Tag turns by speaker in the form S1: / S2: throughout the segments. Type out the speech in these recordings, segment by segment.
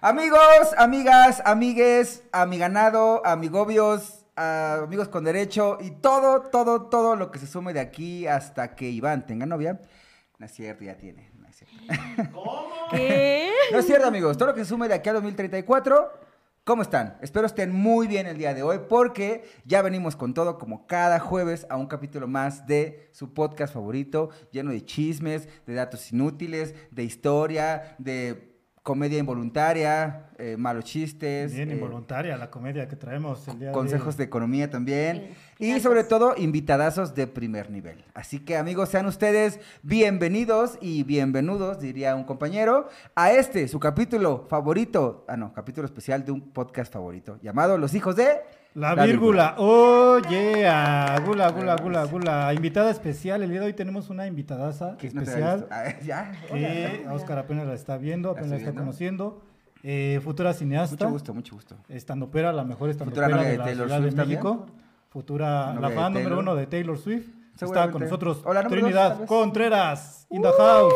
S1: Amigos, amigas, amigues, amiganado, amigobios, ah, amigos con derecho y todo, todo, todo lo que se sume de aquí hasta que Iván tenga novia. No es cierto, ya tiene. No es cierto,
S2: ¿Qué?
S1: No es cierto, amigos. Todo lo que se sume de aquí a 2034. ¿Cómo están? Espero estén muy bien el día de hoy porque ya venimos con todo como cada jueves a un capítulo más de su podcast favorito, lleno de chismes, de datos inútiles, de historia, de comedia involuntaria, eh, malos chistes.
S3: Bien
S1: eh,
S3: involuntaria la comedia que traemos el día
S1: consejos
S3: de
S1: de economía también
S2: Sí,
S1: y
S2: gracias.
S1: sobre todo invitadazos de primer nivel. Así que amigos, sean ustedes bienvenidos y bienvenidos, diría un compañero, a este, su capítulo favorito, ah no, capítulo especial de un podcast favorito llamado Los hijos de
S3: La vírgula. Oye, Gula, gula, gula, gula. Invitada especial. El día de hoy tenemos una invitadaza
S1: Que no te había
S3: especial
S1: visto. Ah, ya.
S3: que
S2: Hola.
S3: Oscar apenas la está viendo, apenas
S1: estoy
S3: la está
S1: viendo.
S3: conociendo. Eh, futura cineasta.
S1: Mucho gusto, mucho gusto.
S3: Estandopera, la mejor estandopera
S1: novia
S3: de,
S1: de
S3: la
S1: Taylor
S3: Ciudad
S1: Swift
S3: de
S1: también.
S3: México. Futura,
S1: Novia
S3: la
S1: de
S3: fan número
S1: Taylor.
S3: uno de Taylor Swift. Está
S1: Seguramente.
S3: con nosotros
S1: O la número dos,
S3: Trinidad
S1: tal vez. Uh.
S3: Contreras, in the house.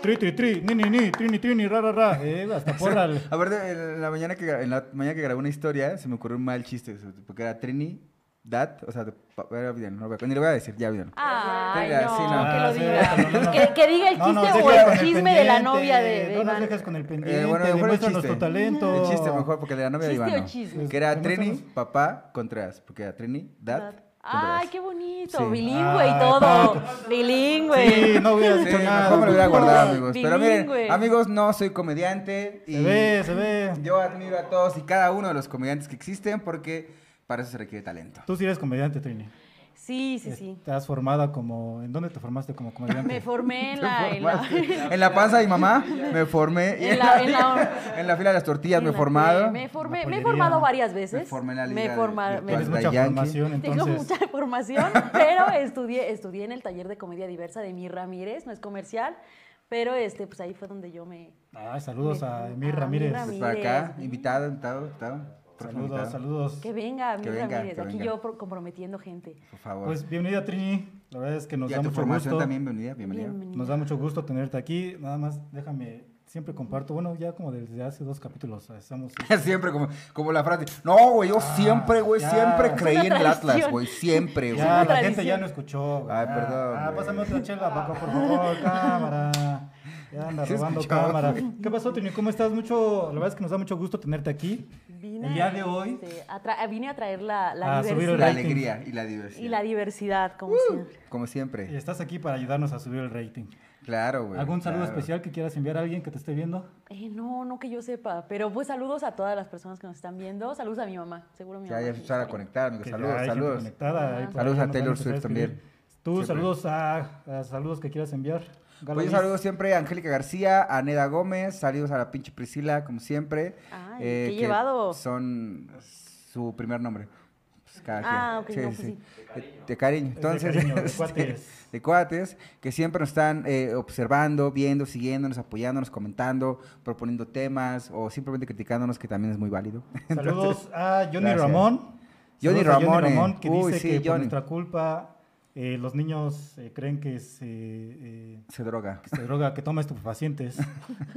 S3: Tri, tri, tri, ni, ni, ni, trini, trini, ra, ra, ra. Eh, hasta porra. el-
S1: A ver, de- en la mañana que gra- en la mañana que grabé una historia se me ocurrió un mal chiste, porque era Trini Dad, o sea, de- pa- era bien, no, lo voy a- ni lo voy a decir, ya vieron.
S2: Ay,
S1: Venga,
S2: no,
S1: sí, no.
S2: que
S3: Ah,
S2: lo
S3: sí,
S2: diga.
S3: no, no, no.
S2: Que, que diga el
S3: No
S2: chiste
S3: nos
S2: o
S3: dejes con
S2: el chisme de la
S3: pendiente,
S2: novia de, de
S3: No nos
S2: Iván.
S3: dejas con el pendiente.
S1: Eh, bueno, mejor el
S3: demuéstranos
S1: chiste.
S3: tu talento.
S1: El chiste mejor, porque el de la novia de
S2: ¿Chiste
S1: Iván.
S2: o
S1: no.
S2: chisme?
S1: Que era
S3: Pues,
S1: Trini,
S3: demuéstranos.
S1: papá, Contreras. Porque era Trini, dad,
S2: Ay,
S1: Contreras.
S2: qué bonito.
S1: Sí.
S2: Bilingüe y
S3: Ay,
S2: todo.
S3: Paco.
S2: Bilingüe.
S3: Sí, no hubiera
S1: Sí,
S3: dicho nada.
S1: mejor me lo hubiera guardado,
S2: Bilingüe.
S1: amigos. Pero miren,
S2: Bilingüe.
S1: amigos, no soy comediante.
S3: Se
S1: Y
S3: ve, se ve.
S1: yo admiro a todos y cada uno de los comediantes que existen porque para eso se requiere talento.
S3: Tú sí eres comediante, Trini.
S2: Sí, sí, sí.
S3: Estás formada como... ¿En dónde te formaste como comediante?
S2: Me formé en
S1: Te
S2: la. en la-
S1: formaste. En la panza de mi mamá me formé. y
S2: En la- en la-
S1: en la fila de las tortillas
S2: en
S1: me he
S2: la-
S1: formado.
S2: Me,
S3: La
S2: formé, me he
S3: pollería.
S2: formado varias veces.
S1: Me formé en la liga
S2: Me
S1: de-
S2: forma-
S1: de-
S2: me-
S3: Tienes mucha
S1: Yankee.
S3: formación,
S2: Tengo
S3: entonces.
S2: mucha formación, pero estudié, estudié en el taller de comedia diversa de Mi Ramírez, no es comercial, pero este, pues ahí fue donde yo me.
S3: Ay, Ah, saludos a
S2: A
S3: Emir
S2: Emir
S3: Ramírez.
S2: Ramírez.
S1: Pues para acá,
S2: Miren.
S1: invitado, invitado, invitado. próximo
S3: Saludos,
S1: invitado.
S3: saludos.
S2: Que venga, Mi
S1: Que venga,
S2: Ramírez,
S1: que
S2: aquí
S1: venga.
S2: yo pro- comprometiendo gente.
S1: Por favor.
S3: Pues bienvenida Trini, la verdad es que nos
S1: y
S3: da
S1: a tu
S3: mucho
S1: formación
S3: gusto.
S1: también, bienvenida, bienvenida.
S2: Bienvenida.
S3: Nos da mucho gusto tenerte aquí. Nada más, déjame, siempre comparto, bueno, ya como desde hace dos capítulos eh, estamos
S1: siempre como, como la frase. No, güey, yo
S3: Ah,
S1: siempre, güey,
S3: ya.
S1: siempre creí en el
S2: tradición.
S1: Atlas, güey, siempre, güey.
S3: Ya, la
S2: tradición.
S3: gente ya no escuchó. güey.
S1: Ay,
S3: Ah,
S1: perdón,
S3: Ah,
S1: güey.
S3: pásame otra chela, Paco, por favor, cámara. Ya anda
S1: Sí
S3: robando
S1: escuchó,
S3: cámara.
S1: güey.
S3: ¿Qué pasó, Trini? ¿Cómo estás? Mucho, la verdad es que nos da mucho gusto tenerte aquí.
S2: Vine,
S3: El día de hoy-
S2: este, a tra- vine a traer la, la
S3: A subir el
S1: La
S2: diversidad.
S3: rating.
S1: alegría y la diversidad.
S2: Y la diversidad,
S1: Uh.
S2: como siempre.
S1: como
S3: Y
S1: siempre.
S3: estás aquí para ayudarnos a subir el rating.
S1: Claro, güey.
S3: Este, ¿Algún saludo
S1: Pues, claro.
S3: especial que quieras enviar a alguien que te esté viendo?
S2: Eh, no, no que yo sepa, pero pues saludos a todas las personas que nos están viendo. Saludos a mi mamá, seguro mi
S1: Ya,
S2: mamá.
S1: ya
S2: sí
S1: empezaron a
S2: está bien.
S1: conectar, amigos.
S3: Que
S1: Saludos,
S3: ya hay gente
S1: saludos.
S3: conectada, ahí por
S1: Saludos
S3: ahí
S1: a
S3: nos
S1: Taylor
S3: van empezar a
S1: Swift
S3: escribir.
S1: también.
S3: Tú,
S1: Siempre.
S3: saludos a, a saludos que quieras enviar. Galo
S1: Pues yo
S3: Luis.
S1: saludo siempre a Angélica García, a Neda Gómez, saludos a la pinche Priscila, como siempre. eh,
S2: Ay, qué llevado.
S1: Son su primer nombre. Pues, cada
S2: Ah,
S1: quien.
S2: ok, no, pues
S1: De cariño. De cariño.
S3: de
S1: Entonces,
S3: cariño, de
S1: este,
S3: cuates.
S1: de cuates, que siempre nos están eh, observando, viendo, siguiéndonos, apoyándonos, comentando, proponiendo temas o simplemente criticándonos, que también es muy válido.
S3: Saludos a Johnny
S1: gracias.
S3: Ramón.
S1: Johnny
S3: Saludos a
S1: Ramón, eh.
S3: que
S1: Uy,
S3: dice
S1: sí,
S3: que por
S1: Johnny.
S3: nuestra culpa eh, los niños eh, creen que se, eh,
S1: Se droga.
S3: que se droga, que toma estupefacientes.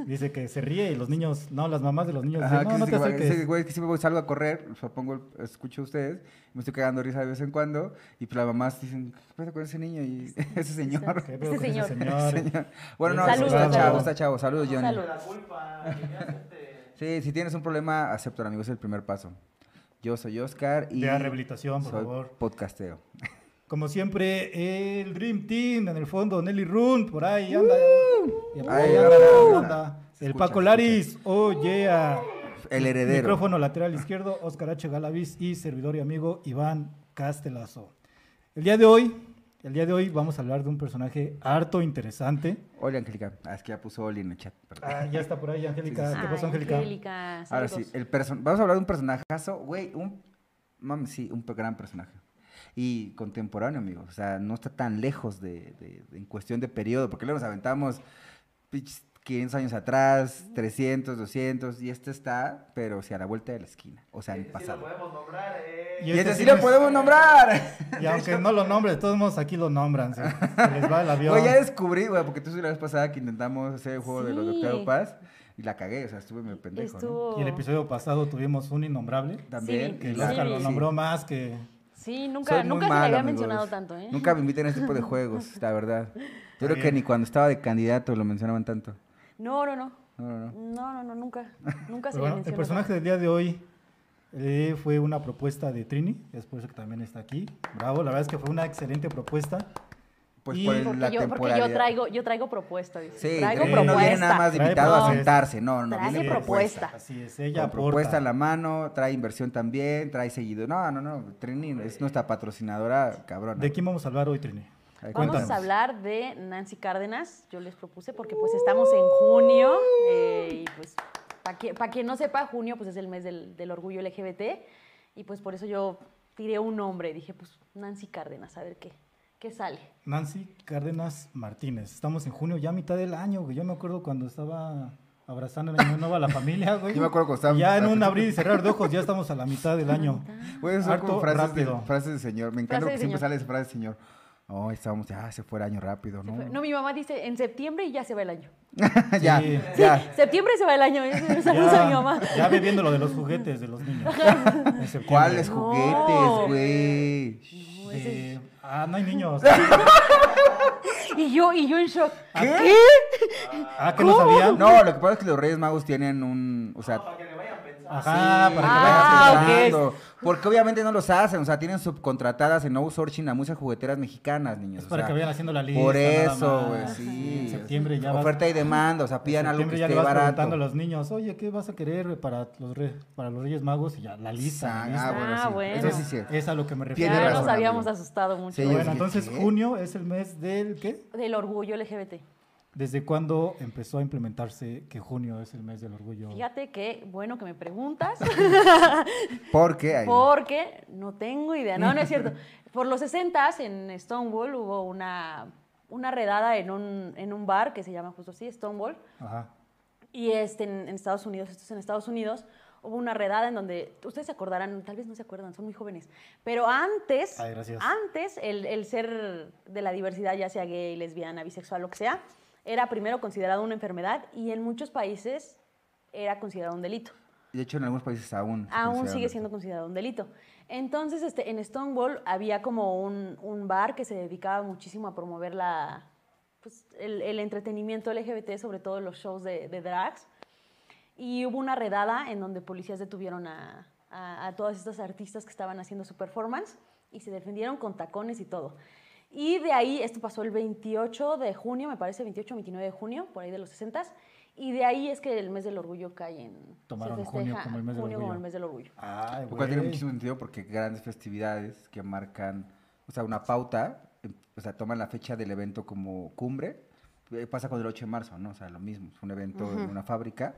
S3: dice que se ríe y los niños, no, las mamás de los niños
S1: Ajá,
S3: dicen,
S1: que
S3: no, no
S1: sí,
S3: te
S1: que- sí,
S3: acerques.
S1: güey, que siempre voy, salgo a correr, o sea, pongo, el- escucho a ustedes, me estoy cagando de risa de vez en cuando, y pues las mamás dicen, ¿qué pasa con ese niño y ese señor?
S3: ¿Qué pedo
S2: Este
S3: con ese
S2: señor.
S3: señor?
S1: Bueno, no,
S2: Saludos,
S1: está
S2: saludos.
S1: chavo, está chavo, saludos Johnny.
S2: Saludos.
S1: Sí, si tienes un problema, acepto, amigo, es el primer paso. Yo soy Oscar y
S3: Ve a rehabilitación, por
S1: soy
S3: favor.
S1: podcastero.
S3: Como siempre, el Dream Team en el fondo, Nelly Run, por ahí anda. Y por ahí
S1: Ahí
S3: anda,
S1: anda. uh.
S3: anda. El
S1: Escucha,
S3: Paco Laris, oh yeah.
S1: El heredero.
S3: Micrófono lateral izquierdo, Oscar H. Galavis y servidor y amigo Iván Castelazo. El día de hoy, el día de hoy vamos a hablar de un personaje harto interesante.
S1: Hola, Angélica. Ah, es que ya puso Oli en el chat, perdón.
S3: Ah, ya está por ahí, Angélica.
S1: Sí,
S3: Ah, ¿Qué pasó,
S2: Ay,
S3: Angélica?
S2: Angélica,
S1: Ahora sí,
S2: saludos.
S1: el person vamos a hablar de un personajazo, güey, un mami, sí, un pe- gran personaje. Y contemporáneo, amigos. O sea, no está tan lejos de, de- de- en cuestión de periodo, porque luego nos aventamos pinches, 500 años atrás, 300, 200, y este está, pero o sea, a la vuelta de la esquina. O sea, en pasado. y este sí
S3: no
S1: lo
S3: es-
S1: podemos nombrar.
S3: Y aunque no lo nombres, todos modos aquí lo nombran. Se, se les va el avión.
S1: Güey, ya descubrí, güey, porque tú sí la vez pasada que intentamos hacer el juego de los de
S2: Sí.
S1: Octavio Paz. y la cagué, o sea, estuve medio pendejo, ¿no?
S2: Estuvo...
S3: Y el episodio pasado tuvimos un innombrable.
S1: También,
S2: Sí,
S3: Que
S1: y
S2: sí,
S1: la-
S3: Lázaro lo
S2: sí.
S3: nombró más que.
S2: Sí, nunca,
S1: Soy muy
S2: nunca se le
S1: malo,
S2: había
S1: amigos.
S2: mencionado tanto, ¿eh?
S1: Nunca me invitan a este tipo de juegos, la verdad. Yo creo que
S3: bien.
S1: ni cuando estaba de candidato lo mencionaban tanto.
S2: No, no, no.
S1: No, no, no.
S2: No, no, no, nunca. Nunca se
S3: Pero
S2: le
S3: bueno, el
S2: mencionó
S3: personaje del día de hoy eh, fue una propuesta de Trini, es por eso que también está aquí. Bravo, la verdad es que fue una excelente propuesta.
S1: Pues
S3: Y-
S1: por el-
S2: tanto.
S1: la
S2: Porque, yo, porque
S1: temporalidad.
S2: yo traigo, yo traigo propuesta, dice.
S1: Sí,
S2: traigo
S1: Trini
S2: propuesta.
S1: no viene nada más de
S3: Trae
S1: invitado a
S3: propuesta.
S1: sentarse, no, no,
S2: Trae
S1: viene
S2: propuesta.
S3: Así es, ella
S1: Ella
S3: aporta.
S1: propuesta a la mano, trae inversión también, trae seguido. No, no, no, Trini es nuestra patrocinadora, cabrón.
S3: ¿De quién vamos a hablar hoy, Trini?
S1: Ahí
S2: Vamos
S1: cuéntanos.
S2: a hablar de Nancy Cárdenas. Yo les propuse porque pues estamos en junio eh, y pues para que, pa' quien no sepa, junio pues es el mes del, del orgullo LGBT y pues por eso yo tiré un nombre. Dije pues Nancy Cárdenas, a ver qué, qué sale.
S3: Nancy Cárdenas Martínez. Estamos en junio, ya a mitad del año, güey. Yo me acuerdo cuando estaba abrazando en Año Nuevo a la familia, güey.
S1: Yo me acuerdo cuando estaba-
S3: Ya en un abrir y cerrar de ojos, ya estamos a la mitad del año.
S1: Güey, son
S3: Harto,
S1: como frases de,
S3: rápido.
S1: frases de señor. Me encanta
S2: Frase de
S1: que siempre
S2: señor.
S1: sale esa frase de señor. Oh, estábamos, ya se fue el año rápido, ¿no?
S2: No, mi mamá dice en septiembre y ya se va el año.
S1: ya,
S3: Sí.
S1: ya.
S2: Septiembre se va el año. Eso saludos a mi mamá.
S3: ya bebiendo lo de los juguetes de los niños. En septiembre.
S1: ¿Cuáles
S2: No.
S1: juguetes, güey?
S2: No, ese-
S3: Eh, ah, no hay niños.
S2: Y yo, y yo en shock.
S1: ¿Qué?
S3: Ah, que no sabían.
S1: No, lo que pasa es que los Reyes Magos tienen un. O sea,
S3: Ajá,
S1: Sí,
S3: para que
S2: Ah,
S3: vayan
S2: ok.
S1: pensando. Porque obviamente no los hacen, o sea, tienen subcontratadas en outsourcing a muchas jugueteras mexicanas, niños.
S3: Es
S1: o
S3: para
S1: sea,
S3: que vayan haciendo la lista.
S1: Por
S3: nada
S1: eso,
S2: Ah,
S3: más.
S1: güey, sí.
S3: En septiembre ya vas-
S1: Oferta y demanda, o sea, pidan
S3: en
S1: algo que
S3: septiembre ya
S1: esté
S3: le vas
S1: barato.
S3: preguntando a los niños, oye, ¿qué vas a querer güey, para los, re- para los Reyes Magos? Y ya, la lista. la
S1: Ah,
S3: lista.
S1: bueno, sí.
S2: Ah, bueno.
S1: Eso sí es cierto.
S3: Es a lo que me refiero.
S1: Tiene
S2: Ya
S1: razón,
S2: nos habíamos
S1: amigo.
S2: asustado mucho.
S1: Sí, yo
S3: Bueno,
S1: dije,
S3: entonces
S1: ¿qué?
S3: junio es el mes del qué?
S2: Del orgullo LGBT.
S3: ¿Desde cuándo empezó a implementarse que junio es el mes del orgullo?
S2: Fíjate que bueno que me preguntas.
S1: Porque hay-
S2: Porque no tengo idea. No, no es cierto. Por los 60 en Stonewall hubo una, una redada en un, en un bar que se llama justo así, Stonewall.
S3: Ajá.
S2: Y este, en, en Estados Unidos, esto es en Estados Unidos, hubo una redada en donde, ustedes se acordarán, tal vez no se acuerdan, son muy jóvenes, pero antes,
S3: Ay, gracias.
S2: antes el, el ser de la diversidad, ya sea gay, lesbiana, bisexual, lo que sea, era primero considerado una enfermedad y en muchos países era considerado un delito
S1: De hecho, en algunos países aún. se
S2: aún
S1: considera
S2: sigue
S1: un-
S2: siendo considerado un delito. Entonces, este, en Stonewall había como un, un bar que se dedicaba muchísimo a promover la, pues, el, el entretenimiento LGBT, sobre todo los shows de, de drags. Y hubo una redada en donde policías detuvieron a, a- a todas estas artistas que estaban haciendo su performance y se defendieron con tacones y todo. Y de ahí, esto pasó el 28 de junio, me parece 28 o 29 de junio, por ahí de los 60 y de ahí es que el mes del orgullo cae en... se
S3: Tomaron junio
S2: festeja
S3: como el mes del
S2: junio como
S3: orgullo.
S2: el mes del orgullo.
S3: Ay,
S1: Lo cual tiene
S3: güey.
S1: muchísimo sentido porque grandes festividades que marcan, o sea, una pauta, em, o sea, toman la fecha del evento como cumbre. Eh, Pasa con el 8 de marzo, ¿no? O sea, lo mismo. Fue un evento en una fábrica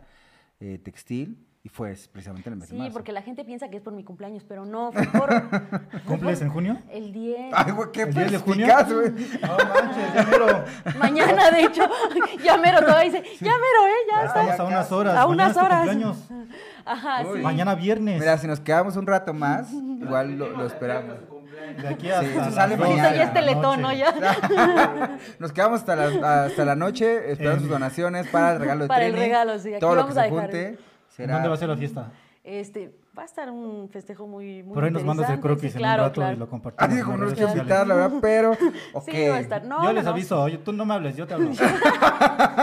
S1: eh, textil y fue es- precisamente el mes de
S2: Sí,
S1: marzo.
S2: porque la gente piensa que es por mi cumpleaños, pero no, fue por...
S3: ¿Cumples en Ah, junio?
S2: El 10.
S1: Ay, güey, qué
S3: ¿El 10 de junio?
S1: perspicaz, güey.
S3: No manches, ya mero.
S2: Mañana, de hecho, ya mero todavía dice, ya mero, ¿eh? Ya,
S1: Ya
S2: está.
S3: Estamos a unas horas.
S2: A unas
S3: mañana es tu
S2: horas.
S3: cumpleaños.
S2: Ajá,
S1: Uy.
S2: sí.
S3: Mañana viernes.
S1: Mira, si nos quedamos un rato más, igual lo, lo esperamos.
S3: De aquí hasta.
S1: eso
S3: las
S1: sale
S3: dos de
S2: Justo
S1: mañana.
S2: ya
S3: la
S2: es teletón, ¿no?
S3: noche.
S2: Ya.
S1: Nos quedamos hasta la, hasta la noche esperando
S3: En-
S1: sus donaciones para el regalo de
S2: Para el
S1: Trini.
S2: regalo, sí, aquí
S1: Todo lo que
S2: vamos
S1: se
S2: a dejar.
S1: junte será...
S3: ¿Dónde va a ser la fiesta?
S2: Este, va a estar un festejo muy, muy
S3: Por ahí nos mandas el
S2: interesante.
S3: croquis
S2: Sí,
S3: en
S2: claro,
S3: un rato
S2: claro.
S3: y lo compartimos.
S1: Así
S3: en
S1: como no
S3: las
S1: los
S3: redes
S1: quiero
S3: sociales.
S1: invitar, la verdad, pero... ok.
S2: Sí, va a estar. No,
S3: yo
S2: no,
S3: les
S2: no.
S3: aviso, oye, tú no me hables, yo te hablo.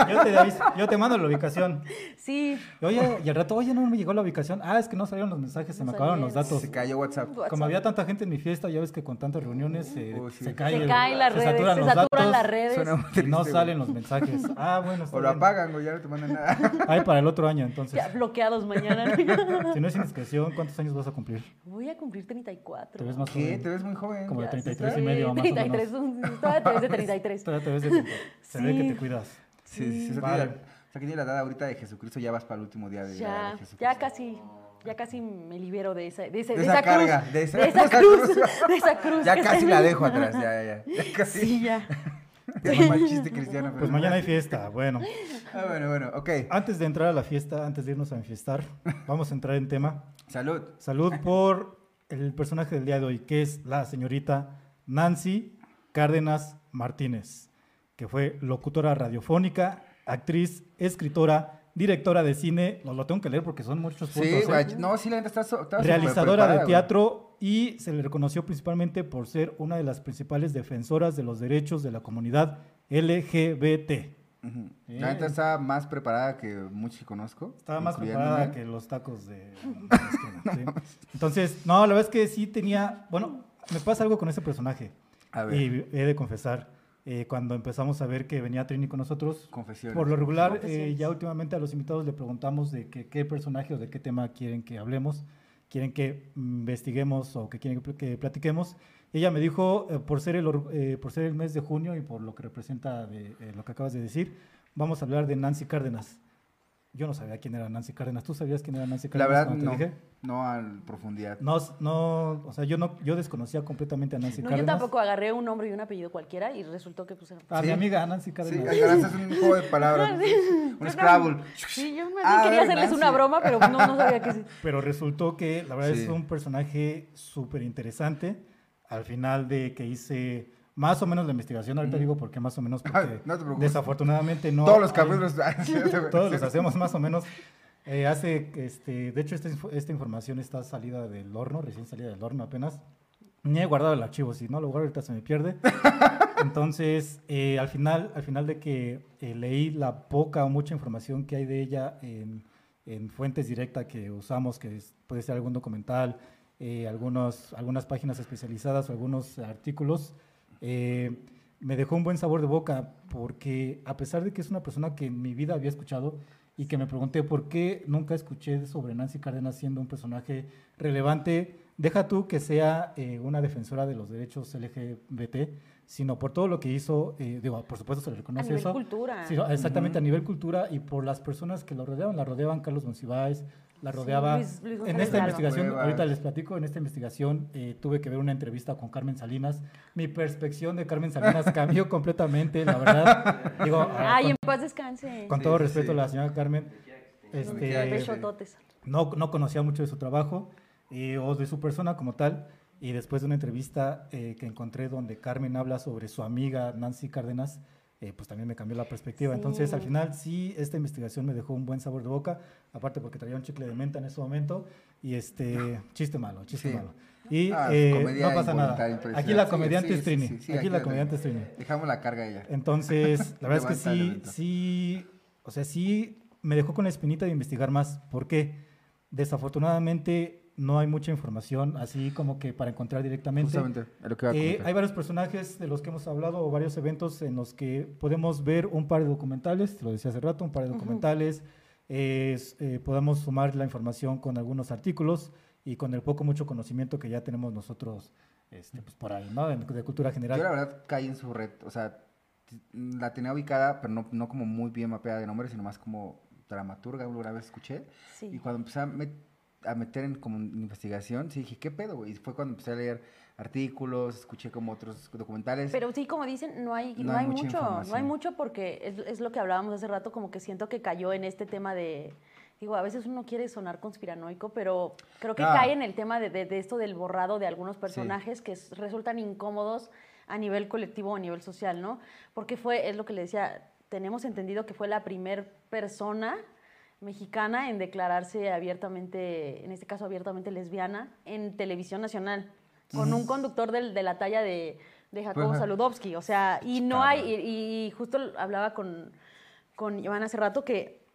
S3: yo te aviso, yo te mando la ubicación.
S2: Sí.
S3: Y, oye, y al rato, oye, no me llegó la ubicación. Ah, es que no salieron los mensajes, se
S2: No
S3: me acabaron los
S2: salieron.
S3: datos.
S1: Se cayó WhatsApp.
S3: Como había tanta gente en mi fiesta, ya ves que con tantas reuniones se,
S1: Oh, sí.
S3: se cae
S2: se
S3: el-
S2: caen las
S3: se
S2: redes,
S3: saturan
S2: se
S3: los
S2: saturan
S3: datos
S2: las redes.
S1: Suena muy
S3: Y no
S1: triste,
S3: salen
S1: güey.
S3: los mensajes. Ah, bueno, está
S1: O lo
S3: bien.
S1: apagan, güey, ya no te mandan nada.
S3: Ahí para el otro año, entonces.
S2: Ya bloqueados mañana.
S3: Si no es indiscreción, ¿cuántos años vas a cumplir?
S2: Voy a cumplir
S3: Te
S2: 34.
S3: ves más
S1: ¿Qué?
S3: joven.
S1: Te ves muy joven.
S3: Como de
S2: Ya,
S3: 33 y
S2: sí,
S3: medio, más o menos.
S2: 33, un- todavía te ves de 33.
S3: Todavía te ves de 30. Se ve que
S2: Sí.
S3: te cuidas.
S1: Sí, sí, sí. O sea,
S3: Vale.
S1: tiene la- o sea, que tiene la edad ahorita de Jesucristo, ya vas para el último día de, la edad
S2: Ya,
S1: de Jesucristo.
S2: ya casi, ya casi me libero de esa, de ese-
S1: De
S2: de
S1: esa
S2: esa cruz,
S1: carga, de esa-
S2: de esa cruz, de esa cruz.
S1: Ya
S2: que
S1: casi
S2: está
S1: la
S2: en mí.
S1: dejo atrás, ya, ya, ya. Ya casi.
S2: Sí, ya.
S1: Ya no más chiste cristiano.
S3: Pues
S1: pero-
S3: mañana hay fiesta, bueno.
S1: Ah, bueno, bueno, ok.
S3: Antes de entrar a la fiesta, antes de irnos a enfiestar, vamos a entrar en tema.
S1: Salud.
S3: Salud por el personaje del día de hoy, que es la señorita Nancy Cárdenas Martínez, que fue locutora radiofónica, actriz, escritora, directora de cine, lo, lo tengo que leer porque son muchos puntos.
S1: Sí,
S3: ¿eh?
S1: güey. No, sí, la neta está. so- está súper
S3: realizadora
S1: preparada,
S3: de
S1: güey.
S3: teatro y se le reconoció principalmente por ser una de las principales defensoras de los derechos de la comunidad LGBT.
S1: Ujú.
S3: Sí.
S1: La neta está más preparada que muchos que conozco.
S3: Estaba más
S1: incluyéndome.
S3: preparada que los tacos de... la esquina, ¿sí? Entonces, no, la verdad es que sí tenía... Bueno, me pasa algo con ese personaje.
S1: A ver,
S3: Y he de confesar, eh, cuando empezamos a ver que venía Trini con nosotros,
S1: confesiones.
S3: por lo regular, eh,
S2: Confesiones.
S3: ya últimamente a los invitados le preguntamos de que- qué personaje o de qué tema quieren que hablemos, quieren que investiguemos o que quieren que, pl- que platiquemos. Y ella me dijo, eh, por, ser el, or- eh, por ser el mes de junio y por lo que representa de, eh, lo que acabas de decir, vamos a hablar de Nancy Cárdenas. Yo no sabía quién era Nancy Cárdenas. ¿Tú sabías quién era Nancy
S1: La
S3: Cárdenas?
S1: verdad,
S3: cuando te
S1: no.
S3: dije?
S1: No a profundidad.
S3: No, s- no, o sea, yo no, yo desconocía completamente a Nancy
S2: No, yo
S3: Cárdenas.
S2: tampoco agarré un nombre y un apellido cualquiera y resultó que pues, puse.
S3: A
S1: Sí.
S3: mi amiga
S1: Sí,
S3: Nancy Cárdenas.
S1: agarraste un juego de palabras. un Scrabble.
S2: Sí, yo más
S1: Ah,
S2: bien quería
S1: a ver,
S2: hacerles una
S1: Nancy.
S2: broma, pero no, no sabía que sí.
S3: Pero resultó que la verdad es
S1: Sí.
S3: un personaje súper interesante. Al final de que hice más o menos la investigación, ahorita digo porque más o menos porque
S1: Mm. no te preocupes.
S3: desafortunadamente no.
S1: Todos los
S3: hay-
S1: capítulos.
S3: todos los hacemos más o menos. Eh, hace, este, de hecho, esta, inf- esta información está salida del horno, recién salida del horno apenas. Ni he guardado el archivo, si no lo guardo ahorita se me pierde. Entonces, eh, al, final, al final de que eh, leí la poca o mucha información que hay de ella en, en fuentes directas que usamos, que es- puede ser algún documental, eh, algunos, algunas páginas especializadas o algunos artículos, eh, me dejó un buen sabor de boca porque a pesar de que es una persona que en mi vida había escuchado y que me pregunté por qué nunca escuché sobre Nancy Cárdenas siendo un personaje relevante, deja tú que sea eh, una defensora de los derechos LGBT, sino por todo lo que hizo, eh, digo, por supuesto se le
S2: A
S3: reconoce
S2: nivel
S3: eso,
S2: cultura.
S3: Sí, exactamente,
S1: Ujú.
S3: a nivel cultura y por las personas que lo rodeaban. La rodeaban Carlos Monsiváis, la
S2: Sí,
S3: rodeaba...
S2: Luis- Luis
S3: en
S2: González
S3: esta
S2: Bravo.
S3: investigación,
S1: Cuevas.
S3: ahorita les platico, en esta investigación eh, tuve que ver una entrevista con Carmen Salinas. Mi perspección de Carmen Salinas cambió completamente, la verdad. Digo, ah,
S2: Ay, em,
S3: con,
S2: en paz descanse.
S3: con
S1: Sí,
S3: todo
S1: sí,
S3: respeto a
S1: sí.
S3: la señora Carmen,
S1: Donde
S3: este,
S1: quiera que
S2: De
S1: esté.
S2: chototes.
S3: no, no conocía mucho de su trabajo eh, o de su persona como tal. Y después de una entrevista eh, que encontré donde Carmen habla sobre su amiga Nancy Cárdenas, eh, pues también me cambió la perspectiva. Entonces, al
S2: Sí.
S3: final, sí, esta investigación me dejó un buen sabor de boca, aparte porque traía un chicle de menta en ese momento. Y este, chiste malo, chiste
S1: Sí.
S3: malo. Y
S1: Ah,
S3: eh,
S1: comedia
S3: no pasa
S1: involuntaria,
S3: nada.
S1: impresionante.
S3: Aquí la
S1: Sí,
S3: comediante
S1: sí,
S3: es
S1: sí,
S3: Trini.
S1: sí, sí,
S3: aquí,
S1: aquí
S3: la
S1: la
S3: comediante es Trini.
S1: Dejamos la carga a ella.
S3: Entonces, la verdad es que
S1: Levanta el
S3: sí,
S1: evento.
S3: sí, o sea, sí me dejó con la espinita de investigar más, porque desafortunadamente no hay mucha información así como que para encontrar directamente.
S1: Justamente, a lo que va a
S3: Eh,
S1: comentar.
S3: hay varios personajes de los que hemos hablado o varios eventos en los que podemos ver un par de documentales, te lo decía hace rato, un par de
S2: Ujú.
S3: documentales, eh, s- eh, podemos sumar la información con algunos artículos y con el poco mucho conocimiento que ya tenemos nosotros este, pues, por ahí, ¿no? De, de cultura general.
S1: Yo la verdad caí en su red, o sea, t- la tenía ubicada, pero no, no como muy bien mapeada de nombres, sino más como dramaturga, alguna vez escuché. Y
S2: Sí.
S1: cuando empecé a, met- a meter en como en investigación, sí dije, ¿qué pedo, güey? Y fue cuando empecé a leer artículos, escuché como otros documentales.
S2: Pero sí, como dicen, no hay, no hay
S1: mucha
S2: mucho, no hay
S1: información.
S2: mucho porque es, es lo que hablábamos hace rato, como que siento que cayó en este tema de, digo, a veces uno quiere sonar conspiranoico, pero creo que
S1: Ah.
S2: cae en el tema de, de- de esto del borrado de algunos personajes que s- resultan incómodos a nivel colectivo o a nivel social, ¿no? Porque fue, es lo que le decía, tenemos entendido que fue la primer persona mexicana en declararse abiertamente, en este caso abiertamente lesbiana, en televisión nacional,
S1: Mm.
S2: con un conductor del- de la talla de, de Jacobo
S1: Ajá.
S2: Saludowski. O sea, y no hay, y, y justo hablaba con, con Iván hace rato que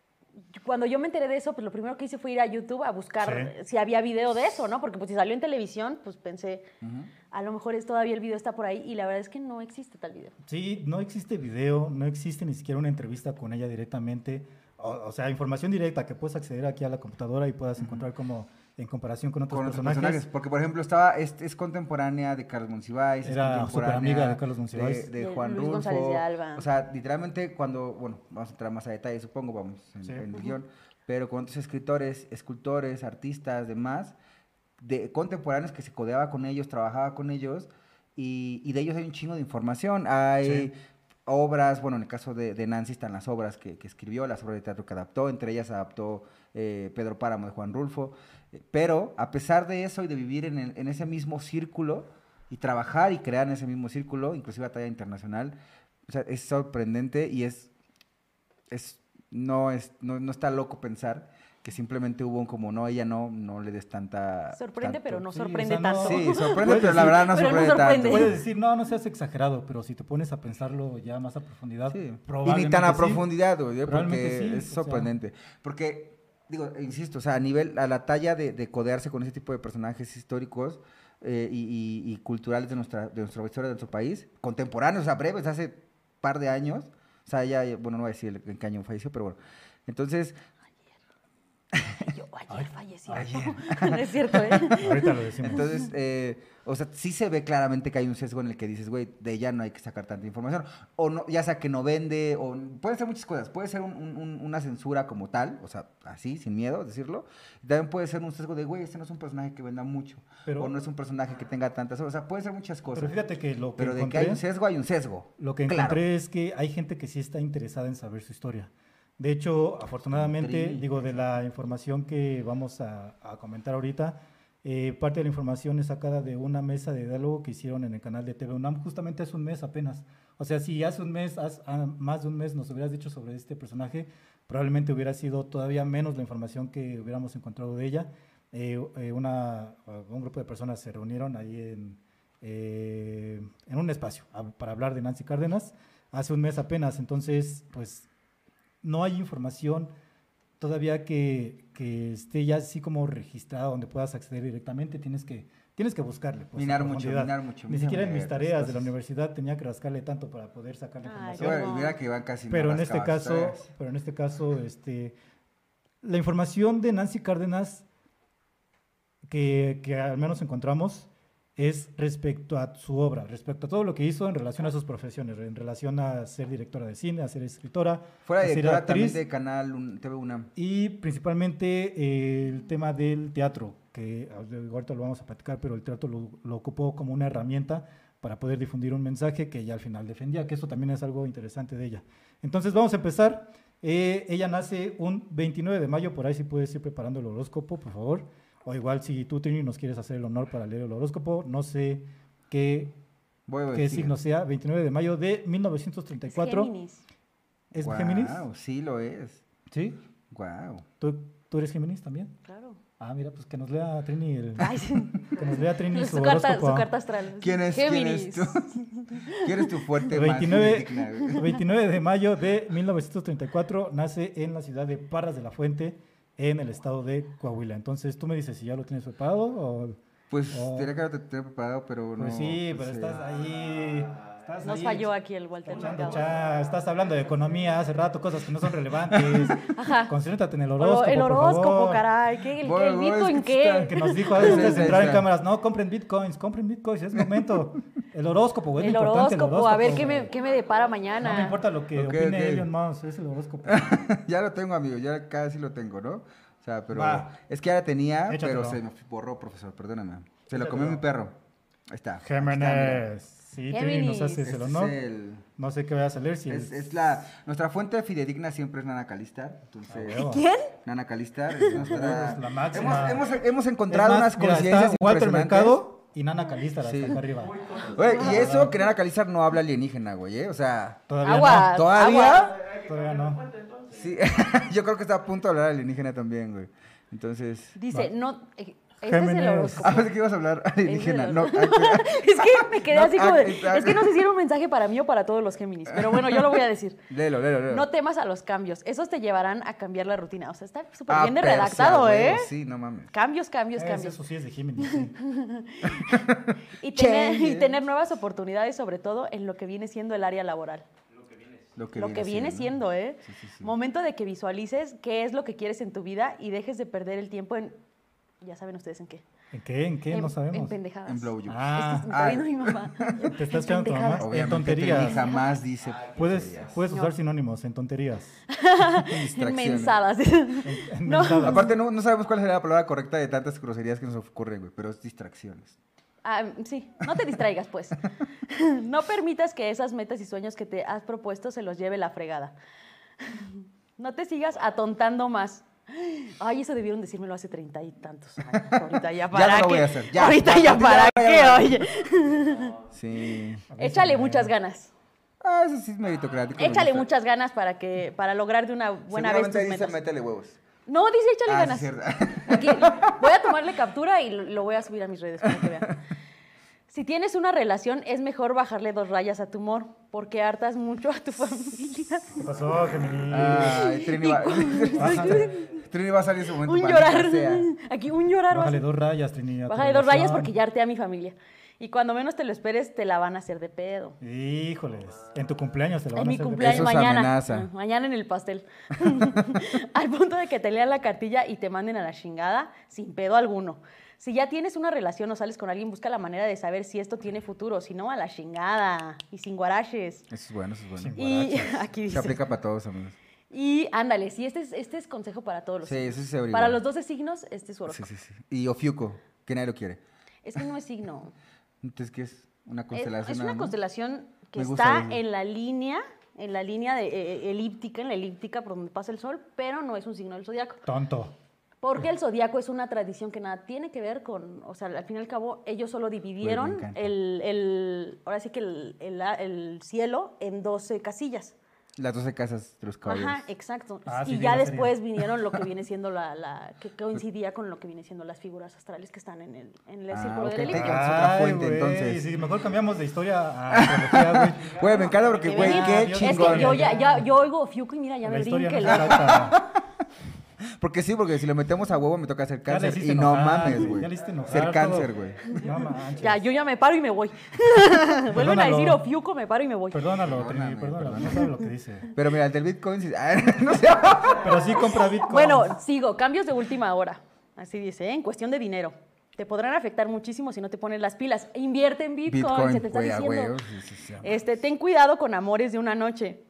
S2: cuando yo me enteré de eso, pues lo primero que hice fue ir a YouTube a buscar si había video de eso, ¿no? Porque pues si salió en televisión, pues pensé,
S1: Ujú.
S2: a lo mejor es todavía el video está por ahí y la verdad es que no existe tal video.
S3: Sí, no existe video, no existe ni siquiera una entrevista con ella directamente. O, o sea, información directa que puedes acceder aquí a la computadora y puedas encontrar como en comparación con otros
S1: con otros
S3: personajes.
S1: personajes. Porque, por ejemplo, estaba, es, es contemporánea de Carlos Monsiváis. es
S3: Era
S1: contemporánea
S3: superamiga de Carlos Monsiváis.
S1: De, de
S2: De
S1: Juan
S2: Luis
S1: Rulfo.
S2: González de Alba.
S1: O sea, literalmente cuando, bueno, vamos a entrar más a detalle, supongo, vamos en,
S3: Sí.
S1: en el guión. Pero con otros escritores, escultores, artistas, demás, de contemporáneos que se codeaba con ellos, trabajaba con ellos. Y, y de ellos hay un chingo de información. Hay
S3: Sí.
S1: obras, bueno, en el caso de, de Nancy están las obras que, que escribió, las obras de teatro que adaptó, entre ellas adaptó eh, Pedro Páramo de Juan Rulfo, Eh, pero a pesar de eso y de vivir en, el- en ese mismo círculo y trabajar y crear en ese mismo círculo, inclusive a talla internacional, o sea, es sorprendente y es, es no, es, no, no está loco pensar que simplemente hubo un como, no, ella no, no le des tanta...
S2: Sorprende,
S1: Ah, tanto".
S2: pero no
S3: Sí,
S2: sorprende
S3: o sea, no-
S2: tanto.
S1: Sí, sorprende,
S3: Puedes
S1: pero la
S3: decir-
S1: verdad no
S2: pero no
S1: sorprende,
S2: sorprende.
S1: tanto.
S3: Puedes decir, no, no seas exagerado, pero si te pones a pensarlo ya más a profundidad,
S1: Sí. Y ni
S3: probablemente
S1: tan a
S3: sí.
S1: profundidad, güey, ¿eh? porque
S3: Probablemente sí,
S1: es
S3: o sea.
S1: sorprendente. Porque, digo, insisto, o sea, a nivel, a la talla de, de codearse con ese tipo de personajes históricos eh, y, y- y culturales de nuestra, de nuestra historia, de nuestro país, contemporáneos, o sea, breves, hace par de años. O sea, ya, ya- bueno, no voy a decir en qué año falleció, pero bueno. Entonces,
S2: Ay, Yo ayer falleció.
S1: ayer.
S2: no es cierto, ¿eh?
S3: Ahorita lo decimos.
S1: Entonces, eh, o sea, sí se ve claramente que hay un sesgo en el que dices, güey, de ella no hay que sacar tanta información. O no, ya sea que no vende, o pueden ser muchas cosas. Puede ser un- un- un- una censura como tal, o sea, así, sin miedo, decirlo. También puede ser un sesgo de, güey, este no es un personaje que venda mucho.
S3: Pero-
S1: o no es un personaje que tenga tantas. O sea, puede ser muchas cosas.
S3: pero fíjate que lo que
S1: Pero de que
S3: encontré,
S1: hay un sesgo, hay un sesgo.
S3: lo que
S1: Claro.
S3: encontré es que hay gente que sí está interesada en saber su historia. De hecho, afortunadamente,
S1: Intriga.
S3: digo, de la información que vamos a, a comentar ahorita, eh, parte de la información es sacada de una mesa de diálogo que hicieron en el canal de TV UNAM justamente hace un mes apenas. O sea, si hace un mes, haz- ah, más de un mes nos hubieras dicho sobre este personaje, probablemente hubiera sido todavía menos la información que hubiéramos encontrado de ella. Eh, eh, una, un grupo de personas se reunieron ahí en, eh, en un espacio a- para hablar de Nancy Cárdenas hace un mes apenas. Entonces, pues no hay información todavía que, que esté ya así como registrada donde puedas acceder directamente. Tienes que, tienes que buscarle. pues, a
S1: minar mucho,
S3: profundidad.
S1: minar mucho.
S3: Ni
S1: minar
S3: siquiera en mis
S1: muchas
S3: tareas de la
S1: cosas.
S3: universidad tenía que rascarle tanto para poder sacar la
S2: Ay,
S3: información.
S1: Sí, bueno, mira que van casi
S3: Pero
S1: no
S3: en este
S1: rascabas
S3: caso,
S1: tareas.
S3: pero en este caso, este, la información de Nancy Cárdenas que, que al menos encontramos es respecto a su obra, respecto a todo lo que hizo en relación a sus profesiones, en relación a ser directora de cine, a ser escritora,
S1: Fuera
S3: a ser
S1: directora también
S3: actriz
S1: de Canal un- TV UNAM.
S3: y principalmente eh, el tema del teatro, que ah, de- ahorita lo vamos a platicar, pero el teatro lo, lo ocupó como una herramienta para poder difundir un mensaje que ella al final defendía, que eso también es algo interesante de ella. Entonces vamos a empezar. Eh, ella nace un 29 de mayo, por ahí si puedes ir preparando el horóscopo, por favor. O igual si tú, Trini, nos quieres hacer el honor para leer el horóscopo, no sé qué,
S1: Voy a
S3: qué
S1: decir.
S3: signo sea, 29 de mayo de 1934.
S2: Géminis.
S3: ¿Es
S1: Guau,
S3: Géminis?
S1: Sí, lo es.
S3: ¿Sí?
S1: Wow.
S3: ¿Tú, ¿Tú eres Géminis también?
S2: Claro.
S3: Ah, mira, pues que nos lea Trini el,
S2: Ay, sí.
S3: que nos lea Trini su
S2: su, carta,
S3: horóscopo.
S2: su
S3: ah.
S2: carta astral.
S1: ¿Quién es, quién es
S2: Géminis.
S1: tú? ¿Quién es tu fuerte más
S3: 29,
S1: digna, güey?
S3: 29 de mayo de 1934 nace en la ciudad de Parras de la Fuente, en el estado de Coahuila. Entonces, tú me dices si ya lo tienes preparado o...
S1: Pues
S3: Oh.
S1: tenía que haberte tener preparado, pero no.
S3: Pues sí,
S1: pues,
S3: pero
S1: eh,
S3: estás ahí... Estás
S2: Nos
S3: ahí
S2: falló aquí el Walter
S3: echando
S2: Mercado.
S3: cha- estás hablando de economía hace rato, cosas que no son relevantes.
S2: Ajá.
S3: Concéntrate en el
S2: Oh,
S3: horóscopo,
S2: el
S3: por
S2: horóscopo,
S3: favor.
S2: caray. ¿Qué, el,
S1: Voy,
S2: el
S1: voy, es
S2: Bitcoin
S1: que está-
S3: que
S2: qué?
S3: nos dijo antes
S1: Sí,
S3: de
S1: sí,
S3: entrar en
S1: sí.
S3: cámaras, no, compren bitcoins, compren bitcoins, es momento. El horóscopo, güey. es
S2: El
S3: lo importante,
S2: horóscopo, a ver qué
S3: horóscopo,
S2: me,
S3: güey.
S2: qué me depara
S3: No
S2: mañana.
S3: me importa lo que
S1: Ok,
S3: opine
S1: ok.
S3: Elon Musk, es el horóscopo.
S1: ya lo tengo, amigo, ya casi lo tengo, ¿no? O sea, pero.
S3: Va.
S1: Es que ya la tenía,
S3: Échatelo.
S1: pero se me borró, profesor, perdóname. Se lo
S3: Échatelo.
S1: comió mi perro. Ahí está. aquí está, mira.
S3: Géminis. Sí, Trini, nos
S2: Géminis.
S3: haces el
S1: Este
S3: honor.
S1: es el-
S3: No sé qué vayas a leer si
S1: es,
S3: es...
S1: es la, nuestra fuente fidedigna siempre es Nana Calista. Entonces,
S3: huevo.
S2: ¿Quién?
S1: Nana Calista es nuestra.
S3: Ah, Es la máxima.
S1: Hemos, hemos- hemos encontrado
S3: Es más,
S1: unas
S3: mira, está
S1: coincidencias
S3: Walter
S1: impresionantes.
S3: Mercado y Nana Calista, la
S1: Sí.
S3: está acá arriba.
S1: Güey, y eso que Nana Calista no habla alienígena, güey, ¿eh? O sea,
S3: Todavía
S2: Agua.
S1: ¿todavía?
S3: no. Todavía no.
S1: Sí, yo creo que está a punto de hablar alienígena también, güey. Entonces.
S2: Dice, no. eh, Este es
S3: Géminis.
S2: el horóscopo.
S1: Ah, pensé que ibas a hablar alienígena.
S2: de
S1: No,
S2: los-
S1: ah, que-
S2: Es que me quedé
S1: No,
S2: así como.
S1: ah,
S2: de-
S1: está-
S2: Es que no sé si era un mensaje para mí o para todos los Géminis. Pero bueno, yo lo voy a decir.
S1: léelo, léelo, léelo.
S2: No temas a los cambios. Esos te llevarán a cambiar la rutina. O sea, está súper
S1: Ah,
S2: bien de
S1: Persia,
S2: redactado,
S1: güey,
S2: ¿eh?
S1: Sí, no mames.
S2: Cambios, cambios,
S3: Es-
S2: cambios.
S3: Eh, Eso sí es de Géminis. sí.
S2: Y tener, y
S1: Changes.
S2: tener nuevas oportunidades, sobre todo en lo que viene siendo el área laboral.
S1: Lo que
S2: lo que viene siendo,
S1: ¿no?
S2: ¿eh?
S1: Sí, sí, sí.
S2: Momento de que visualices qué es lo que quieres en tu vida y dejes de perder el tiempo en. Ya saben ustedes en qué.
S3: ¿En qué? ¿En qué?
S2: en,
S3: No
S2: En
S3: sabemos.
S2: pendejadas.
S1: En blow you.
S2: Es
S3: Ah,
S2: que me está
S1: Ah.
S2: viendo mi mamá.
S3: te estás quedando tu mamá.
S2: pendejadas.
S3: En
S1: Obviamente, Trini
S3: tonterías.
S1: jamás dice.
S3: Puedes,
S1: tonterías.
S3: puedes usar sinónimos en tonterías.
S1: Distracciones.
S2: Mensadas. no.
S3: Mensadas.
S1: Aparte, no, no sabemos cuál será la palabra correcta de tantas groserías que nos ocurren, güey, pero es distracciones.
S2: Ah, sí, no te distraigas, pues. no permitas que esas metas y sueños que te has propuesto se los lleve la fregada. no te sigas atontando más. Ay, eso debieron decírmelo hace treinta y tantos años. Ahorita ya
S1: no
S2: para
S1: lo
S2: qué.
S1: voy a hacer, ya,
S2: Ahorita
S1: ya, ya,
S2: ya, para
S1: ya,
S2: qué,
S1: ya.
S2: oye.
S1: Sí.
S2: Échale muchas ganas.
S1: Ah, eso sí es meritocrático. me
S2: Échale
S1: gusta.
S2: muchas ganas para que para lograr de una buena vez
S1: Seguramente dice,
S2: tus metas.
S1: métele huevos.
S2: No, dice échale
S1: Ah,
S2: ganas.
S1: sí, cierto.
S2: Aquí, voy a tomarle captura y lo- lo voy a subir a mis redes para que vean. Si tienes una relación, es mejor bajarle dos rayas a tu humor, porque hartas mucho a tu familia.
S3: ¿Qué pasó, Gemini?
S1: Ay, Ah, Trini va, Trini va a salir en su momento.
S2: un
S1: maldita
S2: llorar.
S1: sea.
S2: Aquí un llorar. va a
S3: Bájale
S2: ser.
S3: dos rayas, Trinidad.
S2: Bájale dos rayas porque ya harté a mi familia. Y cuando menos te lo esperes, te la van a hacer de pedo.
S3: Híjoles, en tu cumpleaños te lo van
S2: En
S3: a
S2: mi
S3: hacer de
S2: cumpleaños
S1: Eso es
S2: mañana.
S1: amenaza.
S2: Mm, Mañana en el pastel. Al punto de que te lean la cartilla y te manden a la chingada sin pedo alguno. Si ya tienes una relación o sales con alguien, busca la manera de saber si esto tiene futuro. Si no, a la chingada. Y sin guaraches.
S1: Eso es bueno, eso es bueno.
S2: Y
S1: Se
S2: aquí dice.
S1: aplica para todos, amigos.
S2: Y ándale, sí, este es, este es consejo para todos los
S1: Sí,
S2: signos.
S1: eso sí se averigua.
S2: Para los 12 signos, este es
S1: Sí,
S2: su horóscopo.
S1: sí, sí. Y Ofiuco, que nadie lo quiere.
S2: Es que no es signo.
S1: Entonces, ¿qué es? Una
S2: Es,
S1: constelación.
S2: es
S1: nada
S2: una
S1: más?
S2: constelación que
S1: Me gusta
S2: está
S1: eso.
S2: en la línea, en la línea de, eh, elíptica, en la elíptica por donde pasa el sol, pero no es un signo del zodiaco.
S3: Tonto.
S2: Porque el zodiaco es una tradición que nada tiene que ver con, o sea, al fin y al cabo, ellos solo dividieron
S1: encanta.
S2: el, el- ahora sí que el, el- el cielo en 12 casillas.
S1: Las 12 casas de los caballeros.
S2: Ajá, exacto.
S3: Ah, sí,
S2: y
S3: sí,
S2: ya
S3: la serie.
S2: después vinieron lo que viene siendo la, la- que coincidía con lo que viene siendo las figuras astrales que están en el, en el
S1: Ah,
S2: círculo
S1: ok,
S2: del
S1: te
S2: elíptica.
S1: encanta. otra fuente,
S3: güey,
S1: entonces.
S3: Sí, mejor cambiamos de historia a astrología, güey.
S1: Güey, me encanta porque,
S2: Que
S1: güey,
S2: venía-
S1: qué
S3: Dios.
S2: es
S1: chingón.
S2: que yo ya, ya- yo oigo Fiuco y mira, ya
S3: La
S2: me
S3: historia no
S2: brinque.
S3: es
S2: la-
S3: exacta.
S1: Porque sí, porque si lo metemos a huevo me toca hacer
S3: Ya le
S1: cáncer.
S3: hiciste
S1: Y no
S3: enojar,
S1: mames,
S3: Ya le
S1: güey.
S3: hiciste enojar.
S1: Ser
S3: todo.
S1: cáncer, güey.
S3: No manches.
S2: Ya, yo ya me paro y me voy. Vuelven a
S3: Perdónalo.
S2: decir Ofiuco, me paro y me voy.
S3: Perdónalo, Trini,
S1: Perdóname,
S3: perdónalo.
S1: perdóname.
S3: No sabe lo que dice.
S1: Pero mira, el del Bitcoin, sí- ah, no sé.
S3: Pero sí compra Bitcoin. Pues
S2: Bueno, sigo. Cambios de última hora. Así dice, ¿eh? en cuestión de dinero. Te podrán afectar muchísimo si no te pones las pilas. Invierte en Bitcoin, se te está
S1: güey, a
S2: diciendo.
S1: huevo, sí, sí, sí.
S2: Este, ten cuidado con amores de una noche.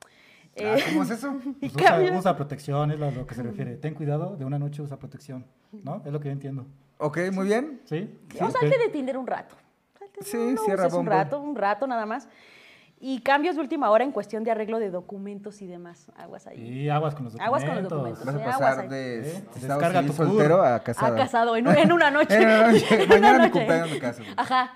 S1: Ah,
S2: Eh,
S1: ¿Cómo es eso?
S2: y
S3: Pues usa,
S2: cambios-
S3: usa protección, es a lo que se refiere. Ten cuidado, de una noche usa protección. ¿No? Es lo que yo entiendo.
S1: Ok, muy bien.
S3: ¿Sí?
S2: No,
S3: Sí,
S2: salte
S3: ok.
S2: de Tinder un rato. Salte, no,
S1: Sí,
S2: no
S1: cierra
S2: uses un
S1: Bumble.
S2: rato, un rato nada más. Y cambios de última hora en cuestión de arreglo de documentos y demás. Aguas ahí. Ah,
S3: Y aguas con los documentos.
S2: Aguas con los documentos.
S1: Vas a
S2: Sí, aguas
S1: pasar
S2: ahí.
S1: de
S3: ¿Eh?
S1: estado
S3: Descarga
S1: civil
S3: tu CUR.
S1: soltero a
S2: Ha
S1: casado.
S2: casado en, en una noche.
S1: En una noche.
S2: En una
S1: Mañana mi
S2: noche.
S1: cumpleaños me caso.
S2: Ajá.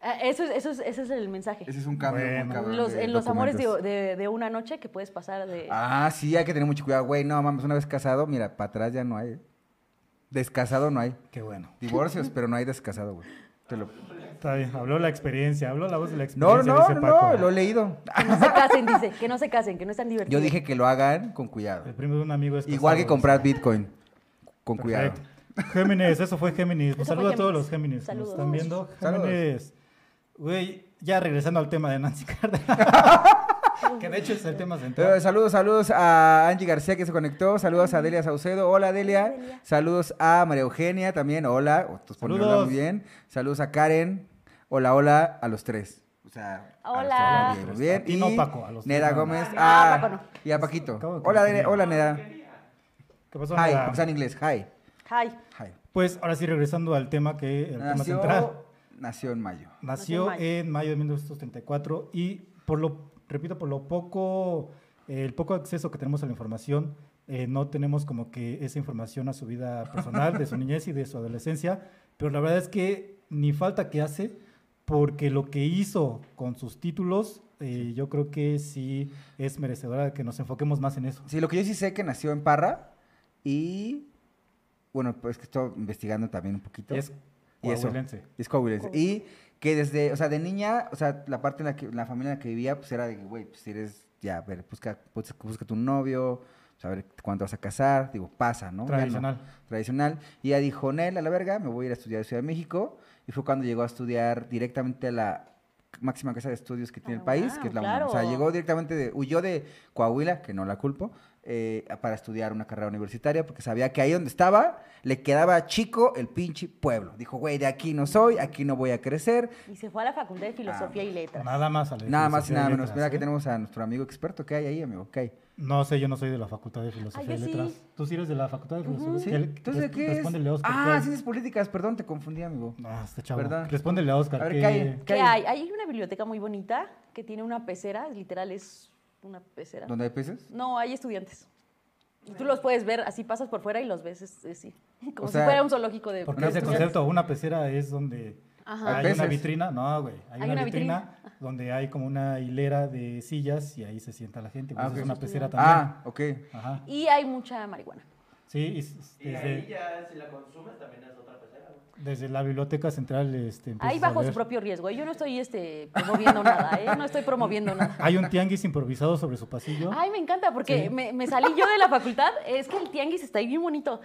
S2: Ah, Eso es, eso es- ese es el mensaje.
S1: Ese es un cambio muy
S3: Bueno.
S1: cabrón
S2: Los-
S1: de
S2: en los amores
S1: documentos.
S2: de, de- de una noche que puedes pasar de...
S1: Ah, sí, hay que tener mucho cuidado, güey. No mames, una vez casado, mira, para atrás ya no hay. eh. Descasado no hay.
S3: Qué bueno.
S1: Divorcios, pero no hay descasado, güey. Te lo-
S3: Está bien, habló la experiencia, habló la voz de la
S1: No,
S3: experiencia.
S1: no,
S3: dice
S1: no,
S3: Paco.
S1: no, lo he leído.
S2: Que no se casen, dice. Que no se casen, que no es tan divertido.
S1: Yo dije que lo hagan con
S3: El
S1: cuidado.
S3: primo de un amigo es
S1: Igual que
S3: casado,
S1: comprar Bitcoin. Con
S3: dice.
S1: cuidado.
S3: Perfecto. Géminis, eso fue Géminis.
S2: Eso
S3: Un
S2: fue
S3: saludo a
S2: Géminis.
S3: todos los Géminis que nos
S2: Saludos.
S3: están viendo.
S1: Saludos.
S3: Géminis. Güey, ya regresando al tema de Nancy Cárdenas. que de hecho es el tema
S1: Eh,
S3: central.
S1: saludos, saludos a Angie García que se conectó. Saludos a Delia Saucedo. Hola, Delia. Saludos a María Eugenia también. Hola. Oh, tus ponen hola
S3: Saludos.
S1: muy bien. Saludos a Karen. Hola, hola a los tres. O sea, a los
S2: Hola.
S1: tres, Muy bien.
S3: A
S1: muy
S3: ti
S1: bien.
S3: no,
S1: Y
S3: Paco, a los tres
S1: Neda
S3: nada
S1: Gómez.
S2: más.
S1: Ah,
S2: Ah, Paco no.
S1: Y a Paquito.
S3: Acabo de
S1: Hola,
S3: conocer.
S1: Delia. Hola, Neda.
S3: ¿Qué pasó?
S1: Hi,
S3: Nora?
S1: porque está en inglés. Hi.
S2: Ay,
S1: Hi.
S3: Pues ahora sí, regresando al tema que el tema central.
S1: Nació, nació en mayo.
S2: Nació
S3: Nació
S2: en
S3: en mayo de 1934 y por lo, repito, por lo poco, eh, el poco acceso que tenemos a la información, eh, no tenemos como que esa información a su vida personal, de su niñez y de su adolescencia, pero la verdad es que ni falta que hace, porque lo que hizo con sus títulos, eh, yo creo que sí es merecedora de que nos enfoquemos más en eso.
S1: Sí, lo que yo sí sé que nació en Parra y bueno, pues que estoy investigando también un poquito.
S3: Es
S1: Y eso.
S3: coahuilense.
S1: Es coahuilense. Y que desde, o sea, de niña, o sea, la parte en la que, la familia en la que vivía, pues era de que, güey, pues eres, ya, a ver, busca, busca, busca tu novio, pues, a ver cuándo vas a casar, digo, pasa, ¿no? Ya no.
S3: Tradicional.
S1: tradicional. Y ella dijo, Nel, a la verga, me voy a ir a estudiar a Ciudad de México. Y fue cuando llegó a estudiar directamente a la máxima casa de estudios que tiene
S2: Ah,
S1: el país,
S2: guau,
S1: que es la
S2: claro.
S1: UNAM. O sea, llegó directamente, de, huyó de Coahuila, que no la culpo, eh, para estudiar una carrera universitaria, porque sabía que ahí donde estaba le quedaba chico el pinche pueblo. Dijo, güey, de aquí no soy, aquí no voy a crecer.
S2: y se fue a la Facultad de
S1: Ah,
S2: Filosofía y Letras.
S3: Nada más. Ale,
S1: Nada más y
S3: filosofía
S1: nada
S3: de
S1: menos.
S3: letras,
S1: Mira, que
S3: ¿eh?
S1: tenemos a nuestro amigo experto. ¿Qué hay ahí, amigo? ¿Qué hay?
S3: No sé, yo no soy de la Facultad de Filosofía
S2: Ah, yo
S3: y
S2: sí.
S3: Letras. Tú sí eres de la Facultad de Filosofía
S1: ¿Sí?
S3: y Letras.
S1: Entonces, ¿de ¿qué es?
S3: Respóndele a Oscar. ¿qué
S1: Ah,
S3: hay?
S1: ciencias políticas. Perdón, te confundí, amigo.
S3: Ah, este chavo.
S1: ¿Verdad?
S3: Respóndele a Oscar.
S1: A ver,
S3: ¿qué-
S1: ¿qué hay?
S2: ¿Qué hay? Hay una biblioteca muy bonita que tiene una pecera, literal es una pecera.
S1: ¿Dónde hay peces?
S2: No, hay estudiantes. Y tú los puedes ver, así pasas por fuera y los ves es- es así. Como
S1: sea,
S2: si fuera un zoológico de...
S3: Porque
S1: Una
S2: de
S3: ese
S1: pecera.
S2: estudiantes.
S3: concepto, una pecera es donde
S2: Ajá.
S1: A
S3: hay una
S1: veces.
S3: vitrina, no, güey. Hay, una,
S2: una
S3: vitrina, donde hay como una hilera de sillas y ahí se sienta la gente. pues,
S1: Ah,
S3: es
S1: ok.
S3: una pecera también.
S1: Ah, ok.
S3: Ajá.
S2: Y hay mucha marihuana.
S3: Sí, y s- s-
S4: Y ahí
S3: desde,
S4: ya, si la consumes, también es otra pecera, güey.
S3: desde la biblioteca central.
S1: Pues
S3: Este, empiezas
S2: Ahí
S3: a
S2: bajo su
S3: ver.
S2: propio riesgo. Yo no estoy este, promoviendo nada, ¿eh? No estoy promoviendo nada.
S3: Hay un tianguis improvisado sobre su pasillo.
S2: Ay, me encanta, porque
S3: Sí.
S2: me, me salí yo de la facultad. Es que el tianguis está ahí bien bonito.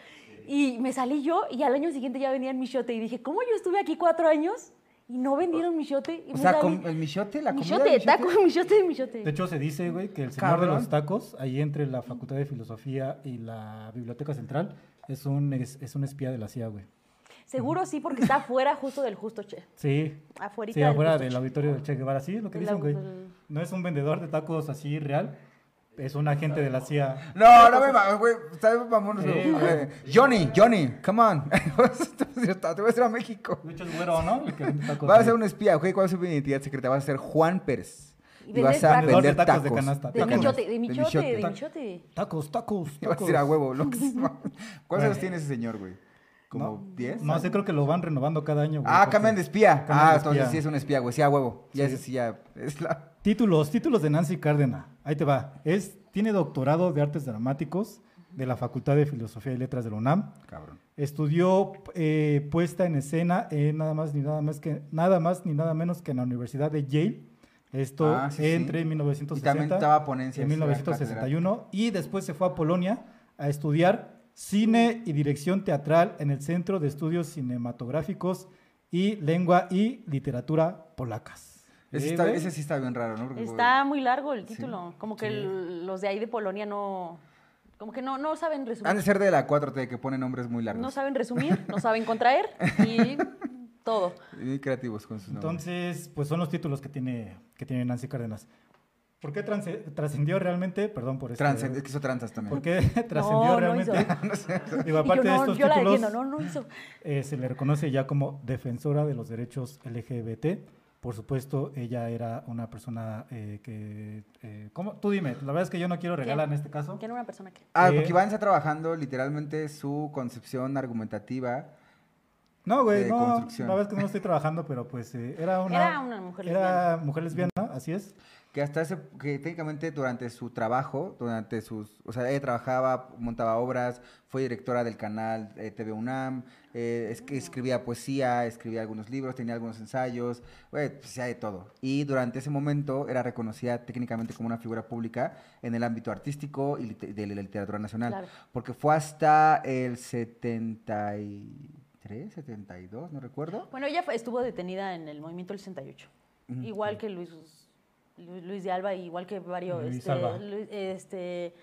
S2: Y me salí yo y al año siguiente ya vendían michote. Y dije, ¿cómo yo estuve aquí cuatro años y no vendieron michote? Y
S1: O
S2: pues me
S1: sea,
S2: salí-
S1: con el michote, la comida
S2: michote,
S1: del
S2: taco, michote,
S3: De
S2: michote.
S3: hecho, se dice, güey, que el señor de los
S1: Cabrón.
S3: tacos, ahí entre la Facultad de Filosofía y la Biblioteca Central, es un, es, es un espía de la CIA, güey.
S2: Seguro sí, porque está afuera justo del justo, che.
S3: Sí.
S2: Afuerita
S3: Sí,
S2: del
S3: afuera
S2: justo
S3: del
S2: che.
S3: auditorio del Che Guevara. Sí, es lo que
S2: Del
S3: dicen, güey.
S2: au-
S3: No es un vendedor de tacos así real, es un agente de la CIA.
S1: No, no me va, güey. ¿sabes? Vámonos.
S3: Eh,
S1: güey. Eh, Johnny, Johnny, come on. te voy a hacer a México.
S3: De hecho, es güero, ¿no? El que vende tacos.
S1: Vas a
S3: ahí.
S1: ser un espía, güey. ¿Cuál es tu identidad secreta? Vas a ser Juan Pérez.
S2: Y
S1: Y
S2: vender
S1: vas a
S2: tacos.
S1: vender
S3: Vendedor de
S1: tacos.
S3: tacos de canasta.
S2: De
S3: Tacones.
S2: michote, de michote, de
S1: michote.
S2: michote.
S3: Tacos, tacos,
S1: Y vas a
S3: tacos.
S1: ir a huevo, loco. ¿Cuántos años
S3: Güey.
S1: tiene ese señor, güey? ¿Como
S3: No,
S1: 10?
S3: No sé, creo que lo van renovando cada año, güey.
S1: Ah,
S3: porque-
S1: cambian de espía.
S3: Cambian
S1: Ah,
S3: de
S1: entonces
S3: espía.
S1: sí es un espía, güey. Sí, a huevo. Ya ese sí ya es la...
S3: Títulos, títulos de Nancy Cárdenas. Ahí te va. Es, tiene doctorado de artes dramáticos de la Facultad de Filosofía y Letras de la UNAM.
S1: Cabrón.
S3: Estudió eh, puesta en escena en nada más ni nada más que nada más ni nada menos que en la Universidad de Yale. Esto
S1: Ah, sí, sí. Y
S3: entre
S1: también
S3: 1960
S1: estaba ponencia.
S3: en 1961 y después se fue a Polonia a estudiar cine y dirección teatral en el Centro de Estudios Cinematográficos y Lengua y Literatura Polacas.
S1: Ese,
S3: Eh,
S1: está-
S3: güey.
S1: ese sí está bien raro, ¿no? Porque, güey,
S2: Está muy largo el
S1: Sí.
S2: título. Como que
S3: Sí.
S2: el- los de ahí de Polonia no. Como que no, no saben
S1: Han de
S2: resumir.
S1: ser de la 4T que pone nombres muy largos.
S2: No saben resumir, no saben contraer y todo.
S1: Muy creativos con sus nombres.
S3: Entonces, pues son los títulos que tiene, que tiene Nancy Cárdenas. ¿Por qué trance- trascendió realmente? Perdón por este-
S1: Trans, es que hizo tranzas
S3: ¿Por
S1: también.
S3: qué trascendió
S2: No, no hizo.
S3: realmente? Digo,
S2: Y yo,
S3: aparte de
S2: no,
S3: estos
S2: yo la
S3: títulos,
S2: defiendo, no, no hizo.
S3: eh, se le reconoce ya como defensora de los derechos LGBT. Por supuesto, ella era una persona eh, que... eh, ¿cómo? Tú dime, la verdad es que yo no quiero regalar en este caso.
S2: Que era una persona que.
S1: Ah,
S3: Eh,
S1: porque Iván está trabajando literalmente su concepción argumentativa.
S3: No, güey,
S1: de
S3: no,
S1: construcción.
S3: la verdad es que no estoy trabajando, pero pues eh, era una...
S2: Era una mujer
S3: Era mujer lesbiana, así es.
S1: Que hasta ese, que técnicamente durante su trabajo, durante sus, o sea, ella trabajaba, montaba obras, fue directora del canal eh, TV UNAM, eh, es que escribía poesía, escribía algunos libros, tenía algunos ensayos, güey, pues, hacía de todo. Y durante ese momento era reconocida técnicamente como una figura pública en el ámbito artístico y lite- de la literatura nacional.
S2: Claro.
S1: Porque fue hasta el 73, 72, no recuerdo.
S2: Bueno, ella fue- estuvo detenida en el movimiento del 68.
S1: Mm,
S2: Igual que Luis, Lu- Luis de Alba, igual que varios.
S3: Luis
S2: este,
S3: Alba.
S2: Lu- este,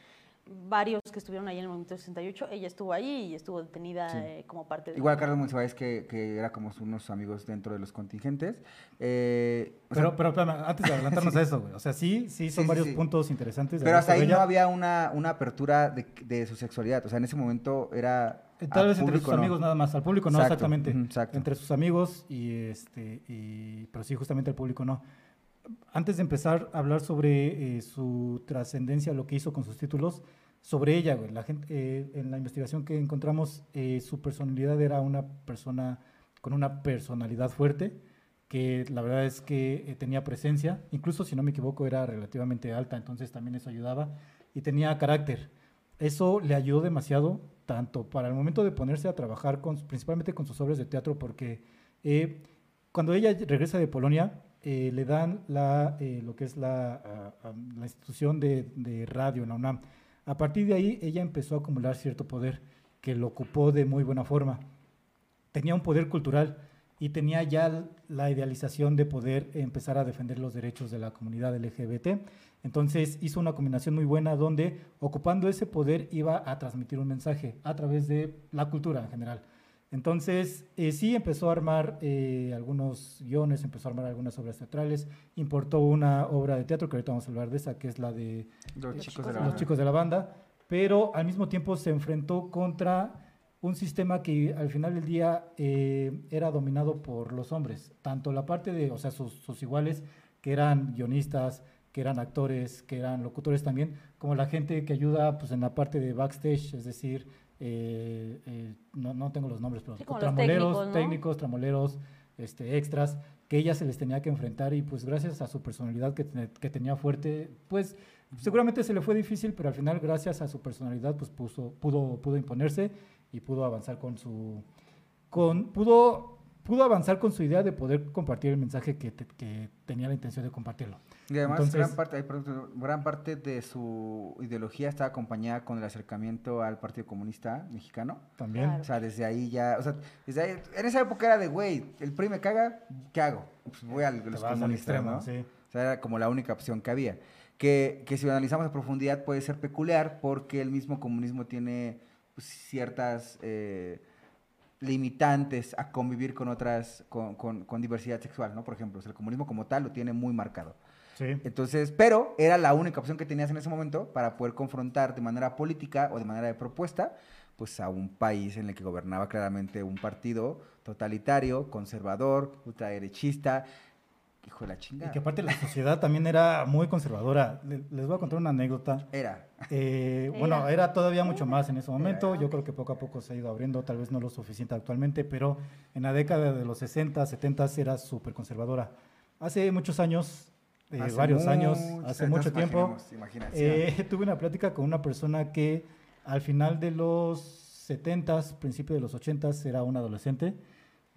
S2: varios que estuvieron ahí en el movimiento del 68, ella estuvo ahí y estuvo detenida eh, como parte de...
S1: Igual Carlos Monsiváis, que, que era como su- unos amigos dentro de los contingentes. eh, o sea,
S3: Pero, pero espérame, antes de adelantarnos a eso, güey. O sea, sí, sí, son
S1: sí,
S3: varios
S1: sí.
S3: puntos interesantes. de
S1: pero
S3: hablar
S1: hasta ahí
S3: sobre
S1: no
S3: ella.
S1: había una, una apertura de, de su sexualidad. O sea, en ese momento era.
S3: Eh, Tal
S1: al
S3: vez entre
S1: público,
S3: sus
S1: ¿no?
S3: amigos nada más, al público no
S1: Exacto,
S3: exactamente.
S1: ujú, exacto.
S3: Entre sus amigos y este, y, pero sí, justamente al público no. Antes de empezar a hablar sobre eh, su trascendencia, lo que hizo con sus títulos, sobre ella, güey, la gente, eh, en la investigación que encontramos, eh, su personalidad era una persona con una personalidad fuerte, que la verdad es que eh, tenía presencia, incluso si no me equivoco era relativamente alta, entonces también eso ayudaba, y tenía carácter. Eso le ayudó demasiado, tanto para el momento de ponerse a trabajar, con, principalmente con sus obras de teatro, porque eh, cuando ella regresa de Polonia, eh, le dan la, eh, lo que es la, ah, ah, la institución de, de radio en la UNAM. A partir de ahí, ella empezó a acumular cierto poder que lo ocupó de muy buena forma. Tenía un poder cultural y tenía ya l- la idealización de poder empezar a defender los derechos de la comunidad LGBT. Entonces hizo una combinación muy buena donde ocupando ese poder iba a transmitir un mensaje a través de la cultura en general. Entonces eh, sí empezó a armar eh, algunos guiones, empezó a armar algunas obras teatrales, importó una obra de teatro que ahorita vamos a hablar de esa, que es la de
S1: Los
S2: Los
S1: chicos de
S2: chicos
S1: la
S3: los
S1: banda.
S3: chicos de la banda, pero al mismo tiempo se enfrentó contra un sistema que al final del día eh, era dominado por los hombres, tanto la parte de, o sea, sus, sus iguales, que eran guionistas, que eran actores, que eran locutores también, como la gente que ayuda pues, en la parte de backstage, es decir, eh, eh, no, no tengo los nombres, pero
S2: Sí, como los
S3: tramoleros,
S2: técnicos, ¿no?
S3: técnicos, tramoleros, este, extras que ella se les tenía que enfrentar y pues gracias a su personalidad que, te- que tenía fuerte, pues seguramente se le fue difícil, pero al final gracias a su personalidad pues puso, pudo, pudo imponerse y pudo avanzar con su... Con, pudo, pudo avanzar con su idea de poder compartir el mensaje que, te- que tenía la intención de compartirlo.
S1: Y además,
S3: Entonces-
S1: gran, parte, ay, perdón, gran parte de su ideología está acompañada con el acercamiento al Partido Comunista Mexicano.
S3: También.
S1: O sea, desde ahí ya, o sea, desde ahí, en esa época era de, güey, el PRI me caga, ¿qué hago? Pues voy a
S3: Te
S1: los
S3: vas al
S1: comunistas,
S3: extremo,
S1: ¿no?
S3: sí.
S1: O sea, era como la única opción que había. Que, que si lo analizamos a profundidad puede ser peculiar porque el mismo comunismo tiene pues, ciertas eh, limitantes a convivir con otras, con, con- con diversidad sexual, ¿no? Por ejemplo, o sea, el comunismo como tal lo tiene muy marcado.
S3: Sí.
S1: Entonces, pero era la única opción que tenías en ese momento para poder confrontar de manera política o de manera de propuesta, pues a un país en el que gobernaba claramente un partido totalitario, conservador, ultraderechista, hijo de la
S3: Y
S1: chingada.
S3: que aparte la sociedad también era muy conservadora. Le- Les voy a contar una anécdota.
S1: Era.
S3: Eh,
S2: Era.
S3: bueno, era todavía mucho más en ese momento.
S1: Era.
S3: Yo creo que poco a poco se ha ido abriendo, tal vez no lo suficiente actualmente, pero en la década de los 60, 70 era súper conservadora. Hace muchos años, eh,
S1: Hace
S3: varios años,
S1: muchos
S3: hace
S1: años,
S3: mucho tiempo,
S1: imaginemos, imaginación.
S3: eh, tuve una plática con una persona que al final de los 70, principio de los 80, era un adolescente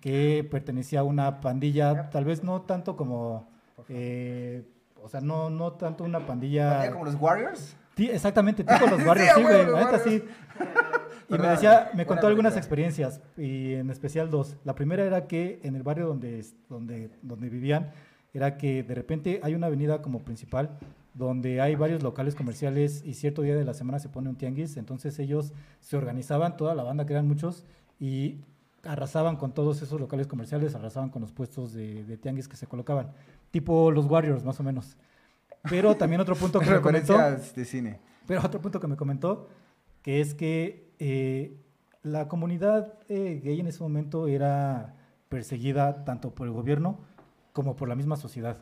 S3: que pertenecía a una pandilla, tal vez no tanto como, eh, o sea, no, no tanto una
S1: Era como los Warriors?
S3: Ti- exactamente, tipo los
S1: Sí,
S3: barrios,
S1: a
S3: sí,
S1: huevo,
S3: güey,
S1: los
S3: la neta
S1: barrios.
S3: sí. Y me
S1: Perdón,
S3: decía,
S1: buena
S3: me contó algunas
S1: película.
S3: experiencias, y en especial dos. La primera era que en el barrio donde, es- donde, donde vivían, era que de repente hay una avenida como principal donde hay varios locales comerciales y cierto día de la semana se pone un tianguis, entonces ellos se organizaban, toda la banda que eran muchos, y arrasaban con todos esos locales comerciales, arrasaban con los puestos de, de tianguis que se colocaban, tipo los Warriors más o menos. Pero también otro punto que me comentó...
S1: Referencias de cine.
S3: Pero otro punto que me comentó, que es que eh, la comunidad eh, gay en ese momento era perseguida tanto por el gobierno como por la misma sociedad.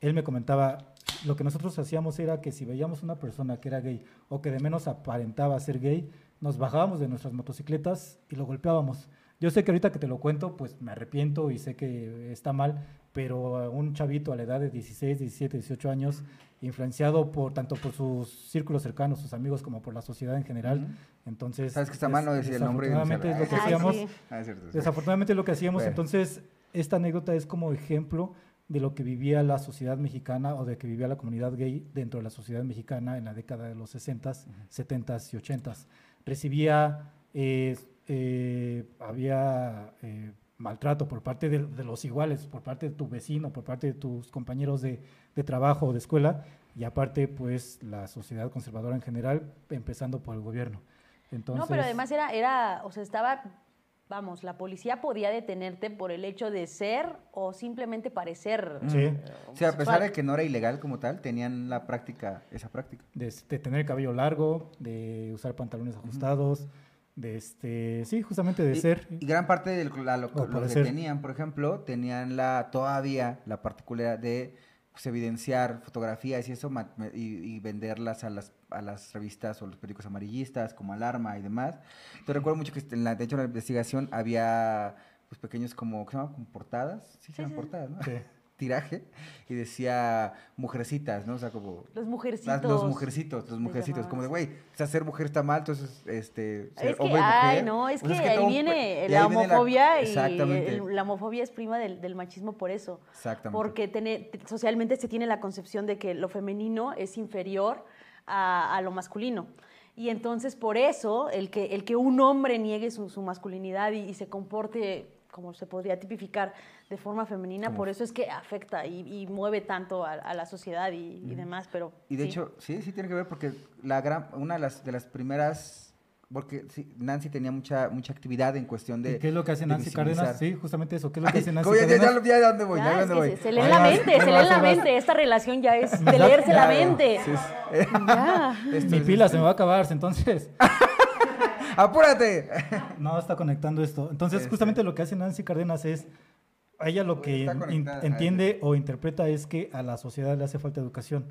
S3: Él me comentaba, lo que nosotros hacíamos era que si veíamos una persona que era gay o que de menos aparentaba ser gay, nos bajábamos de nuestras motocicletas y lo golpeábamos. Yo sé que ahorita que te lo cuento, pues me arrepiento y sé que está mal, pero a un chavito a la edad de 16, 17, 18 años, influenciado por tanto por sus círculos cercanos, sus amigos, como por la sociedad en general,
S1: Ujú.
S3: entonces...
S1: Sabes que está mal no
S3: des-
S1: decir el nombre y no
S3: desafortunadamente es lo que
S2: Ay,
S3: hacíamos.
S2: sí.
S1: Ah, es cierto. es cierto.
S3: Desafortunadamente es lo que hacíamos,
S1: Bueno.
S3: entonces esta anécdota es como ejemplo de lo que vivía la sociedad mexicana o de que vivía la comunidad gay dentro de la sociedad mexicana en la década de los 60s, 70s y 80s. Recibía, eh, eh, había eh, maltrato por parte de, de los iguales, por parte de tu vecino, por parte de tus compañeros de, de trabajo o de escuela, y aparte pues la sociedad conservadora en general, empezando por el gobierno. Entonces,
S2: no, pero además era, era, o sea, estaba, vamos, la policía podía detenerte por el hecho de ser o simplemente parecer.
S3: Sí.
S2: eh,
S1: O sea, a pesar de
S2: homosexual.
S1: que no era ilegal como tal, tenían la práctica, esa práctica.
S3: de, s- de tener el cabello largo, de usar pantalones ajustados, de este, sí, justamente de
S1: Y-
S3: ser.
S1: Y gran parte de lo, la- lo-
S3: O
S1: lo que
S3: parecer.
S1: tenían, por ejemplo, tenían la todavía la particularidad de pues, evidenciar fotografías y eso ma- me- y, y venderlas a las, a las revistas o los periódicos amarillistas como Alarma y demás. Te recuerdo mucho que este, en la, de hecho en la investigación había pues, pequeños como, ¿qué se llaman? Como portadas. Sí, se
S2: Sí,
S1: llaman
S2: sí, sí.
S1: portadas, ¿no?
S3: Sí.
S1: Tiraje. Y decía mujercitas, ¿no? O sea, como...
S2: Los mujercitos.
S1: las- los mujercitos, los
S2: les
S1: mujercitos,
S2: llamaban.
S1: como de, güey, o sea, ser mujer está mal, entonces, este, ser
S2: Es que,
S1: hombre y
S2: ay,
S1: mujer".
S2: no, es
S1: O
S2: que,
S1: sea, todo
S2: ahí
S1: un
S2: viene
S1: pe- y
S2: la
S1: ahí viene
S2: homofobia y
S1: Exactamente,
S2: el- la homofobia es prima del, del machismo por eso.
S1: exactamente.
S2: Porque tiene- socialmente se tiene la concepción de que lo femenino es inferior a, a lo masculino. Y entonces por eso el que, el que un hombre niegue su, su masculinidad y, y se comporte como se podría tipificar de forma femenina,
S1: Como-
S2: por eso es que afecta y, y mueve tanto a, a la sociedad y, y demás. Pero,
S1: Y de
S2: sí.
S1: hecho, sí, sí tiene que ver porque la gran, una de las, de las primeras, porque sí, Nancy tenía mucha, mucha actividad en cuestión de...
S3: ¿Y ¿Qué es lo que hace
S1: de
S3: Nancy Cárdenas?
S1: visibilizar.
S3: Sí, justamente eso. ¿Qué es lo que hace
S1: Ay,
S3: Nancy
S1: ¿cómo ya, ya, ya,
S3: Cárdenas?
S1: lo- ya, ya dónde voy,
S2: Ah,
S1: ya
S2: es
S1: dónde
S2: que
S1: voy.
S2: se, se lee
S3: Ahí
S2: la
S3: vas,
S2: mente,
S3: ahí
S2: se
S3: vas,
S2: lee la
S3: ahí vas.
S2: mente. Esta relación ya es
S3: Me
S2: de
S3: da-
S2: leerse la
S1: Ya, ya,
S2: mente.
S1: sí, sí.
S2: Ya.
S1: Esto
S3: Mi
S1: es-
S3: pila se me va a acabar, entonces.
S1: ¡Apúrate!
S3: No, está conectando esto. Entonces,
S1: Este.
S3: justamente lo que hace Nancy Cárdenas es, a ella lo
S1: Uy,
S3: que
S1: Pues, está
S3: in-
S1: conectada.
S3: entiende o interpreta es que a la sociedad le hace falta educación.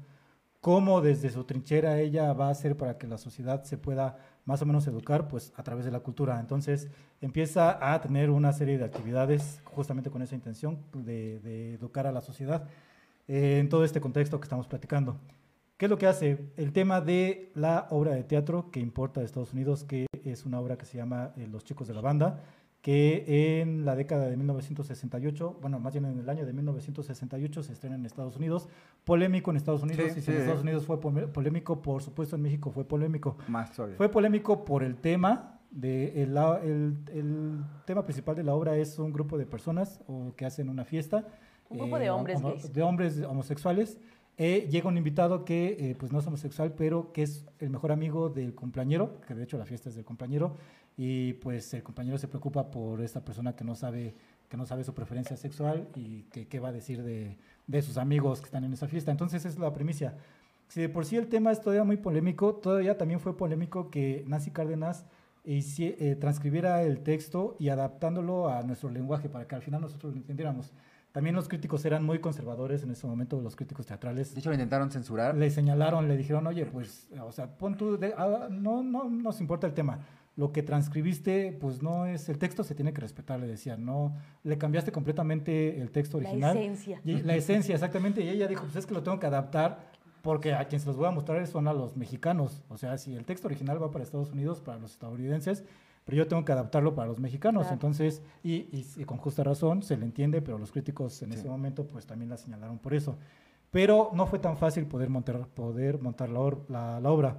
S3: cómo desde su trinchera ella va a hacer para que la sociedad se pueda más o menos educar, pues a través de la cultura. Entonces empieza a tener una serie de actividades justamente con esa intención de, de educar a la sociedad eh, en todo este contexto que estamos platicando. ¿Qué es lo que hace? El tema de la obra de teatro que importa de Estados Unidos, que es una obra que se llama eh, Los chicos de la banda, que en la década de 1968, bueno, más bien en el año de 1968 se estrena en Estados Unidos, polémico en Estados Unidos,
S1: Sí,
S3: y si en
S1: sí.
S3: Estados Unidos fue pole- polémico, por supuesto en México fue polémico.
S1: Más todavía.
S3: Fue polémico por el tema. De el, la- el- el tema principal de la obra es un grupo de personas o, que hacen una fiesta. eh,
S2: Un grupo de hombres
S3: homo-
S2: gays.
S3: De hombres homosexuales. Eh, llega un invitado que eh, pues no es homosexual, pero que es el mejor amigo del compañero, que de hecho la fiesta es del compañero, y pues el compañero se preocupa por esta persona que no sabe, que no sabe su preferencia sexual y que qué va a decir de, de sus amigos que están en esa fiesta. Entonces es la primicia. Si de por sí el tema es todavía muy polémico, todavía también fue polémico que Nancy Cárdenas hici- eh, transcribiera el texto y adaptándolo a nuestro lenguaje para que al final nosotros lo entendiéramos. También los críticos eran muy conservadores en ese momento, los críticos teatrales.
S1: De hecho, lo intentaron censurar.
S3: Le señalaron, le dijeron, oye, pues, o sea, pon tú, de- ah, no, no nos importa el tema. Lo que transcribiste, pues no es, el texto se tiene que respetar, le decían, no, le cambiaste completamente el texto
S2: La
S3: original.
S2: esencia.
S3: Y- la esencia, exactamente. Y ella dijo, pues es que lo tengo que adaptar porque a quien se los voy a mostrar son a los mexicanos. O sea, si el texto original va para Estados Unidos, para los estadounidenses, pero yo tengo que adaptarlo para los mexicanos.
S2: Claro.
S3: Entonces, y, y- y con justa razón, se le entiende, pero los críticos en
S1: Sí.
S3: ese momento pues también la señalaron por eso. Pero no fue tan fácil poder montar, poder montar la, or- la- la obra.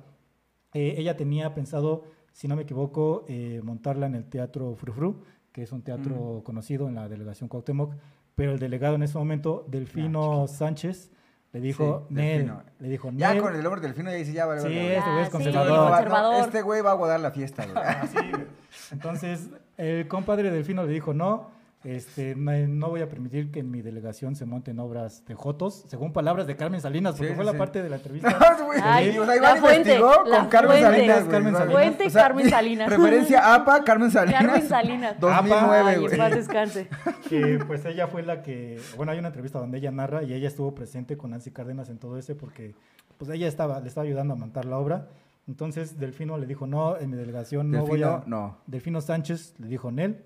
S3: Eh, ella tenía pensado, si no me equivoco, eh, montarla en el Teatro Frufru, que es un teatro conocido en la delegación Cuauhtémoc, pero el delegado en ese momento, Delfino Sánchez, le dijo,
S1: Ah, Sí,
S3: Nel,
S1: Delfino.
S3: le dijo,
S1: Ya
S3: Nel,
S1: con el nombre del fino ya dice, ya vale,
S3: Sí,
S1: vale, vale.
S3: este güey es
S2: Ah, sí,
S3: conservador.
S1: va-
S2: conservador.
S1: este güey va a guardar la fiesta, güey.
S3: Entonces, el compadre Delfino le dijo, no, este, no, no voy a permitir que en mi delegación se monten obras de Jotos, según palabras de Carmen Salinas, porque
S1: Sí,
S3: fue
S1: sí,
S3: la
S1: sí.
S3: parte de la entrevista.
S1: Ay, güey,
S2: Ay,
S1: o sea,
S2: la
S1: Iván investigó
S2: fuente, la
S1: con Carmen
S2: fuente.
S1: Salinas, güey.
S3: Carmen
S1: ¿sabes?
S3: Salinas.
S2: Fuente Carmen Salinas.
S1: Referencia APA, Carmen Salinas.
S2: Carmen Salinas.
S1: 2009,
S2: Ay, en paz
S1: güey.
S2: descanse.
S3: que pues ella fue la que, bueno, hay una entrevista donde ella narra y ella estuvo presente con Nancy Cárdenas en todo ese porque pues ella estaba, le estaba ayudando a montar la obra. Entonces Delfino le dijo, no, en mi delegación no voy
S1: Delfino,
S3: a...
S1: no.
S3: Delfino Sánchez le dijo, Nel,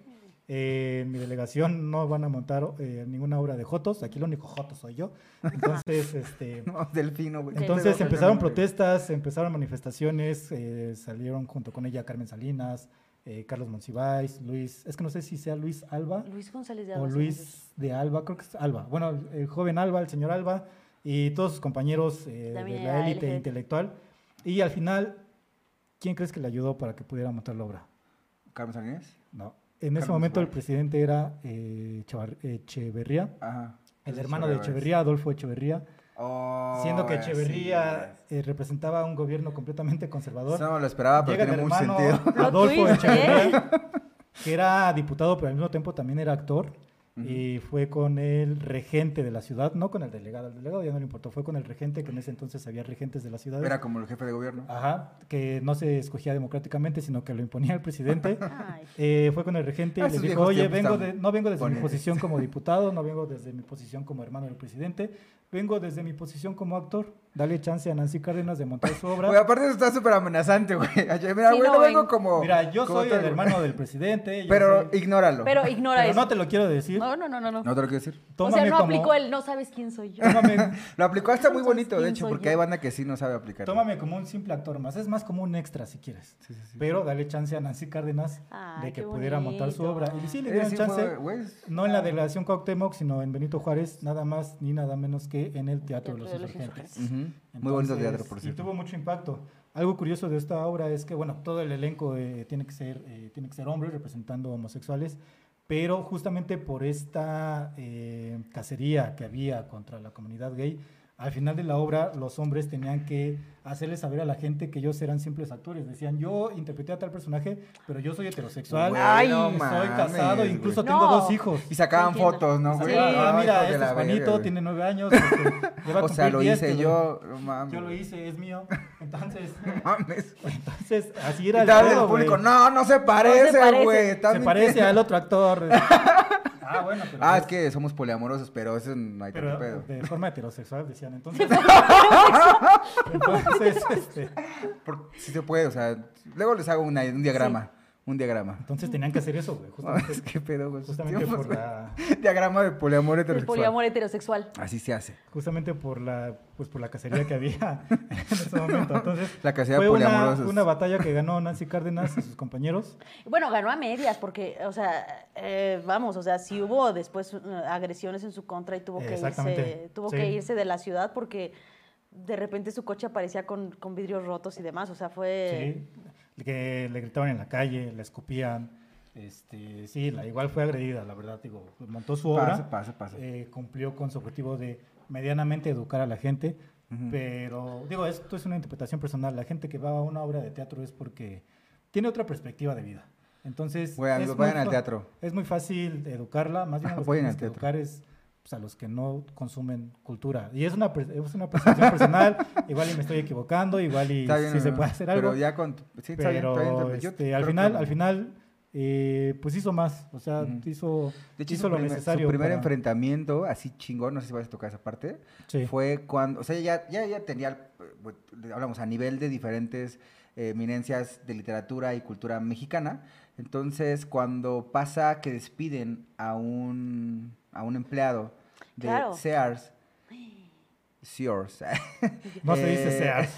S3: eh, en mi delegación no van a montar eh, ninguna obra de Jotos, aquí el único Joto soy yo. Entonces, este...
S1: No, Delfino, güey.
S3: Entonces
S1: Pero-
S3: empezaron
S1: Delfino,
S3: protestas, empezaron manifestaciones, eh, salieron junto con ella Carmen Salinas, eh, Carlos Monsiváis, Luis, es que no sé si sea Luis Alba
S2: Luis González de
S3: o
S2: Alba,
S3: Luis de Alba, creo que es Alba. Bueno, el- el joven Alba, el señor Alba y todos sus compañeros eh, de
S2: También
S3: la
S2: era
S3: élite
S2: LGBT.
S3: intelectual. Y al final, ¿quién crees que le ayudó para que pudiera montar la obra?
S1: güey. Carmen Salinas.
S3: No. En ese
S1: Carlos
S3: momento el
S1: Fuentes.
S3: presidente era eh, Chavar- Echeverría,
S1: Ajá.
S3: el hermano de Echeverría, Adolfo Echeverría,
S1: Oh,
S3: siendo que
S1: güey, sí,
S3: Echeverría
S1: güey.
S3: eh, representaba un gobierno completamente
S1: Eso
S3: conservador.
S1: no me lo esperaba, pero
S3: Llega el
S1: tiene mucho
S3: hermano
S1: sentido.
S2: Plot
S3: Adolfo
S2: twist, ¿eh?
S3: Echeverría, que era diputado, pero al mismo tiempo también era actor.
S1: Ujú.
S3: Y fue con el regente de la ciudad, no con el delegado. El delegado ya no le importó, fue con el regente, que en ese entonces había regentes de la ciudad.
S1: Era como el jefe de gobierno.
S3: Ajá, que no se escogía democráticamente, sino que lo imponía el presidente.
S2: Ay,
S3: Eh, fue con el regente
S1: Ah,
S3: y le
S1: esos
S3: dijo,
S1: viejos
S3: oye,
S1: tiempos
S3: vengo
S1: tan
S3: de, no vengo desde mi
S1: bonitos".
S3: posición como diputado, no vengo desde mi posición como hermano del presidente, vengo desde mi posición como actor. Dale chance a Nancy Cárdenas de montar su obra.
S1: Güey, aparte eso está súper amenazante, güey. Mira, güey,
S2: no,
S1: no vengo
S2: ven.
S1: como...
S3: Mira, yo
S1: como
S3: soy
S1: tal,
S3: el
S1: güey.
S3: hermano eh. del presidente. yo
S1: Pero
S3: soy-
S1: ignóralo.
S2: Pero ignora
S3: pero
S2: eso.
S3: no te lo quiero decir.
S2: No, no, no, no. no.
S1: No te lo quiero decir.
S2: o
S3: Tómame
S2: sea, no
S3: como-
S2: aplicó el no sabes quién soy yo.
S3: Tómame,
S1: Lo aplicó hasta muy
S2: Entonces,
S1: bonito, de
S2: ¿quién
S1: hecho,
S2: soy
S1: porque
S2: yo?
S1: hay banda que sí no sabe aplicar.
S3: tómame como un simple actor más. Es más como un extra, si quieres. Pero dale chance a Nancy Cárdenas
S2: Ay,
S3: de que
S2: qué
S3: pudiera montar su obra.
S2: bonito.
S3: Y sí le
S1: Ese Eh,
S3: dieron
S1: sí fue,
S3: chance,
S1: güey, es-
S3: no en la delegación Cuauhtémoc, sino en Benito Juárez, nada más ni nada menos que en el Teatro, de los Insurgentes.
S1: Ujú. Muy bonito
S3: Entonces,
S1: teatro, por
S3: Y
S1: cierto.
S3: tuvo mucho impacto. Algo curioso de esta obra es que, bueno, todo el elenco eh, tiene, que ser, eh, tiene que ser hombres representando homosexuales, pero justamente por esta eh, cacería que había contra la comunidad gay, al final de la obra los hombres tenían que hacerle saber a la gente que ellos eran simples actores. Decían, yo interpreté a tal personaje, pero yo soy heterosexual,
S1: Güey,
S3: Ay,
S1: no
S3: soy
S1: mames,
S3: casado,
S1: güey.
S3: incluso
S2: No.
S3: tengo dos hijos.
S1: Y sacaban
S2: Entiendo.
S1: fotos, ¿no, güey?
S3: Sí,
S1: Ay,
S3: ah, mira,
S1: hijo de
S3: este
S1: la
S3: es Juanito,
S1: verga, güey.
S3: tiene nueve años. este, le va a
S1: O sea,
S3: cumplir
S1: lo
S3: 10,
S1: hice
S3: pero-
S1: yo, no mames.
S3: yo lo hice, es mío. Entonces,
S1: No mames.
S3: entonces así
S1: Y
S3: era el
S1: tal vez
S3: pedo,
S1: el público,
S3: güey.
S1: no, no se parece,
S2: parece.
S1: güey.
S3: Se parece al otro actor. Ah, bueno, pero.
S1: Ah, es que somos poliamorosos, pero eso no hay tanto
S3: Pero
S1: pedo.
S3: de forma heterosexual decían entonces. entonces, este,
S1: Por- sí se puede, o sea, luego les hago una- un diagrama, un diagrama.
S3: entonces tenían que hacer eso, güey. Justamente,
S1: Mames, qué pedo, güey. sus
S3: justamente
S1: tiempos,
S3: por
S1: güey.
S3: la,
S1: Diagrama de poliamor
S2: El
S1: heterosexual.
S2: poliamor heterosexual.
S1: Así se hace.
S3: justamente por la, pues por la cacería que había en ese momento. Entonces,
S1: La cacería de
S3: fue una,
S1: poliamorosos.
S3: una batalla que ganó Nancy Cárdenas y sus compañeros.
S2: Bueno, ganó a medias porque, o sea, eh, vamos, o sea, sí hubo después eh, agresiones en su contra y tuvo que irse,
S3: Exactamente,
S2: tuvo
S3: sí.
S2: que irse de la ciudad porque de repente su coche aparecía con, con vidrios rotos y demás, o sea, fue...
S3: Sí, que le gritaban en la calle, la escupían. Este, sí, la, igual fue agredida, la verdad, digo, montó su obra.
S1: Pasa, pasa, pasa.
S3: eh, cumplió con su objetivo de medianamente educar a la gente,
S1: Ujú.
S3: pero digo, esto es una interpretación personal. La gente que va a una obra de teatro es porque tiene otra perspectiva de vida. Entonces,
S1: Güey, amigos,
S3: es muy
S1: vayan al
S3: fa-
S1: teatro.
S3: Es muy fácil educarla, más bien a los que
S1: Vayan
S3: tienes
S1: al
S3: que
S1: teatro.
S3: educar es pues, a los que no consumen cultura. Y es una, per- es una percepción personal, igual y me estoy equivocando, igual y
S1: Está bien,
S3: si
S1: no,
S3: se
S1: no,
S3: puede hacer
S1: pero
S3: algo.
S1: ya con... Sí, está bien,
S3: pero
S1: está bien, está bien. Yo
S3: este,
S1: creo
S3: al
S1: que-
S3: final, al final, eh, pues hizo más, o sea,
S1: Ujú.
S3: hizo,
S1: De hecho,
S3: hizo
S1: su
S3: lo
S1: primer, su
S3: necesario.
S1: primer
S3: para-
S1: enfrentamiento, así chingón, no sé si vas a tocar esa parte,
S3: Sí.
S1: fue cuando, o sea, ya, ya, ya tenía, eh, bueno, hablamos, a nivel de diferentes eh, eminencias de literatura y cultura mexicana. Entonces, cuando pasa que despiden a un, a un empleado de
S2: Claro.
S1: Sears, Sears,
S3: No se dice
S1: Eh,
S3: Sears.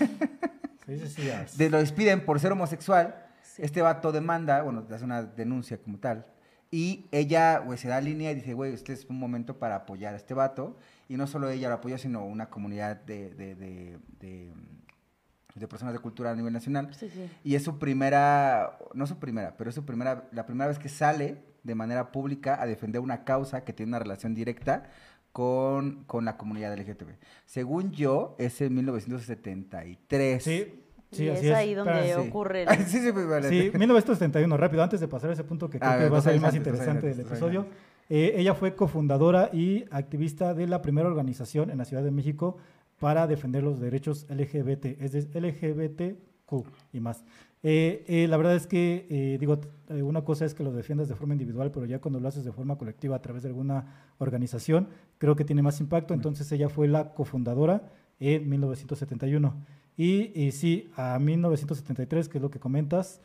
S3: Se dice Sears.
S1: de- lo despiden por ser homosexual,
S2: Sí.
S1: este vato demanda, bueno, hace una denuncia como tal. Y ella, güey, se da línea y dice, güey, este es un momento para apoyar a este vato. Y no solo ella lo apoya, sino una comunidad de, de, de- de, mm, de personas de cultura a nivel nacional.
S2: Sí, sí.
S1: Y es su primera, no su primera, pero es su primera, la primera vez que sale de manera pública a defender una causa que tiene una relación directa con, con la comunidad LGTB. Según yo, es en 1973.
S3: Sí, sí,
S2: y
S3: así
S2: es ahí donde
S3: Espera,
S1: sí.
S2: ocurre... el-
S1: Ah, sí, sí, pues, vale.
S3: Sí, 1971, rápido, antes de pasar a ese punto que creo
S1: Ah,
S3: que va a
S1: dos
S3: ser
S1: años
S3: más
S1: antes, dos años
S3: interesante
S1: antes,
S3: del
S1: dos años
S3: episodio. Eh, ella fue cofundadora y activista de la primera organización en la Ciudad de México para defender los derechos LGBT, es decir, LGBTQ y más. Eh, eh, la verdad es que, eh, digo, t- eh, una cosa es que lo defiendas de forma individual, pero ya cuando lo haces de forma colectiva a través de alguna organización, creo que tiene más impacto. Entonces ella fue la cofundadora en 1971. Y, y sí, a 1973, que es lo que comentas,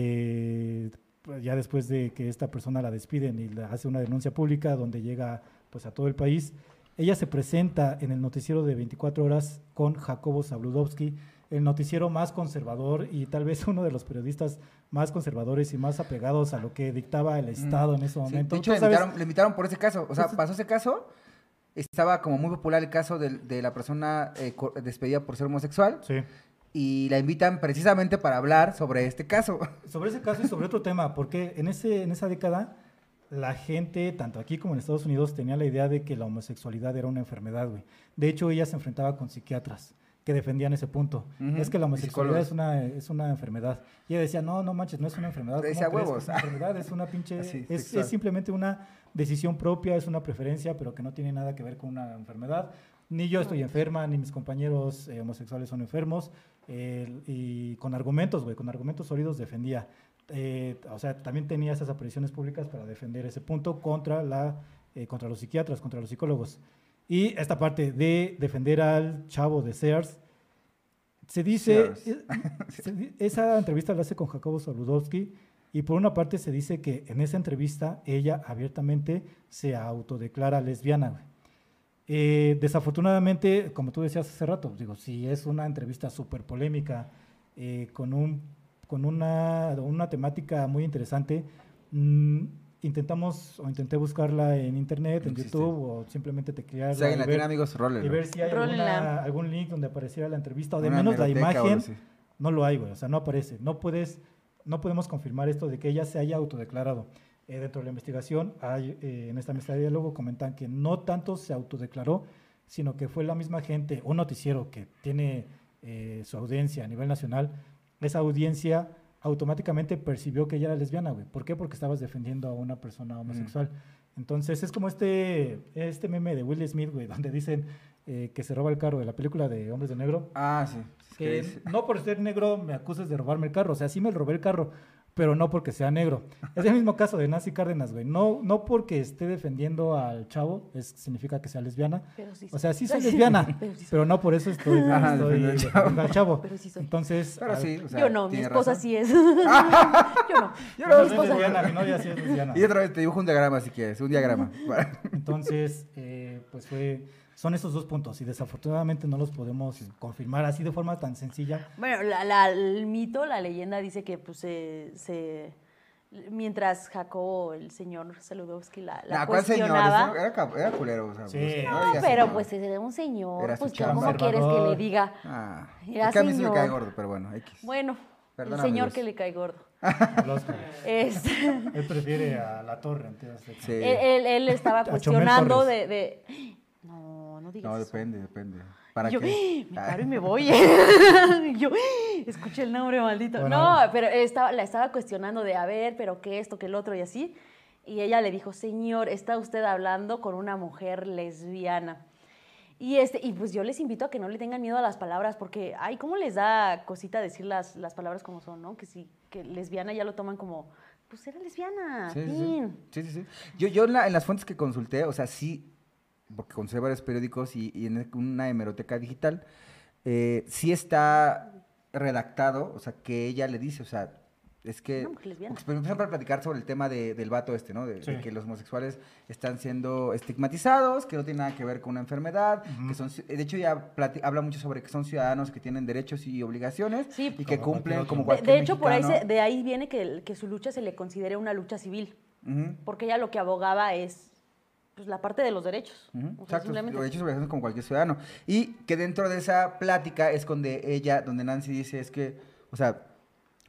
S3: eh, pues, ya después de que esta persona la despiden y la- hace una denuncia pública donde llega pues a todo el país, ella se presenta en el noticiero de 24 horas con Jacobo Zabludowski, el noticiero más conservador y tal vez uno de los periodistas más conservadores y más apegados a lo que dictaba el Estado en ese
S1: Mm, Sí,
S3: momento.
S1: de hecho,
S3: Tú
S1: le
S3: sabes-
S1: invitaron, le invitaron por ese caso. O sea, pasó ese caso. Estaba como muy popular el caso del- de, la persona eh, co- despedida por ser homosexual.
S3: Sí.
S1: Y la invitan precisamente para hablar sobre este caso.
S3: Sobre ese caso y sobre otro tema, porque en, ese, en esa década la gente, tanto aquí como en Estados Unidos, tenía la idea de que la homosexualidad era una enfermedad, güey. De hecho, ella se enfrentaba con psiquiatras que defendían ese punto.
S1: Ujú,
S3: Es que la
S1: y
S3: homosexualidad
S1: psicólogos.
S3: es una, es una enfermedad. Y ella decía, no, no manches, no es una enfermedad. ¿Cómo
S1: Decía
S3: crees que
S1: huevos.
S3: Es una enfermedad, es una pinche...
S1: Así,
S3: es-
S1: sexual.
S3: es simplemente una decisión propia, es una preferencia, pero que no tiene nada que ver con una enfermedad. Ni yo estoy enferma, ni mis compañeros eh, homosexuales son enfermos. eh, y con argumentos, güey, con argumentos sólidos defendía. Eh, o sea, también tenía esas apariciones públicas para defender ese punto contra, la, eh, contra los psiquiatras, contra los psicólogos. Y esta parte de defender al chavo de Sears, se dice,
S1: Sears.
S3: eh, se di- esa entrevista la hace con Jacobo Soludowski y por una parte se dice que en esa entrevista ella abiertamente se autodeclara lesbiana. güey. Eh, desafortunadamente, como tú decías hace rato, digo, si es una entrevista súper polémica, eh, con, un, con una, una temática muy interesante, mm, intentamos o intenté buscarla en internet,
S1: No
S3: en
S1: existe.
S3: YouTube o simplemente teclearla
S1: O sea,
S3: y
S1: en la
S3: ver-
S1: tiene amigos,
S3: y ver
S1: roller.
S3: si hay
S2: Rólenla.
S3: alguna- algún link donde apareciera la entrevista o de menos la imagen no lo hay, güey. O sea, no aparece. No puedes, no podemos confirmar esto de que ella se haya autodeclarado. Eh, dentro de la investigación, hay, eh, en esta mesa de diálogo comentan que no tanto se autodeclaró, sino que fue la misma gente, un noticiero que tiene eh, su audiencia a nivel nacional, esa audiencia automáticamente percibió que ella era lesbiana, güey. ¿Por qué? Porque estabas defendiendo a una persona homosexual. Entonces es como este, este meme de Will Smith, güey, donde dicen eh, que se roba el carro de la película de Hombres de Negro
S1: Ah, sí. Es que
S3: que
S1: es-
S3: no por ser negro me acuses de robarme el carro. O sea, sí me robé el carro, pero no porque sea negro. Es el mismo caso de Nancy Cárdenas, güey. No, no porque esté defendiendo al chavo, es, significa que sea lesbiana.
S2: Pero sí
S3: O
S2: soy.
S3: sea, sí soy lesbiana,
S2: Pero sí soy.
S3: pero no por eso estoy,
S1: Ajá,
S3: estoy
S1: defendiendo al chavo.
S3: defendiendo al chavo.
S2: Pero sí soy.
S3: Entonces,
S1: Pero
S3: a-
S1: sí, o sea,
S2: Yo no, mi
S1: tiene
S2: esposa
S1: razón.
S2: sí es. yo no.
S1: Yo no,
S3: no
S2: mi
S3: soy
S2: esposa.
S3: lesbiana, mi novia sí es lesbiana.
S1: Y otra vez te dibujo un diagrama si quieres, un diagrama. Para-
S3: Entonces, eh, pues fue, son esos dos puntos y desafortunadamente no los podemos confirmar así de forma tan sencilla.
S2: Bueno, la- la- el mito, la leyenda dice que pues se, se- mientras Jacobo, el señor Saludowski, la, la
S1: Nah, ¿cuál señor?
S2: cuestionaba.
S1: Era, cab- era culero, o sea.
S3: Sí.
S2: No,
S1: digas
S2: pero
S1: señor.
S2: pues es un señor,
S1: Era su
S2: pues
S1: chamba.
S2: ¿cómo quieres que le
S3: Conservador.
S2: diga?
S1: Ah,
S2: Era
S1: es que a mí sí me
S2: señor.
S1: cae gordo, pero bueno, X.
S2: Bueno,
S1: Perdóname,
S2: el señor
S1: Dios.
S2: que le cae gordo.
S3: Losco.
S2: Este,
S3: Él prefiere a la torre antes de-
S1: Sí.
S2: él, él- él estaba
S3: Chomel
S2: cuestionando de,
S3: Torres.
S2: de- No, no digas
S1: No,
S2: eso.
S1: depende, depende. ¿Para
S2: Y yo, "Eh,
S1: qué?
S2: me
S1: Ah,
S2: paro y me voy. Y yo, "Eh, escuché el nombre maldito.
S3: Bueno.
S2: No, pero estaba, la estaba cuestionando de, a ver, pero qué esto, qué el otro y así. Y ella le dijo, señor, está usted hablando con una mujer lesbiana. Y, este, y pues yo les invito a que no le tengan miedo a las palabras, porque, ay, ¿cómo les da cosita decir las, las palabras como son, no? Que si que lesbiana ya lo toman como, pues era lesbiana.
S1: Sí, sí, sí.
S2: fin.
S1: Sí, sí, sí. Yo, yo en, la- en las fuentes que consulté, o sea, sí, porque consulté varios periódicos y, y en una hemeroteca digital, eh, sí está redactado, o sea, que ella le dice, o sea, es que...
S2: Una mujer lesbiana.
S1: porque empezaron a platicar sobre el tema de- del vato este, ¿no? De, de
S3: Sí.
S1: que los homosexuales están siendo estigmatizados, que no tiene nada que ver con una enfermedad, que son... ci- De hecho, ya plati- habla mucho sobre que son ciudadanos que tienen derechos y obligaciones
S2: Sí.
S1: y que
S3: Como cualquier
S1: cumplen
S3: otro.
S1: como
S3: De-
S2: De,
S1: cualquier
S2: de hecho, por ahí
S1: mexicano.
S2: se- de ahí viene que, el- que su lucha se le considere una lucha civil.
S1: Ujú.
S2: porque ella lo que abogaba es pues, la parte de los derechos.
S1: Ujú,
S2: O sea,
S1: Exacto,
S2: simplemente-
S1: derechos y obligaciones como cualquier ciudadano. Y que dentro de esa plática es donde ella, donde Nancy dice, es que, o sea,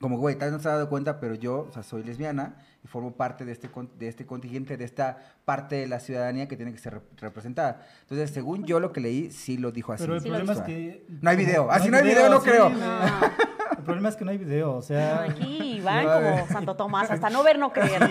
S1: como güey, tal vez no se ha dado cuenta, pero yo, o sea, soy lesbiana y formo parte de este, con- de este contingente, de esta parte de la ciudadanía que tiene que ser rep- representada. Entonces, según yo lo que leí, sí lo dijo así.
S3: Pero el
S2: Sí, lo
S3: problema es
S1: O sea,
S3: que...
S1: No hay video. Ah, si no hay video, no
S3: sí,
S1: creo.
S3: güey. El problema es que no hay video, o sea...
S2: Aquí van
S1: No,
S2: como Santo Tomás, hasta no ver, no creer.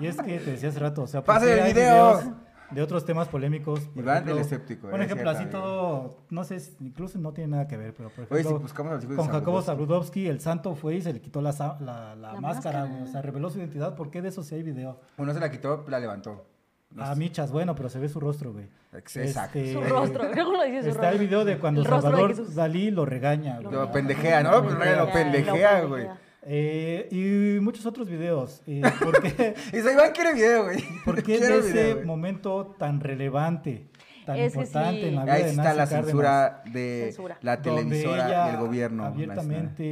S3: Y es que te decía hace rato, o sea,
S1: ¡Pase
S3: sí
S1: el
S3: hay
S1: video!
S3: videos De otros temas polémicos. por
S1: Iván
S3: ejemplo,
S1: el escéptico,
S3: Un
S1: eh,
S3: ejemplo así
S1: cierto,
S3: todo, no sé, si- incluso no tiene nada que ver, pero por ejemplo,
S1: Oye, si buscamos al hijo de
S3: con Jacobo
S1: Zabludovsky.
S3: Zabludovsky, el santo fue y se le quitó la, sa- la, la
S2: La
S3: máscara,
S2: máscara.
S3: güey, o sea, reveló su identidad, ¿por qué de eso sí hay video?
S1: Uno se la quitó, la levantó. No
S3: A
S1: sé.
S3: Michas, bueno, pero se ve su rostro, güey. Este,
S1: Exacto.
S2: Su rostro, luego lo dice su
S3: Está
S2: rostro.
S3: el video de cuando
S2: El rostro de
S3: Salvador
S2: Jesús.
S3: Dalí lo regaña, güey.
S1: Lo pendejea, ¿no? Pues,
S2: pendejea,
S1: Lo pendejea,
S2: lo
S1: güey.
S3: Eh, y muchos otros videos. eh, ¿Por qué,
S1: Y dice, Iván quiere video, güey.
S3: por qué
S1: Quiere
S3: de ese
S1: video, güey.
S3: momento tan relevante, tan
S2: Es que
S3: importante
S2: sí.
S3: en la vida
S1: Ahí
S3: de
S1: está
S3: Nancy
S1: la
S3: Cárdenas,
S1: censura de
S2: Censura.
S1: la
S3: donde
S1: televisora
S3: ella
S1: y el gobierno.
S3: Abiertamente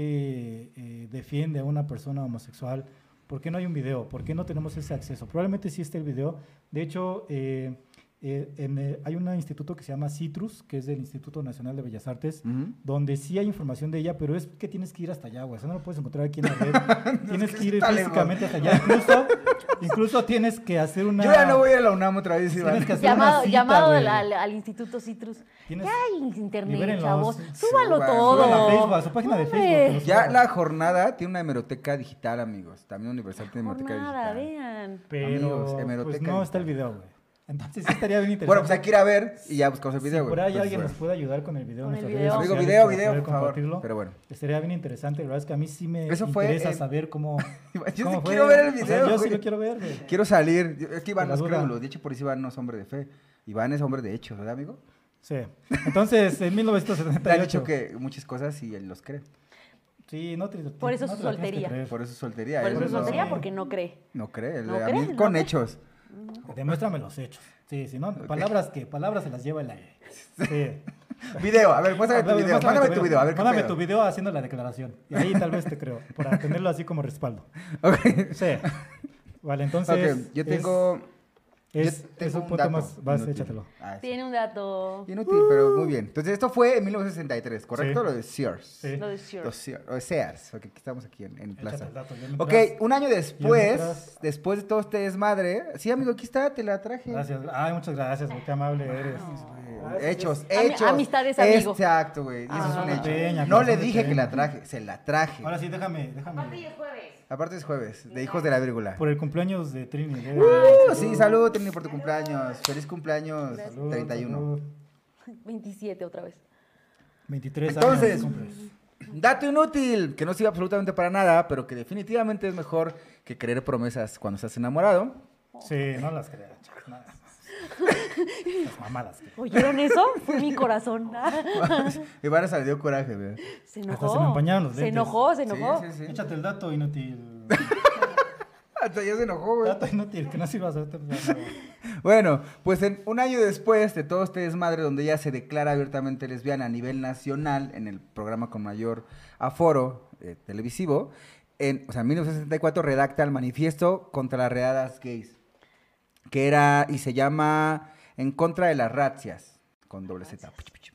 S3: eh, defiende a una persona homosexual. ¿Por qué no hay un video? ¿Por qué no tenemos ese acceso? Probablemente sí esté el video. De hecho, eh, eh, en, eh, hay un instituto que se llama Citrus, que es del Instituto Nacional de Bellas Artes,
S1: Ujú.
S3: donde sí hay información de ella, pero es que tienes que ir hasta allá, güey. Eso no lo puedes encontrar aquí en la red. tienes
S1: Es que
S3: que ir
S1: está lejos.
S3: físicamente hasta allá. Incluso, incluso tienes que hacer una.
S1: Yo ya no voy a ir a la UNAM otra vez, Iván.
S3: Tienes que hacer
S2: Llamado,
S3: una cita,
S2: llamado
S3: güey.
S2: al, al- al Instituto Citrus.
S3: Tienes-
S2: Ya hay internet,
S3: Libérenlos.
S2: chavos.
S3: Sí,
S2: Súbalo
S1: suban,
S2: todo.
S1: suban
S3: a Facebook, a su página de
S2: Hombre,
S3: Facebook, que los-
S1: Ya la jornada tiene una hemeroteca digital, amigos. También Universal tiene
S2: por
S1: hemeroteca
S2: nada,
S1: digital.
S2: vean.
S3: Pero
S1: Amigos, hemeroteca
S3: pues, no está
S1: digital.
S3: el video, güey. Entonces sí estaría bien interesante.
S1: Bueno, pues hay que ir a ver y ya buscamos el
S3: Si
S1: video, güey. Pues,
S3: por ahí
S1: Entonces,
S3: alguien nos
S1: bueno.
S3: puede ayudar con el video.
S2: Con
S3: en
S2: el
S3: nuestras
S2: video.
S3: redes
S1: Amigo,
S3: sociales
S1: video,
S3: para
S1: video,
S3: poder
S1: por favor.
S3: compartirlo.
S1: Pero bueno.
S3: Estaría bien interesante, la verdad es que a mí sí me
S1: Eso fue
S3: interesa
S1: en-
S3: saber cómo.
S1: Yo
S3: cómo
S1: sí
S3: fue.
S1: quiero ver el
S3: O sea,
S1: video,
S3: yo sí
S1: güey.
S3: lo quiero ver, güey.
S1: Quiero salir. Yo- Es que Iván
S3: Con
S1: no
S3: la
S1: es
S3: duda.
S1: crédulo. De hecho, por eso Iván no es hombre de fe. Iván es hombre de hechos, ¿verdad, amigo?
S3: Sí. Entonces, en
S1: Te han dicho
S3: 1978.
S1: que muchas cosas y él los cree.
S3: Sí, no te,
S2: Por eso
S3: no
S2: su
S3: te la tienes que
S2: soltería.
S3: creer.
S1: Por eso es soltería.
S2: Por
S1: él
S2: eso es
S1: no-
S2: tontería,
S3: sí.
S2: porque no cree.
S1: No cree. él-
S2: No
S1: a
S2: cree,
S1: mí
S2: no
S1: con
S2: cree.
S1: hechos.
S3: Demuéstrame los hechos. Sí, si no, palabras que palabras se las lleva el aire. Sí.
S1: Video. A ver, muéstrame
S3: Mándame
S1: tu video. Mándame tu video. A ver qué
S3: Mándame
S1: pedo.
S3: tu video haciendo la declaración. Y ahí tal vez te creo, para tenerlo así como respaldo.
S1: Ok.
S3: Sí. Vale, entonces.
S1: Ok, yo
S3: es-
S1: tengo. yo
S3: Es,
S1: tengo
S3: es un, punto
S1: dato
S3: más. Vas,
S1: inútil.
S3: échatelo.
S1: Ah, sí.
S2: Tiene un dato.
S1: Inútil, pero muy bien. Entonces, esto fue en 1963, ¿correcto?
S3: Sí.
S1: Lo de Sears.
S3: Sí.
S2: Lo de Sure.
S1: Los Sears, o Sears, porque aquí estamos aquí en, en
S3: Échate
S1: Plaza.
S3: el dato, yo mientras-
S1: Ok, un año después,
S3: mientras-
S1: después de todo este desmadre. Sí, amigo, aquí está, te la traje. Ah,
S3: Gracias. Ay, muchas gracias, güey. Qué amable eres.
S1: Hechos,
S2: Ami-
S1: hechos.
S2: amistades, amigo.
S1: Exacto, güey. y Eso es
S2: Ah.
S1: un hecho.
S3: Peña,
S1: no
S3: corazón
S1: le
S3: de
S1: dije que
S3: peña.
S1: la traje, se la traje.
S3: Ahora sí, déjame, déjame.
S1: Aparte es jueves, de hijos de la vírgula.
S3: Por el cumpleaños de Trini. eh.
S1: Uh, sí, salud, Trini, por tu cumpleaños. Feliz cumpleaños,
S3: Salud,
S1: 31.
S3: salud.
S2: 27 otra vez.
S3: 23 años.
S1: Entonces,
S3: cumples.
S1: Dato inútil, que no sirve absolutamente para nada, pero que definitivamente es mejor que creer promesas cuando estás enamorado.
S3: Sí, no las creas, chavos, no. Las mamadas. que-
S2: ¿Oyeron eso? Fue mi corazón. Ah,
S1: Ivana se le dio coraje, ¿verdad?
S2: Se
S3: Hasta
S2: enojó.
S3: se me empañaron los
S2: Se
S3: lentes.
S2: enojó, se enojó.
S1: Sí, sí, sí.
S3: Échate el dato inútil.
S1: Hasta ya se enojó, güey.
S3: dato inútil, que no sirvas ahorita. pues, ya no.
S1: Bueno, pues en, un año después de todo este desmadre donde ella se declara abiertamente lesbiana a nivel nacional en el programa con mayor aforo eh, televisivo, en, o sea, en 1964 redacta el manifiesto contra las redadas gays, que era y se llama En contra de las razzias, con doble Z.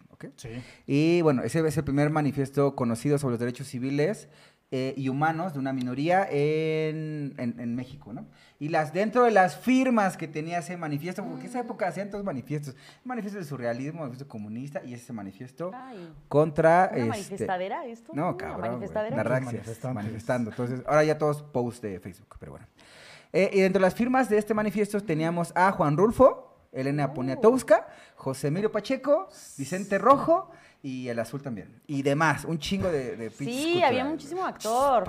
S1: ¿ok?
S3: Sí.
S1: Y bueno, ese es el primer manifiesto conocido sobre los derechos civiles eh, y humanos de una minoría en, en- en México, ¿no? Y las dentro de las firmas que tenía ese manifiesto, porque en esa época hacían todos manifiestos, manifiesto del surrealismo, manifiesto comunista y ese manifiesto
S2: Ay,
S1: contra...
S2: Ah. ¿Una
S1: este,
S2: manifestadera esto?
S1: No,
S2: ¿Una
S1: cabrón. güey,
S2: manifestadera?
S1: las raxias,
S3: Manifestantes.
S1: manifestando. Entonces, ahora ya todos post de Facebook, pero bueno. Eh, y dentro de las firmas de este manifiesto teníamos a Juan Rulfo, Elena
S2: Oh.
S1: Poniatowska, José Emilio Pacheco, Vicente Rojo y el azul también. Y demás, un chingo de, de pinches
S2: Sí, había
S1: culturales,
S2: muchísimo
S1: güey.
S2: actor.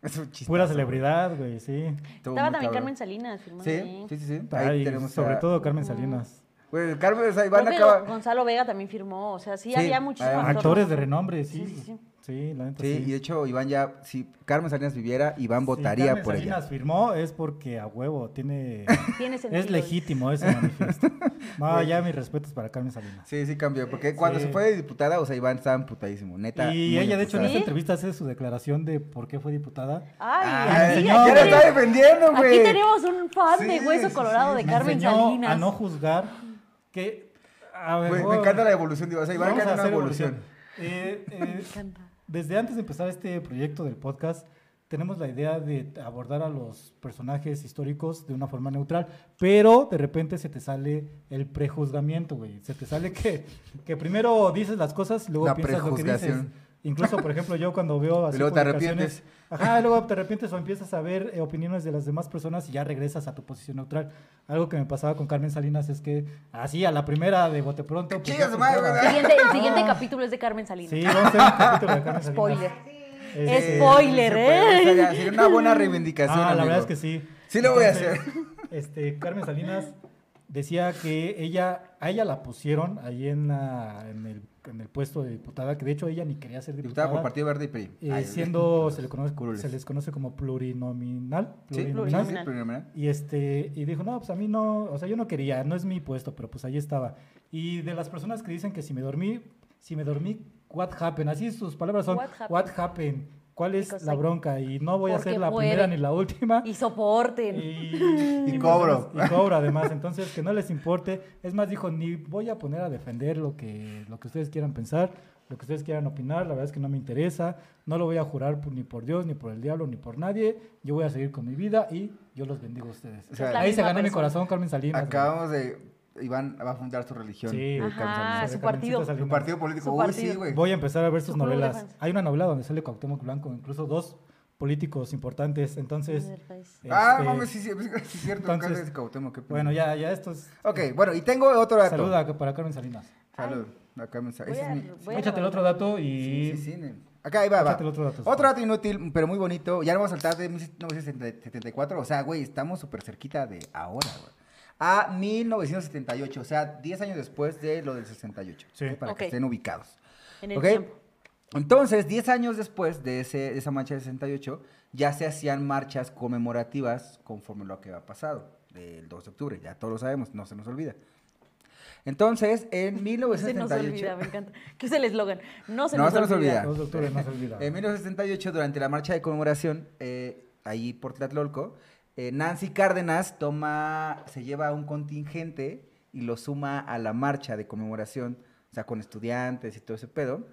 S1: Es un chiste.
S3: Pura celebridad, güey, sí.
S1: Estuvo
S2: Estaba
S1: muy
S2: también
S1: cabrón.
S2: Carmen Salinas firmando
S1: Sí,
S2: ahí.
S1: sí, sí. sí. Ahí
S3: Ay,
S1: tenemos
S3: sobre
S1: a-
S3: todo Carmen Salinas.
S1: Güey, Carmen, o sea,
S2: Creo
S1: Iván
S2: que
S1: acaba-
S2: Gonzalo Vega también firmó. O sea, sí,
S1: Sí,
S2: había muchísimos
S1: había-
S3: Actores de renombre, sí.
S2: Sí, sí, sí.
S3: Sí, la neta,
S1: Sí,
S3: sí.
S1: y de hecho, Iván ya, si Carmen Salinas viviera, Iván votaría
S3: Carmen
S1: por
S3: Salinas
S1: ella.
S3: firmó es porque a huevo tiene...
S2: Tiene sentido.
S3: es legítimo ese manifiesto. No,
S1: Pues
S3: ya mis respetos para Carmen Salinas.
S1: Sí, sí cambió, porque cuando
S3: Sí.
S1: se fue de diputada, o sea, Iván estaba emputadísimo, neta.
S3: Y
S1: muy
S3: ella, de hecho, en
S1: emputada.
S3: esta
S2: ¿Sí?
S3: entrevista hace su declaración de por qué fue diputada.
S1: Ay,
S2: Ay,
S3: señor,
S2: aquí,
S1: ya la está
S2: tenemos-
S1: defendiendo,
S2: aquí
S1: güey.
S2: tenemos un fan de
S1: Sí,
S2: hueso
S1: sí,
S2: colorado
S1: sí,
S2: de
S1: sí.
S3: Me
S2: Carmen
S3: enseñó
S2: Salinas.
S3: a no juzgar que... a ver,
S1: Güey, Me
S3: voy-
S1: encanta la evolución, digo, o sea, Iván
S3: vamos a
S1: gana una
S3: hacer
S1: evolución.
S3: Eh,
S2: Me
S3: eh,
S2: encanta.
S3: Desde antes de empezar este proyecto del podcast, tenemos la idea de abordar a los personajes históricos de una forma neutral, pero de repente se te sale el prejuzgamiento, güey. Se te sale que, que primero dices las cosas y luego
S1: La
S3: piensas lo que dices.
S1: prejuzgación.
S3: Incluso, por ejemplo, yo cuando veo así
S1: Y luego te
S3: publicaciones- Ajá, y luego te arrepientes o empiezas a ver eh, opiniones de las demás personas y ya regresas a tu posición neutral. Algo que me pasaba con Carmen Salinas es que así a la primera de bote pronto... pues,
S1: Chinga
S3: ya
S1: su madre,
S3: juzgaba.
S1: güey.
S2: Siguiente- el siguiente
S3: Ah.
S2: capítulo es de Carmen Salinas.
S3: Sí, vamos a hacer un capítulo de Carmen Salinas.
S2: Spoiler.
S3: Este,
S1: Sí,
S2: Spoiler,
S1: sí, pues,
S2: ¿eh?
S1: o sea, Sería una buena reivindicación,
S3: Ah, la
S1: amigo.
S3: verdad es que sí.
S1: Sí lo voy a
S3: Entonces,
S1: hacer.
S3: Este, Carmen Salinas decía que ella, a ella la pusieron ahí en, la- en, el, en el puesto de diputada, que de hecho ella ni quería ser diputada.
S1: Diputada por Partido Verde y PRI.
S3: eh,
S1: Ay,
S3: siendo, se, le conoce,
S1: curules.
S3: se les conoce como plurinominal.
S1: Sí, sí,
S3: plurinominal.
S1: sí, plurinominal.
S3: Y este, y dijo, no, pues a mí no, o sea, yo no quería, no es mi puesto, pero pues ahí estaba. Y de las personas que dicen que si me dormí, si me dormí, what happened? Así sus palabras son,
S2: What
S3: what
S2: happened?
S3: happened? ¿Cuál es
S2: Because
S3: la
S2: I-
S3: bronca? Y no voy a
S2: Porque
S3: ser la
S2: puede.
S3: primera ni la última.
S2: Y soporten.
S3: Y,
S1: Y cobro.
S3: personas- Y cobro además, entonces que no les importe. Es más, dijo, ni voy a poner a defender lo que, lo que ustedes quieran pensar, lo que ustedes quieran opinar, la verdad es que no me interesa, no lo voy a jurar por- ni por Dios, ni por el diablo, ni por nadie, yo voy a seguir con mi vida y yo los bendigo a ustedes.
S1: O sea, Es la
S3: Ahí se
S2: misma
S3: ganó mi
S2: persona.
S3: corazón Carmen Salinas.
S1: Acabamos de... Iván va a fundar su religión.
S3: Sí.
S1: eh, Carmen
S2: Ajá,
S1: Salinas.
S2: su
S3: Carmencita
S2: partido.
S3: Salinas.
S1: Su partido político.
S2: Su
S1: Uy,
S2: partido.
S1: sí, güey.
S3: Voy a empezar a ver
S2: Su
S3: sus
S2: club de
S3: novelas.
S2: fans.
S3: Hay una novela donde sale Cuauhtémoc Blanco, incluso dos políticos importantes, entonces...
S1: Ah,
S3: este,
S1: mames, sí, sí, sí, es cierto.
S3: entonces-
S1: Entonces, Cautemo, qué pena.
S3: Bueno, ya, ya esto es...
S1: Ok, bueno, y tengo otro dato.
S3: Saluda para Carmen Salinas.
S1: Salud. Acá me sa-
S2: Voy
S1: ese es
S2: a-
S1: mi-
S2: voy a
S3: Échate el otro
S2: levantar.
S3: dato
S1: Sí,
S3: y...
S1: sí, sí, ne- Acá ahí va, va.
S3: Échate el otro dato, sí.
S1: Otro dato inútil, pero muy bonito. Ya no vamos a saltar de 1974. O sea, güey, estamos súper cerquita de ahora, güey. A 1978, o sea, 10 años después de lo del 68.
S3: Sí.
S1: ¿ok? Para
S2: Ok.
S1: que estén ubicados.
S2: En el
S1: ¿ok?
S2: tiempo.
S1: Entonces, 10 años después de, ese, de esa marcha del 68, ya se hacían marchas conmemorativas conforme lo que había pasado, del 2 de octubre, ya todos lo sabemos, no se nos olvida. Entonces, en
S2: Se nos
S1: 1978...
S2: olvida, me encanta. ¿Qué es el eslogan? No se
S1: este No
S2: nos
S1: se nos
S2: olvida.
S1: olvida.
S3: 2 de octubre, no se olvida.
S1: En 1978, durante la marcha de conmemoración, eh, ahí por Tlatlolco, eh, Nancy Cárdenas toma, se lleva a un contingente y lo suma a la marcha de conmemoración, o sea, con estudiantes y todo ese pedo.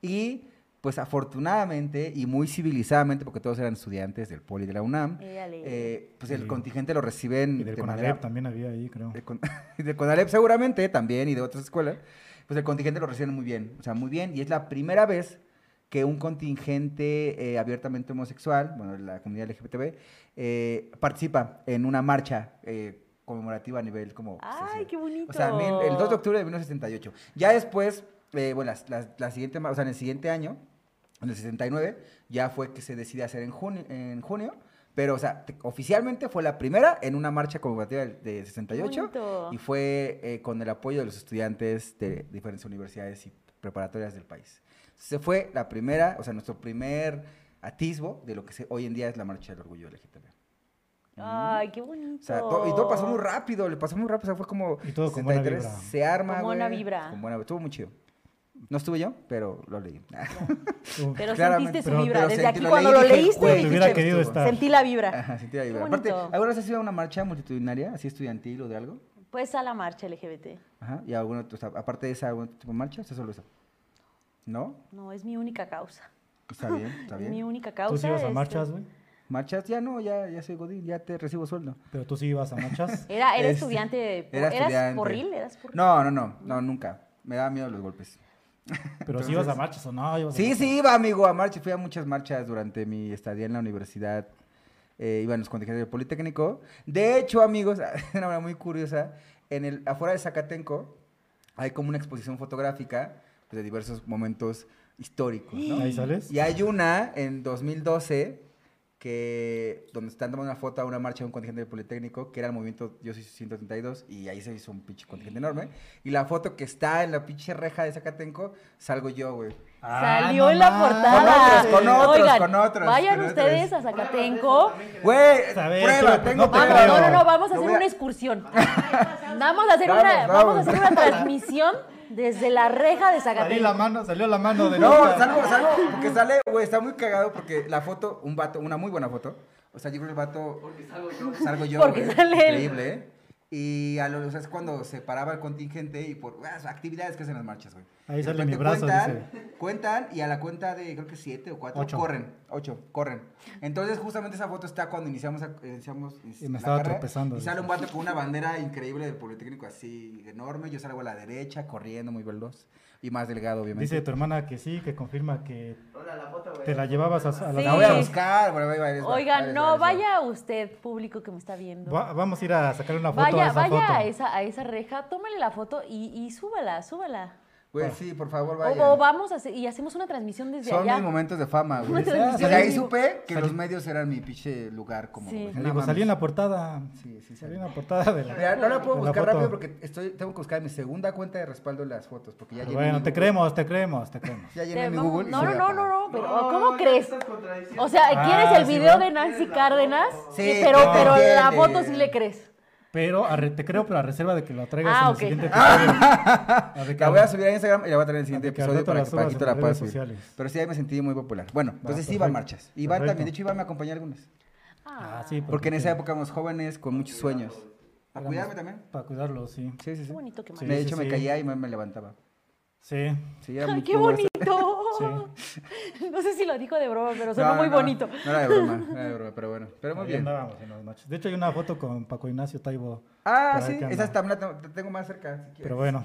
S1: Y pues afortunadamente y muy civilizadamente, porque todos eran estudiantes del Poli de la UNAM,
S2: Éale.
S1: eh, pues el
S3: Sí.
S1: contingente lo reciben
S3: Y del
S1: de
S3: Conalep
S1: manera
S3: también había ahí, creo.
S1: de Con- de Conalep seguramente también y de otras escuelas, pues el contingente lo reciben muy bien, o sea, muy bien, y es la primera vez que un contingente eh, abiertamente homosexual, bueno, la comunidad LGBTB, eh, participa en una marcha eh, conmemorativa a nivel como... pues,
S2: Ay,
S1: así.
S2: qué bonito.
S1: O sea, mil- el 2 de octubre de 1978. Ya después, eh, bueno, las, las- la siguiente, ma- o sea, en el siguiente año, en el 69, ya fue que se decide hacer en junio, en junio pero, o sea, te- oficialmente fue la primera en una marcha conmemorativa del- de 68
S2: bonito.
S1: y fue eh, con el apoyo de los estudiantes de diferentes universidades y preparatorias del país. Se fue la primera, o sea, nuestro primer atisbo de lo que se- hoy en día es la marcha del orgullo LGTB.
S2: Ay, qué bonito.
S1: O sea, to- y todo pasó muy rápido, le pasó muy rápido, o sea, fue como
S3: Y todo con buena vibra.
S1: se arma,
S2: Con buena
S1: güey,
S2: vibra.
S1: Con buena vibra, estuvo muy chido. No estuve yo, pero lo leí.
S3: Tú-
S2: Pero
S1: Claramente,
S2: sentiste su
S3: pero-
S2: vibra.
S1: pero
S2: Desde
S1: sentí-
S2: aquí
S1: lo
S2: cuando
S1: leí,
S2: lo
S1: dije,
S2: leíste,
S1: "Güey,
S2: dijiste,
S3: hubiera querido
S1: estuvo".
S3: estar.
S2: sentí la vibra.
S1: Ajá, sentí la
S2: Qué
S1: vibra. Aparte,
S2: bonito.
S1: ¿alguna vez has ido a una marcha multitudinaria, así estudiantil o de algo?
S2: Pues a la marcha LGBT.
S1: Ajá. ¿Y alguna, o sea, aparte de esa, algún otro tipo de marcha? ¿O sea, solo esa? ¿No?
S2: No, es mi única causa.
S1: Está bien, está
S2: Es mi
S1: bien.
S2: única causa.
S3: Tú sí ibas a
S2: este,
S3: marchas, güey.
S1: ¿Marchas? Ya no, ya, ya soy Godín, ya te recibo sueldo.
S3: Pero tú sí ibas a marchas.
S2: Era, era
S1: Este,
S2: estudiante. de-
S1: era
S2: ¿Eras
S1: estudiante.
S2: porril? ¿Eras porril?
S1: No, no, no, no, nunca. Me daba miedo los golpes.
S3: Pero sí ibas a marchas o no. ibas a
S1: Sí,
S3: marchas.
S1: sí, iba, amigo, a marchas. Fui a muchas marchas durante mi estadía en la universidad. Eh, iba en los contingentes del Politécnico. De hecho, amigos, una manera muy curiosa, en el, afuera de Zacatenco hay como una exposición fotográfica pues, de diversos momentos históricos, ¿no?
S3: Ahí sales.
S1: Y hay una en 2012 que donde están tomando una foto a una marcha de un contingente del Politécnico, que era el movimiento Yo soy 132, y ahí se hizo un pinche contingente enorme. Y la foto que está en la pinche reja de Zacatenco, salgo yo, güey.
S3: Ah,
S2: Salió
S3: no
S2: en la
S3: mames.
S2: portada.
S1: Con otros, con otros,
S2: Oigan,
S1: con otros,
S2: Vayan
S1: con
S2: ustedes a
S1: otros.
S2: Zacatenco.
S1: Güey,
S3: A ver,
S1: prueba,
S3: pero pues
S1: tengo
S3: no te
S2: Vamos,
S1: prueba.
S2: no, no, no,
S3: creo.
S2: vamos
S1: Lo
S2: a hacer
S1: voy
S2: una excursión. Vamos a hacer,
S1: Vamos,
S2: una, vamos.
S1: vamos.
S2: a hacer una transmisión desde la reja de
S3: Salí la
S2: Zacatenco.
S3: mano, salió la mano de
S1: No,
S3: Luca.
S1: salgo, salgo, porque sale, güey, está muy cagado porque la foto, un vato, una muy buena foto. O sea, yo creo que el vato. Porque salgo yo. Salgo yo.
S2: Porque
S1: güey.
S2: sale él.
S1: Increíble, ¿eh? Y a lo, o sea, es cuando se paraba el contingente y por ah, actividades que hacen las marchas, güey.
S3: Ahí
S1: De
S3: sale mi
S1: repente
S3: brazo,
S1: Cuentan, cuentan y a la cuenta de creo que siete o cuatro
S3: Ocho.
S1: corren. Ocho, corren. Entonces, justamente esa foto está cuando iniciamos. a- iniciamos
S3: Y me
S1: la
S3: estaba tropezando,
S1: Y sale
S3: dice.
S1: un vato con una bandera increíble del Politécnico así enorme. Yo salgo a la derecha corriendo muy veloz y más delgado, obviamente.
S3: Dice tu hermana que sí, que confirma que
S4: Hola, la foto, güey.
S3: te la llevabas a, a la
S2: Sí.
S1: La voy a
S2: Sí.
S1: buscar, bueno, ahí va, ahí va, ahí va,
S2: Oigan,
S1: ahí
S2: no,
S1: va.
S2: vaya usted, público que me está viendo.
S3: Va- vamos a ir a sacar una foto a
S2: Vaya,
S3: esa
S2: vaya
S3: foto.
S2: a esa, a esa reja, tómale la foto y, y súbala, súbala.
S1: Güey, sí, por favor,
S2: O,
S1: vaya.
S2: o vamos a hacer- y hacemos una transmisión desde
S1: Son mis
S2: allá.
S1: momentos de fama, güey.
S2: Momentos
S1: Desde
S3: de
S1: ahí
S2: fama.
S1: supe que
S3: Salí-
S1: los medios eran mi pinche lugar como.
S2: Sí.
S1: güey.
S3: Le
S1: No
S3: digo,
S1: mames.
S3: salí en la portada.
S1: Sí, sí,
S3: salí
S1: salí.
S3: en la portada de la.
S1: Mira, no la puedo
S3: de la
S1: buscar
S3: foto.
S1: rápido porque estoy, tengo que buscar mi segunda cuenta de respaldo de las fotos. Porque ya
S3: Pero
S1: llené
S3: Ah, Bueno,
S1: mi
S3: te
S1: Google.
S3: creemos, te creemos, te creemos.
S1: Ya
S2: Te
S1: llené mi
S2: vamos-
S1: Google. y
S2: no,
S1: se
S2: no,
S1: voy a
S2: no, no,
S1: parar.
S2: no, pero
S4: No,
S2: ¿cómo
S4: ya te
S2: crees?
S4: estás contradiciendo.
S2: O sea,
S3: Ah,
S2: ¿quieres el
S3: sí,
S2: video
S3: ¿verdad?
S2: de Nancy
S4: ¿Quieres la
S2: Cárdenas?
S4: foto?
S1: Sí,
S2: Eh, pero
S1: no,
S2: pero la
S1: entiende.
S2: foto sí le crees.
S3: Pero a re- te creo, pero a reserva de que lo traigas
S2: Ah,
S3: en el
S2: ok.
S3: siguiente episodio. A
S1: La
S3: Ricardo.
S1: voy a subir a Instagram y la voy a traer en el siguiente
S3: A Ricardo
S1: episodio
S3: te la
S1: para que
S3: subas
S1: Paquito
S3: en
S1: la
S3: las
S1: pueda
S3: redes
S1: subir.
S3: sociales.
S1: Pero sí, ahí me sentí muy popular. Bueno, entonces sí iba a
S3: perfecto,
S1: marchas. Iván
S3: perfecto.
S1: también, de hecho, Iván me acompañó a algunas.
S3: Ah, sí,
S1: Porque en esa época éramos jóvenes con muchos sueños. ¿A
S3: éramos-
S1: cuidarme también?
S3: Para cuidarlo, sí.
S1: Sí, sí,
S2: Qué
S1: sí.
S2: bonito que
S3: Sí,
S1: de hecho, me
S3: sí.
S1: caía y me, me levantaba.
S3: Sí.
S1: Sí, era
S2: Ay,
S1: muy
S2: ¡Qué
S1: duro eso.
S2: bonito! No sé si lo dijo de broma, pero sonó
S1: No, no,
S2: muy
S1: no,
S2: bonito.
S1: No era de broma, no era de broma, pero bueno. Pero muy
S3: Ahí
S1: bien.
S3: andábamos en las noches. De hecho, hay una foto con Paco Ignacio Taibo.
S1: Ah,
S3: por ahí
S1: sí,
S3: que anda.
S1: esa también la tengo, la tengo más cerca. si quieres.
S3: Pero bueno,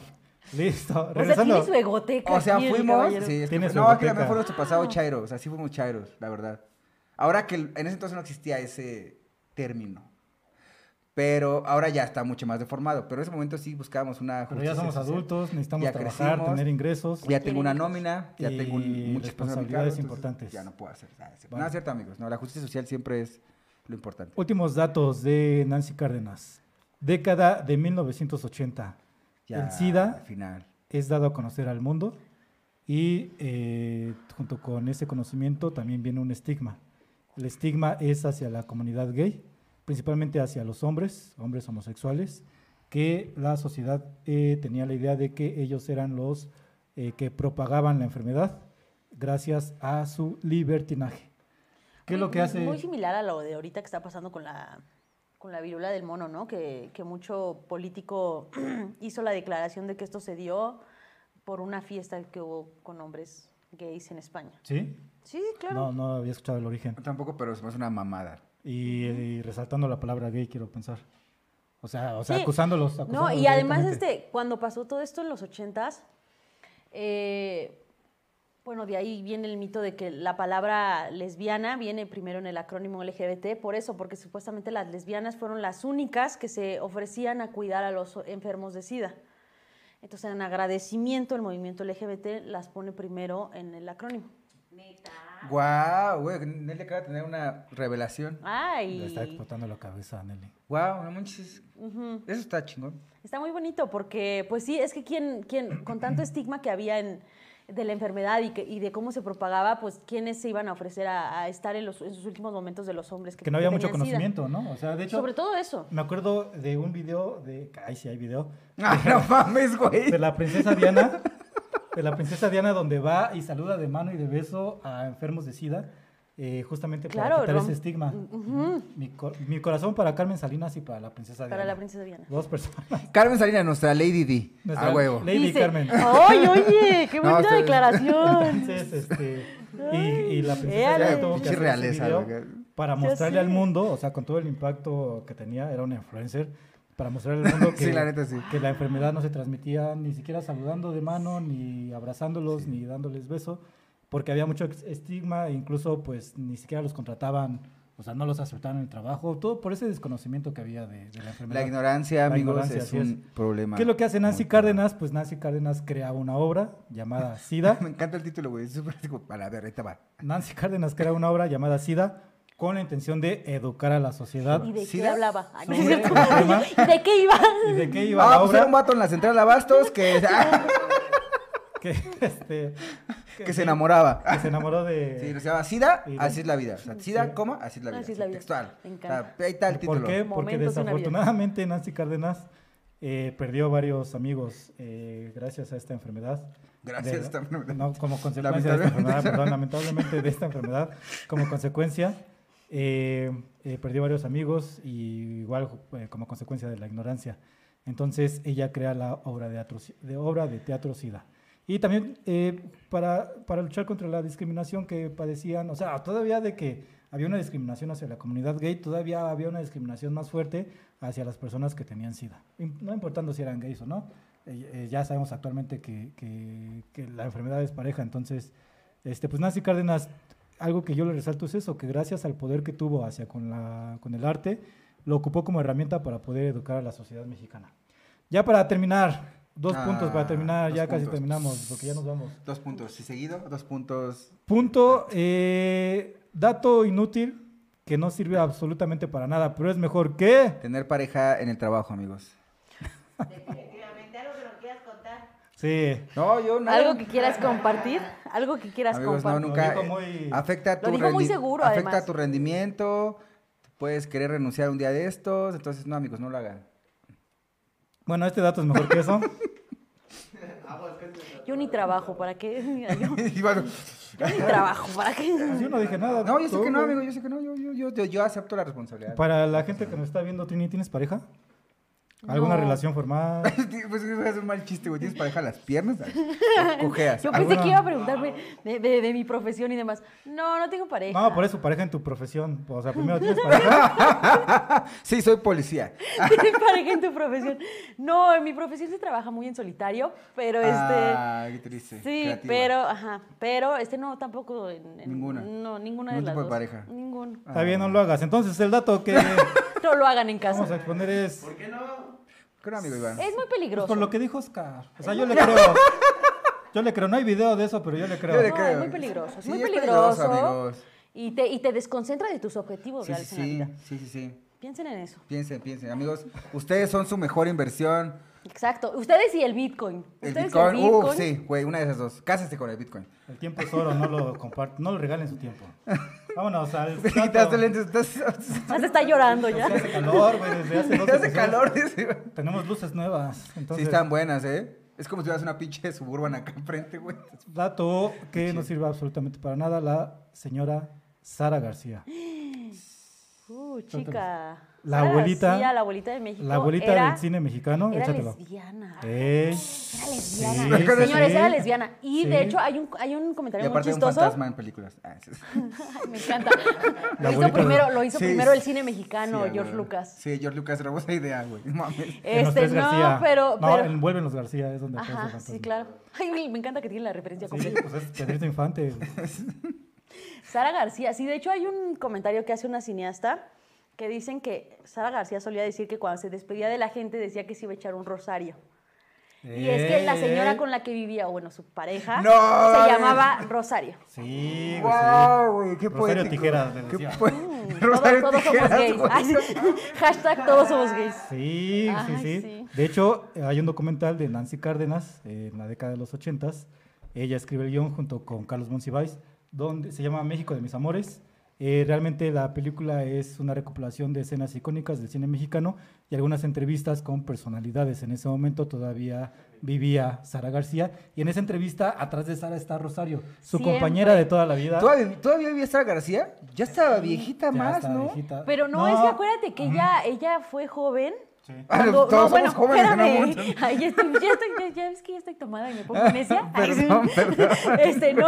S3: listo.
S2: O sea,
S3: Regresando.
S2: tiene su egoteca.
S1: O sea,
S2: aquí el
S1: fuimos.
S2: caballero. Ah.
S1: Sí, es que
S3: Tiene
S1: fue-
S3: su
S1: no, es que
S3: biblioteca.
S1: también fue nuestro pasado chairo. O sea, sí fuimos chairos, la verdad. Ahora que en ese entonces no existía ese término. Pero ahora ya está mucho más deformado. Pero en ese momento sí buscábamos una.
S3: Pero ya
S1: justicia
S3: somos
S1: social.
S3: adultos, necesitamos
S1: Ya
S3: trabajar,
S1: crecimos.
S3: tener ingresos.
S1: Ya tengo una nómina, ya
S3: Y
S1: tengo un- muchas cosas a mi cargo,
S3: responsabilidades
S1: entonces
S3: importantes.
S1: Ya no puedo hacer. nada. No
S3: Bueno.
S1: es cierto, amigos. No, la justicia social siempre es lo importante.
S3: Últimos datos de Nancy Cárdenas. Década de 1980.
S1: Ya,
S3: El SIDA.
S1: Al final.
S3: Es dado a conocer al mundo y eh, junto con ese conocimiento también viene un estigma. El estigma es hacia la comunidad gay, principalmente hacia los hombres, hombres homosexuales, que la sociedad eh, tenía la idea de que ellos eran los eh, que propagaban la enfermedad gracias a su libertinaje. ¿Qué es lo que
S2: Muy-
S3: hace?
S2: Muy similar a lo de ahorita que está pasando con la, con la viruela del mono, ¿no? Que, que mucho político hizo la declaración de que esto se dio por una fiesta que hubo con hombres gays en España.
S3: ¿Sí?
S2: Sí, claro.
S3: No, no había escuchado el origen.
S1: Tampoco, pero es más una mamada.
S3: Y, y resaltando la palabra gay, quiero pensar. O sea, o sea
S2: Sí.
S3: acusándolos,
S2: No,
S3: acusándolos
S2: y además,
S3: directamente.
S2: este, cuando pasó todo esto en los ochentas, eh, bueno, de ahí viene el mito de que la palabra lesbiana viene primero en el acrónimo LGBT, por eso, porque supuestamente las lesbianas fueron las únicas que se ofrecían a cuidar a los enfermos de SIDA. Entonces, en agradecimiento, el movimiento LGBT las pone primero en el acrónimo.
S5: Neta.
S1: Guau, güey, Nelly acaba de tener una revelación.
S3: Le está
S2: Ay.
S3: explotando la cabeza a Nelly.
S1: Guau, no manches.
S2: Ujú.
S1: Eso está chingón.
S2: Está muy bonito porque, pues sí, es que quien, quien, con tanto estigma que había en, de la enfermedad y, que- y de cómo se propagaba, pues quienes se iban a ofrecer a, a estar en, los, en sus últimos momentos de los hombres. Que,
S3: Que no había
S2: que
S3: mucho
S2: tenían sida.
S3: conocimiento, ¿no? O sea, de hecho,
S2: Sobre todo eso.
S3: me acuerdo de un video de. Ay, sí hay video.
S1: Ah, no mames, güey.
S3: De la princesa Diana. De la princesa Diana, donde va y saluda de mano y de beso a enfermos de SIDA. eh, justamente para
S2: Claro,
S3: quitar
S2: rom-
S3: ese estigma. mi, cor- mi corazón para Carmen Salinas y para la princesa Diana.
S2: Para la princesa Diana.
S3: Dos personas.
S1: Carmen Salinas, nuestra Lady D.
S3: Nuestra
S1: A huevo.
S3: Lady Carmen.
S2: ¡Ay, oye! ¡Qué
S1: No,
S2: bonita
S1: ustedes-
S2: declaración!
S3: Entonces, este. Y, y la princesa
S2: Véale.
S3: Diana tuvo que
S1: Pinche
S3: hacer ese
S1: realeza,
S3: video
S1: güey.
S3: para
S2: Ya
S3: mostrarle al
S2: sé.
S3: mundo, o sea, con todo el impacto que tenía, era una influencer. Para mostrarle al mundo que,
S1: Sí, la neta, sí.
S3: que la enfermedad no se transmitía ni siquiera saludando de mano, ni abrazándolos, ni dándoles beso, porque había mucho ex- estigma, e incluso pues ni siquiera los contrataban, o sea, no los aceptaban en el trabajo, todo por ese desconocimiento que había de, de la enfermedad.
S1: La ignorancia,
S3: La
S1: amigos,
S3: ignorancia,
S1: es
S3: así
S1: un problema.
S3: ¿Qué es lo que hace Nancy
S1: muy cabrón.
S3: Cárdenas? Pues Nancy Cárdenas crea una obra llamada SIDA.
S1: Me encanta el título, güey. Es súper tipo, para ver, ahorita va.
S3: Nancy Cárdenas crea una obra llamada SIDA con la intención de educar a la sociedad.
S2: ¿Y de qué
S1: ¿Sida?
S2: hablaba? Ay, no es
S3: sobre el
S2: cierto.
S3: tema.
S2: ¿Y de qué iba?
S3: ¿Y de qué iba
S1: Ah,
S3: la
S1: pues era un
S3: obra?
S1: vato en la central Abastos que,
S3: Que, este,
S1: que se enamoraba.
S3: que se enamoró de...
S2: Eh,
S1: Sí, se llama SIDA,
S3: Sí,
S1: así es la vida. O sea, SIDA,
S3: Sí.
S1: coma, así es la vida.
S2: Así es la vida.
S1: Textual.
S2: Me encanta.
S1: O sea, ahí está el título.
S3: ¿Por qué? Porque
S2: Momentos de una vida.
S3: desafortunadamente Nancy Cárdenas eh, perdió varios amigos eh, gracias a esta enfermedad.
S1: Gracias
S3: De-
S1: también.
S3: no, como consecuencia de esta
S1: Lamentablemente.
S3: enfermedad, perdón, lamentablemente de esta enfermedad, como consecuencia, eh, eh, perdió varios amigos y igual eh, como consecuencia de la ignorancia. Entonces ella crea la obra de, atro- de obra de teatro SIDA. Y también eh, para, para luchar contra la discriminación que padecían, o sea, todavía de que había una discriminación hacia la comunidad gay, todavía había una discriminación más fuerte hacia las personas que tenían SIDA. Im- No importando si eran gays o no, eh, eh, ya sabemos actualmente que, que- que la enfermedad es pareja. Entonces, este, pues Nancy Cárdenas, algo que yo le resalto es eso, que gracias al poder que tuvo hacia con, la, con el arte, lo ocupó como herramienta para poder educar a la sociedad mexicana. Ya para terminar, dos
S1: Ah,
S3: puntos para terminar,
S1: dos
S3: ya casi
S1: puntos.
S3: terminamos, porque ya nos vamos.
S1: Dos puntos. Si seguido, dos puntos.
S3: Punto, eh, dato inútil que no sirve absolutamente para nada, pero es mejor que...
S1: Tener pareja en el trabajo, amigos.
S5: Definitivamente, algo que nos quieras contar.
S3: Sí.
S1: No, yo nada.
S2: ¿Algo que quieras compartir? ¿Algo que quieras
S1: Amigos, no,
S2: compartir?
S1: nunca.
S3: Lo dijo muy-
S1: eh, Afecta tu
S2: Lo dijo muy
S1: rendi-
S2: seguro,
S1: Afecta
S2: además.
S1: tu rendimiento. Puedes querer renunciar un día de estos. Entonces, no, amigos, no lo hagan.
S3: Bueno, este dato es mejor que eso.
S2: Yo ni trabajo, ¿para qué? Mira, yo,
S1: Y bueno,
S2: yo ni trabajo, ¿para qué?
S3: Pues yo no dije nada.
S1: no, yo sé
S3: tú,
S1: que no,
S3: güey.
S1: amigo, yo sé que no. Yo, yo, yo, yo- yo acepto la responsabilidad.
S2: Pues
S3: Para la gente que nos está viendo, Trini, ¿tienes pareja? ¿Alguna
S2: No.
S3: relación formal?
S1: pues es un mal chiste, güey. Tienes pareja las piernas. Cojeas.
S2: Yo
S1: Ah,
S2: pensé
S3: Alguna-
S2: que iba a preguntarme de, de- de mi profesión y demás. No, no tengo pareja.
S3: No, por eso, pareja en tu profesión. O sea, primero tienes pareja.
S1: Sí, soy policía.
S2: Tienes pareja en tu profesión. No, en mi profesión se trabaja muy en solitario, pero
S1: Ah, qué triste.
S2: este. Sí,
S1: creativa.
S2: pero, ajá. Pero este no, tampoco. en- en-
S1: Ninguna.
S2: No, ninguna de
S1: Ningún
S2: las
S1: tipo de
S2: dos.
S1: pareja.
S2: Ninguno.
S3: Está bien,
S1: Ah.
S3: no lo hagas. Entonces, el dato que
S2: No lo hagan en casa.
S3: vamos a exponer es
S4: ¿Por qué no?
S1: ¿Qué no, amigo Iván?
S2: Es muy
S3: pues,
S2: peligroso.
S3: por lo que dijo Oscar. O sea, yo le creo. Yo le creo. No hay video de eso, pero yo le creo.
S1: Yo le
S2: No,
S1: creo.
S2: es muy peligroso. Es
S1: Sí,
S2: muy
S1: es
S2: peligroso.
S1: peligroso, amigos.
S2: y, te, y te desconcentra de tus objetivos
S1: Sí, sí,
S2: reales en la
S1: sí,
S2: vida.
S1: sí, sí, sí.
S2: Piensen en eso.
S1: Piensen, piensen. Amigos, ustedes son su mejor inversión.
S2: Exacto. Ustedes y el Bitcoin.
S1: El
S2: Ustedes
S1: Bitcoin.
S2: y el
S1: Uf,
S2: Bitcoin.
S1: sí, güey, una de esas dos. Cásate con el Bitcoin.
S3: El tiempo es oro, no lo comparte, no lo regalen su tiempo. Vámonos al
S1: Te
S3: dato.
S1: quitaste lentes, estás.
S2: Hasta está llorando
S3: Sí,
S2: ya.
S3: Hace calor, güey, desde hace dos
S1: te hace
S3: episodios.
S1: calor. dice.
S3: Tenemos luces nuevas.
S1: Sí,
S3: Entonces,
S1: están buenas, ¿eh? Es como si tuvieras una pinche suburban acá enfrente, güey.
S3: dato que no sirve absolutamente para nada, la señora Sara García.
S2: Uh, chica.
S3: La
S2: Sara
S3: abuelita-
S2: García, la abuelita de México.
S3: La abuelita
S2: era-
S3: del cine mexicano,
S2: Era
S3: échatelo.
S2: lesbiana.
S3: Ey.
S2: Era lesbiana.
S1: Sí,
S2: Señores,
S3: sí.
S2: era lesbiana. Y
S3: Sí.
S2: de hecho hay un, hay un
S1: Y
S2: comentario muy
S1: aparte de un
S2: chistoso.
S1: fantasma en películas. Ah, sí.
S2: Ay, me encanta. Lo
S3: La abuelita de-
S2: hizo, primero, lo hizo
S1: Sí,
S2: primero el
S1: sí,
S2: cine mexicano,
S1: Sí, ah,
S2: George
S1: güey.
S2: Lucas.
S1: Sí, George Lucas robó esa idea, güey. No mames.
S3: En los
S2: Este,
S3: tres
S2: no,
S3: García.
S2: pero.
S3: No,
S2: pero-
S3: en Vuelven los García es donde aparece el
S2: Ajá,
S3: fantasma.
S2: sí, claro. Ay, güey, me encanta que tiene la referencia
S3: Sí,
S2: completa.
S3: pues es Pedrito Infante.
S2: Sara García, sí, de hecho hay un comentario que hace una cineasta que dicen que Sara García solía decir que cuando se despedía de la gente decía que se iba a echar un rosario. Y es que la señora
S3: Ey.
S2: con la que vivía, o bueno, su pareja,
S1: ¡No!
S2: se llamaba Rosario.
S3: pues Sí, güey. sí.
S1: ¡Wow, güey! ¡Qué
S3: Rosario
S1: poético!
S3: Tijeras, le
S1: Qué
S3: decía.
S1: poe-
S2: Mm,
S1: Rosario
S2: todos, todos somos
S1: Tijeras,
S2: gays.
S1: güey.
S2: Ay, sí. Hashtag todos somos gays.
S3: Sí,
S2: Ay,
S3: sí, sí,
S2: sí.
S3: De hecho, hay un documental de Nancy Cárdenas eh, en la década de los 80 Ella escribe el guión junto con Carlos Monsiváis, donde se llama México de mis amores. Eh, realmente la película es una recopilación de escenas icónicas del cine mexicano y algunas entrevistas con personalidades. En ese momento todavía vivía Sara García y en esa entrevista atrás de Sara está Rosario, su
S2: Siempre.
S3: compañera de toda la vida.
S1: ¿Todavía, ¿Todavía vivía Sara García? Ya estaba viejita
S3: Ya
S1: más,
S3: está
S1: ¿no?
S3: viejita.
S2: Pero no, es que acuérdate que ella, ella fue joven.
S3: Sí.
S1: Ah,
S2: Cuando-
S1: todos somos jóvenes en
S2: espérame.
S1: algún momento.
S2: Ay, ya, estoy, ya, estoy, ya, ya ves que ya estoy tomada y me pongo necia. Ay, sí.
S1: Perdón, perdón.
S2: Este, no.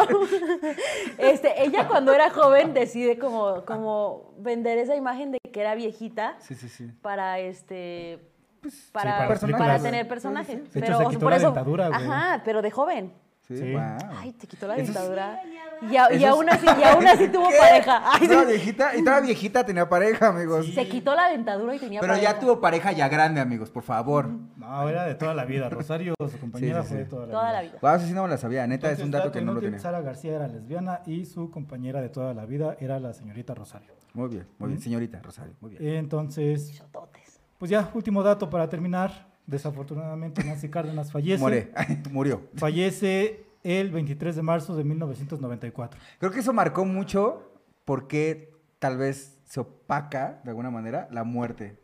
S2: Este, ella cuando era joven decide como, como vender esa imagen de que era viejita
S1: Sí, sí, sí.
S2: para este
S3: sí, para
S2: para, para,
S3: las películas.
S2: tener personajes.
S3: De hecho,
S2: pero
S3: se quitó
S2: por
S3: la
S2: eso-
S3: dentadura, güey.
S2: Ajá, pero de joven.
S1: Sí,
S3: Sí.
S1: guau.
S2: Ay, te quitó la
S1: Eso es-
S2: dentadura. Y, a-
S1: eso
S2: y
S1: es-
S2: aún así, y aún así tuvo
S1: ¿Qué?
S2: pareja. Ay,
S1: Estaba
S2: sí.
S1: viejita, y estaba viejita, tenía pareja, amigos.
S2: Se quitó la dentadura y tenía
S1: Pero
S2: pareja.
S1: ya tuvo pareja ya grande, amigos, por favor.
S3: No, era de toda la vida. Rosario, su compañera,
S1: sí,
S3: fue
S1: sí.
S3: de toda la
S2: toda la
S3: vida.
S2: vida.
S1: Wow, sí, sí, no me la sabía. Neta, es
S3: Entonces,
S1: un dato
S3: dato
S1: que no lo
S3: inútil,
S1: tenía.
S3: Sara García era lesbiana y su compañera de toda la vida era la señorita Rosario.
S1: Muy bien, muy bien, señorita Rosario, muy
S3: Eh,
S1: bien.
S3: Entonces,
S2: Chototes.
S3: pues ya, último dato para terminar. Desafortunadamente, Nancy Cárdenas fallece.
S1: Moré, murió.
S3: Fallece el 23 de marzo de 1994.
S1: Creo que eso marcó mucho porque tal vez se opaca, de alguna manera, la muerte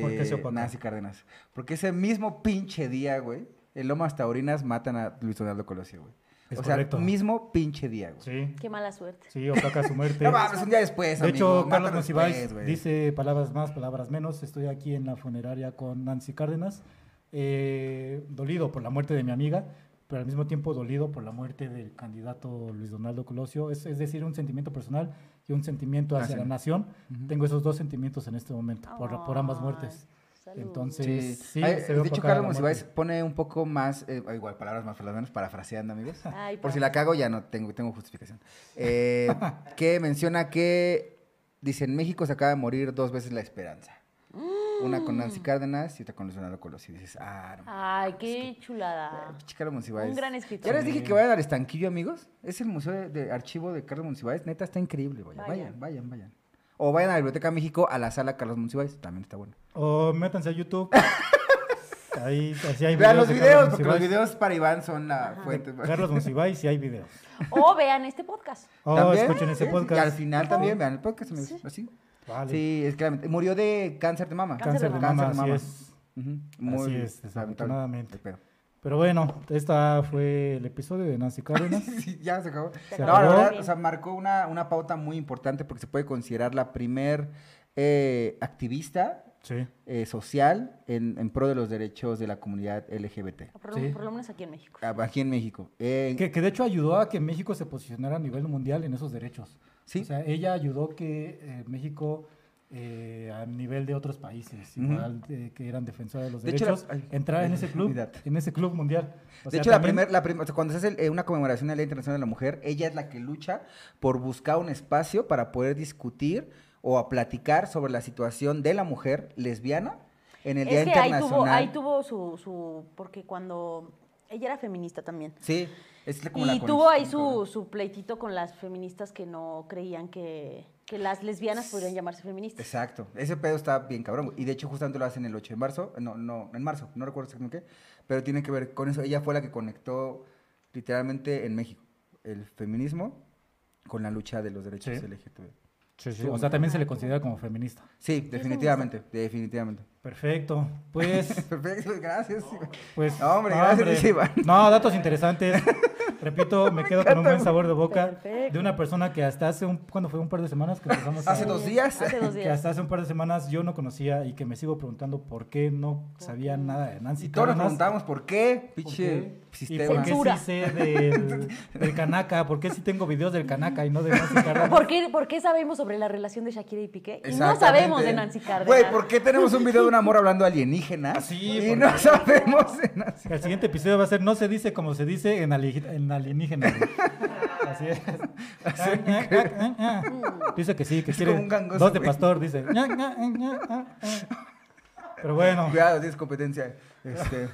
S3: ¿Por qué se
S1: de
S3: opaca?
S1: Nancy Cárdenas. Porque ese mismo pinche día, güey, en Lomas Taurinas matan a Luis Donaldo Colosio, güey.
S3: Es
S1: o sea,
S3: correcto.
S1: mismo pinche día, güey.
S3: Sí,
S2: Qué mala suerte.
S3: sí, opaca su muerte.
S1: No mames, un día después,
S3: De
S1: amigo,
S3: hecho, Carlos
S1: mátalo
S3: Monsiváis
S1: después, güey.
S3: dice palabras más, palabras menos. Estoy aquí en la funeraria con Nancy Cárdenas, eh, dolido por la muerte de mi amiga, pero al mismo tiempo dolido por la muerte del candidato Luis Donaldo Colosio. Es, es decir, un sentimiento personal y un
S1: Ah,
S3: sentimiento hacia la nación. Tengo esos dos sentimientos en este momento, por, por ambas
S2: Ay,
S3: muertes.
S2: Ah, salud.
S3: Entonces-
S1: Sí,
S3: Sí,
S1: Ay,
S3: se ve
S1: de hecho,
S3: opacada la
S1: Carlos Monsiváis
S3: muerte.
S1: pone un poco más, eh, igual, palabras más, palabras menos, parafraseando, amigos.
S2: Ay,
S1: Por
S2: pa.
S1: si la cago, ya no tengo, tengo justificación. Eh, que menciona que, dice, en México se acaba de morir dos veces la esperanza. Una con Nancy
S2: Mm.
S1: Cárdenas y otra con Luis Donaldo Colosio. Y dices, ah, no.
S2: Ay, qué chulada.
S1: pinche Carlos Monsiváis.
S2: un gran escritor.
S1: Ya les dije
S3: Sí.
S1: que vayan al estanquillo, amigos. Es el museo de, de archivo de Carlos Monsiváis. Neta, está increíble. Vayan, vayan,
S2: Vayan.
S1: vayan. vayan. O vayan a la Biblioteca México a la sala Carlos Monsiváis. También está bueno.
S3: O métanse a YouTube. Ahí, así hay
S1: Vean los
S3: de
S1: videos,
S3: Carlos
S1: porque los
S3: Monsiváis.
S1: videos para Iván son la fuente. pues.
S3: Carlos Monsiváis, sí hay videos.
S2: O vean este podcast.
S3: O
S1: También,
S3: escuchen ese
S1: sí, sí,
S3: podcast.
S1: Y al final también vean el podcast, amigos. Así.
S3: Vale.
S1: Sí, es claramente. Murió de cáncer de mama.
S3: Cáncer de mama, así es.
S1: Ujú, muy
S3: Así es, desafortunadamente.
S1: lamentable, pero-
S3: Pero bueno, esta fue el episodio de Nancy Cárdenas.
S1: Sí, ya se acabó.
S2: Se
S1: no,
S3: acabó.
S1: la verdad, o sea, marcó una, una pauta muy importante porque se puede considerar la primer eh, activista
S3: sí.
S1: eh, social en, en pro de los derechos de la comunidad LGBT.
S2: Por,
S3: Sí.
S2: por lo menos aquí en México.
S1: Ah, Aquí en México. Eh,
S3: Que, que de hecho ayudó a que México se posicionara a nivel mundial en esos derechos.
S1: Sí.
S3: O sea, ella ayudó que eh, México, eh, a nivel de otros países,
S1: Ujú.
S3: igual de- que eran defensores de los
S1: De hecho,
S3: derechos,
S1: la- ay,
S3: entrara en ese club,
S1: olvidate.
S3: en ese club mundial.
S1: de
S3: O sea,
S1: hecho, la
S3: también-
S1: primer, la prim- o sea, cuando se hace eh, una conmemoración de la Ley Internacional de la Mujer, ella es la que lucha por buscar un espacio para poder discutir o a platicar sobre la situación de la mujer lesbiana en el Día
S2: es que ahí
S1: Internacional.
S2: tuvo, ahí tuvo su, su. Porque cuando. Ella era feminista también.
S1: Sí, es como la
S2: Y
S1: conex-
S2: tuvo ahí
S1: como-
S2: su, su pleitito con las feministas que no creían que, que las lesbianas podrían llamarse feministas.
S1: Exacto, ese pedo está bien cabrón. güey. Y de hecho, justamente lo hacen el 8 de marzo, eh, no, no, en marzo, no recuerdo exactamente qué, pero tiene que ver con eso. Ella fue la que conectó literalmente en México el feminismo con la lucha de los derechos
S3: Sí.
S1: LGTB.
S3: Sí, sí, o sea, también se le considera como feminista.
S1: Sí, definitivamente, definitivamente.
S3: Perfecto. Pues,
S1: Perfecto, gracias. Iván.
S3: pues.
S1: No, hombre, gracias, dice Iván.
S3: No, datos interesantes. Repito, me quedo con un buen sabor de boca
S2: Perfecto.
S3: de una persona que hasta hace un, cuando fue un par de semanas que empezamos
S1: Hace
S3: a-
S1: dos días.
S2: Hace dos
S3: que
S2: días.
S3: hasta hace un par de semanas yo no conocía y que me sigo preguntando por qué no sabía nada de Nancy
S1: Y todos nos
S3: Cárdenas,
S1: preguntamos por qué,
S3: por
S1: pinche
S3: qué, y por
S1: sistema.
S3: qué
S2: Censura.
S3: sí sé del, del Kanaka, por qué sí tengo videos del Kanaka y no de Nancy Cárdenas.
S2: ¿Por qué, por qué sabemos sobre la relación de Shakira y Piqué? Y no
S1: Exactamente.
S2: sabemos de Nancy Cárdenas.
S1: Güey, ¿por qué tenemos un video de un amor hablando alienígenas?
S3: Sí,
S1: y
S3: ¿por
S1: no
S3: qué?
S1: sabemos de nada?
S3: El siguiente episodio va a ser No se dice como se dice en, ali- en alienígena. güey. Así es. Dice que sí, que
S1: Es
S3: quiere
S1: como un gangoso,
S3: dos de
S1: güey.
S3: pastor, dice. Pero bueno,
S1: Cuidado, tienes competencia. Este,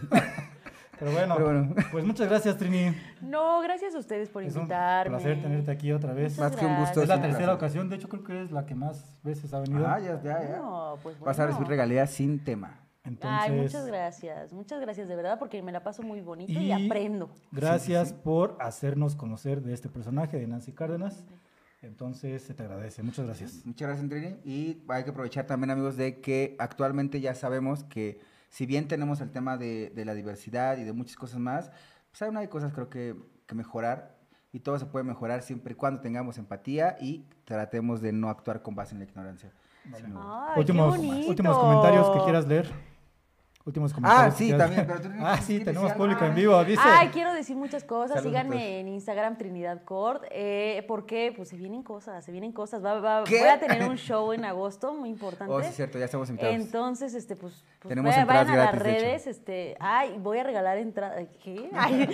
S3: Pero bueno,
S1: Pero bueno.
S3: pues muchas gracias, Trini.
S2: No, gracias a ustedes por
S3: Es un
S2: invitarme.
S3: placer tenerte aquí otra vez.
S2: Muchas
S1: Más que un gusto.
S2: gracias.
S3: Es la
S1: un
S3: tercera
S1: placer.
S3: ocasión, de hecho creo que es la que más veces ha venido.
S1: Ah, ya, ya, ya.
S2: No, pues bueno.
S1: Vas a recibir regalías sin tema.
S3: Entonces,
S2: Ay, muchas gracias. Muchas gracias, de verdad, porque me la paso muy bonito y,
S3: Y-
S2: aprendo.
S3: Gracias por hacernos conocer de este personaje de Nancy Cárdenas. Entonces, se te agradece. Muchas gracias.
S1: Pues, Muchas gracias, Trini. Y hay que aprovechar también, amigos, de que actualmente ya sabemos que si bien tenemos el tema de, de la diversidad y de muchas cosas más, pues aún hay cosas creo que, que mejorar y todo se puede mejorar siempre y cuando tengamos empatía y tratemos de no actuar con base en la ignorancia. sino-
S2: Ay,
S3: últimos,
S2: qué bonito.
S3: últimos comentarios que quieras leer. Últimos comentarios. que
S1: Ah, sí,
S3: quieras
S1: también,
S3: leer.
S1: pero tú
S3: ah,
S1: tienes
S3: sí,
S1: que
S3: tenemos
S1: decir algo. Ah,
S3: público en vivo, dice.
S2: Ay, quiero decir muchas cosas.
S3: Saludos, pues.
S2: Síganme en Instagram Trinidad Court, eh, porque pues se vienen cosas, se vienen cosas. Va- va-
S1: ¿Qué?
S2: Voy a tener un show en agosto muy importante.
S1: Oh, sí, es cierto, ya estamos invitados.
S2: Entonces, este, pues, pues,
S1: Tenemos
S2: vayan,
S1: entradas
S2: vayan a las
S1: gratis, de hecho.
S2: redes, este, ay, voy a regalar entradas, ¿qué? Ay,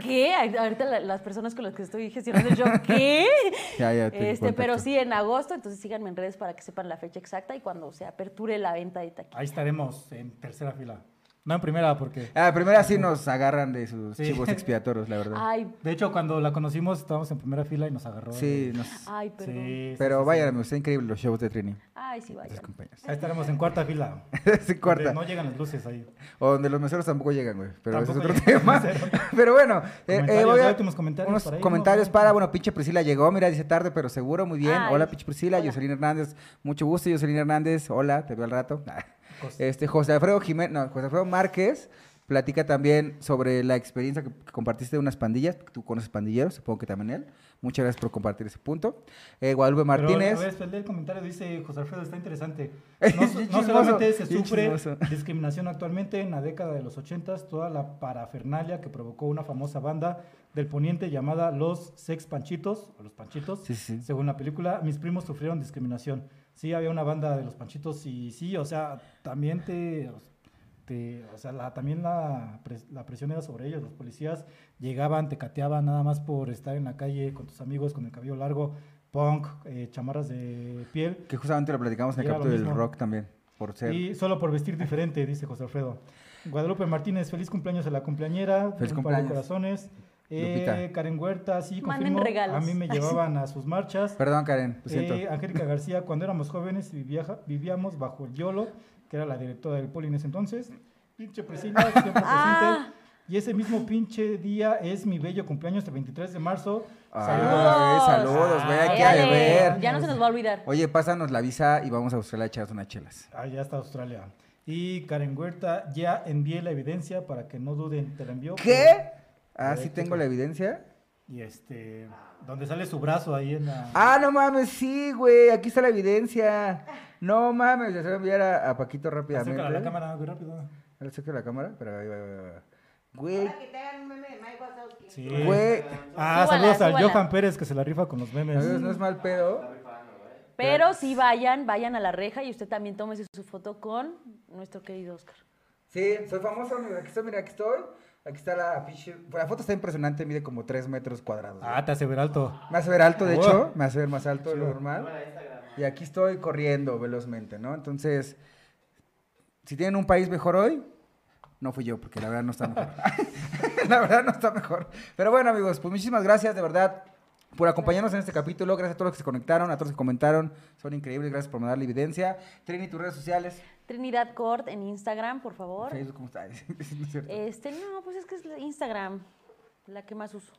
S2: ¿Qué? Ay, Ahorita la- las personas con las que estoy gestionando el show, ¿qué?
S1: Ya, ya, te
S2: Este, pero
S1: contacto.
S2: sí, en agosto, entonces síganme en redes para que sepan la fecha exacta y cuando se aperture la venta de taquilla.
S3: Ahí estaremos en tercera fila. No en primera, porque.
S1: Ah, primero sí nos agarran de sus
S3: Sí.
S1: chivos expiatorios, la verdad.
S2: Ay,
S3: De hecho, cuando la conocimos, estábamos en primera fila y nos agarró.
S1: sí,
S3: el-
S1: nos-
S2: ay, perdón.
S3: Sí, sí,
S1: Pero
S3: sí,
S1: vayan,
S3: sí.
S1: amigos, está increíble los shows de Trini.
S2: Ay, sí, vayan.
S1: Sus compañeros.
S3: Ahí estaremos en cuarta fila.
S1: Sí,
S3: Donde
S1: corta.
S3: No llegan las luces ahí.
S1: O donde los meseros tampoco llegan, güey. Pero ese es
S3: Tampoco
S1: otro
S3: llegan
S1: tema.
S3: los meseros.
S1: pero bueno, eh, eh,
S3: Comentarios,
S1: voy a-
S3: hay últimos comentarios
S1: unos
S3: por ahí,
S1: comentarios
S3: ¿no?
S1: para, bueno, pinche Priscila llegó, mira, dice tarde, pero seguro, muy bien.
S2: Ay,
S1: hola, pinche Priscila,
S2: hola.
S1: Jocelyn Hernández, mucho gusto, Jocelyn Hernández, hola, te veo al rato. Nah.
S3: Cos-
S1: Este, José Alfredo Jiménez, no, José Alfredo Márquez platica también sobre la experiencia que, que compartiste de unas pandillas, tú conoces pandilleros, supongo que también él. Muchas gracias por compartir ese punto. Eh, Guadalupe
S3: Pero,
S1: Martínez.
S3: a ver, espera, lee el comentario dice José Alfredo, está interesante.
S1: Bien
S3: No, so- no
S1: chismoso,
S3: solamente se
S1: bien
S3: sufre
S1: chismoso.
S3: discriminación actualmente, en la década de los 80 toda la parafernalia que provocó una famosa banda del poniente llamada Los Sex Panchitos, o Los Panchitos,
S1: Sí, sí.
S3: según la película, mis primos sufrieron discriminación. Sí, había una banda de Los Panchitos y sí, o sea, también te... te- o sea, la- también la, pres- la presión era sobre ellos. Los policías llegaban, te cateaban nada más por estar en la calle con tus amigos, con el cabello largo, punk, eh, chamarras de piel.
S1: Que justamente lo platicamos en el
S3: Era lo
S1: capítulo del
S3: mismo.
S1: rock también, por ser.
S3: Y solo por vestir diferente, dice José Alfredo. Guadalupe Martínez, feliz cumpleaños a la
S1: Feliz
S3: cumpleañera. un par de
S1: cumpleaños.
S3: corazones. Eh,
S1: Lupita.
S3: Karen Huerta, sí,
S2: Manden
S3: confirmo,
S2: regalos.
S3: A mí me llevaban a sus marchas.
S1: Perdón, Karen, lo siento.
S3: Eh, Angélica García, cuando éramos jóvenes y viaja- vivíamos bajo el YOLO, que era la directora del Poli en ese entonces. Pinche Priscila, siempre presente.
S2: Ah.
S3: Y ese mismo pinche día es mi bello cumpleaños, el 23 de marzo.
S1: Ah,
S2: Saludos.
S1: güey, saludos, güey, hay que
S2: Dale,
S1: beber.
S2: Ya no se nos va a olvidar.
S1: Oye, pásanos la visa y vamos a Australia a echarnos unas chelas.
S3: Allá está Australia. Y Karen Huerta, ya envié la evidencia para que no duden, te la envió.
S1: ¿Qué? Ah,
S3: Correcto.
S1: sí tengo la evidencia.
S3: Y este, donde sale su brazo ahí en la...
S1: Ah, no mames, sí, güey, aquí está la evidencia. No mames, ya se voy a enviar a, a Paquito rápidamente.
S3: Acércala a la cámara, ah, muy rápido.
S1: Ahora acerca la cámara, pero ahí va, ahí va, ahí va. Güey,
S5: Ahora que te hagan un meme de Mike Wazowski.
S3: Sí.
S1: güey,
S3: Ah,
S2: Súbala,
S3: saludos al
S2: súbala.
S3: Johan Pérez que se la rifa con los memes.
S1: amigos, no es mal pedo.
S2: Pero sí vayan, vayan a la reja y usted también tómese su foto con nuestro querido Oscar.
S1: Sí, soy famoso, amigo. Aquí estoy, mira, aquí estoy. Aquí está la pinche- La foto está impresionante, mide como 3 metros cuadrados. güey.
S3: Ah, te hace ver alto.
S1: Me hace ver alto, de
S3: Oh.
S1: hecho, me hace ver más alto de lo normal. Y aquí estoy corriendo velozmente, ¿no? Entonces, si tienen un país mejor hoy, no fui yo, porque la verdad no está mejor. la verdad no está mejor. Pero bueno, amigos, pues muchísimas gracias, de verdad. Por acompañarnos en este capítulo, gracias a todos los que se conectaron, a todos los que comentaron, son increíbles, gracias por mandarle evidencia. Trini, tus redes sociales,
S2: Trinidad Court en Instagram, por favor.
S1: Facebook, ¿cómo estás? No es cierto.
S2: Este, no, pues es que es la- Instagram la que más uso.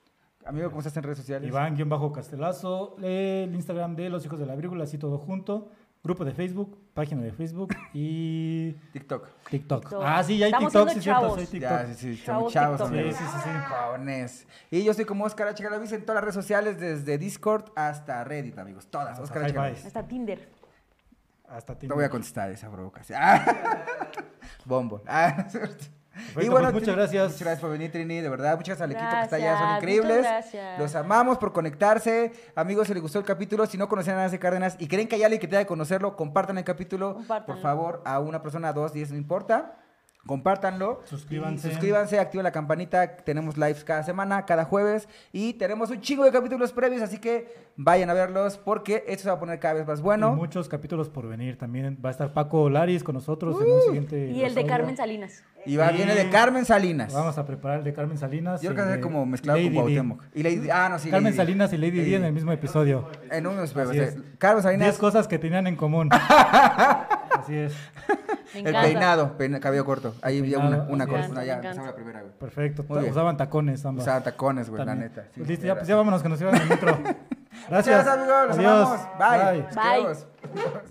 S1: Amigo, ¿cómo estás en redes sociales?
S3: Iván, guión bajo Castelazo, el Instagram de Los Hijos de la Vírgula, así todo junto, grupo de Facebook, página de Facebook y
S1: TikTok.
S3: TikTok.
S2: TikTok.
S3: Ah, sí, ya hay
S2: Estamos
S3: TikTok, sí,
S2: siendo
S3: cierto,
S2: chavos.
S3: soy TikTok.
S1: Ya, sí, sí, son
S2: Chavos
S1: chavos,
S2: TikTok.
S1: amigos.
S3: Sí, sí, sí, sí.
S1: Cabrones. Y yo soy como Oscar H. Galaviz en todas las redes sociales, desde Discord hasta Reddit, amigos. Todas,
S3: Hasta
S1: Oscar H.
S3: Hi-Fi.
S1: Galaviz.
S2: Hasta Tinder.
S3: Hasta ti.
S1: Te voy a contestar esa provocación. Ah. Bombo. Ah, no es cierto.
S3: Perfecto, pues, muchas
S1: Trini,
S3: gracias.
S1: Muchas gracias por venir, Trini. De verdad, muchas gracias al equipo que está allá. Son
S2: Gracias,
S1: increíbles.
S2: muchas gracias.
S1: Los amamos por conectarse. Amigos, si les gustó el capítulo, si no conocían a Nancy Cárdenas y creen que hay alguien que tenga que conocerlo, compartan el capítulo.
S2: Compártanlo.
S1: Por favor, a una persona, a dos, diez, no importa. Compártanlo.
S3: Suscríbanse.
S1: Y Suscríbanse, activen la campanita. Tenemos lives cada semana, cada jueves. Y tenemos un chingo de capítulos previos, así que vayan a verlos porque esto se va a poner cada vez más
S3: Y
S1: bueno.
S3: muchos capítulos por venir. También va a estar Paco Laris con nosotros en
S1: Uh,
S3: un siguiente.
S2: Y el de
S3: episodio.
S2: Carmen Salinas.
S1: Y va,
S3: Y-
S1: viene de Carmen Salinas.
S3: Vamos a preparar el de Carmen Salinas.
S1: Yo creo
S3: el
S1: que va a ser
S3: de
S1: como mezclado
S3: Lady
S1: con
S3: Di.
S1: Cuauhtémoc. Y Lady Di- ah, no, sí,
S3: Carmen
S1: Lady Di.
S3: Salinas y Lady Di en el mismo episodio.
S1: En unos
S3: Así
S1: o sea,
S3: es.
S1: Carmen
S3: 10
S1: Salinas,
S3: cosas que tenían en común. Así es.
S2: Me
S1: el
S2: encanta.
S1: peinado, peina- cabello corto. Ahí ya una,
S3: Peinado,
S1: una
S3: así
S1: cosa,
S2: es.
S1: una ya,
S2: Me encanta.
S1: empezamos la primera, güey.
S3: Perfecto.
S1: Muy bien.
S3: Usaban tacones ambas.
S1: Usaba tacones, güey, la
S3: También.
S1: neta. Sí,
S3: Listo,
S1: de
S3: ya,
S1: verdad.
S3: pues ya vámonos que nos llevan el metro. Gracias.
S1: Muchas Gracias, amigos. Nos
S3: Adiós.
S1: amamos. Bye.
S2: Bye.
S1: Los queremos.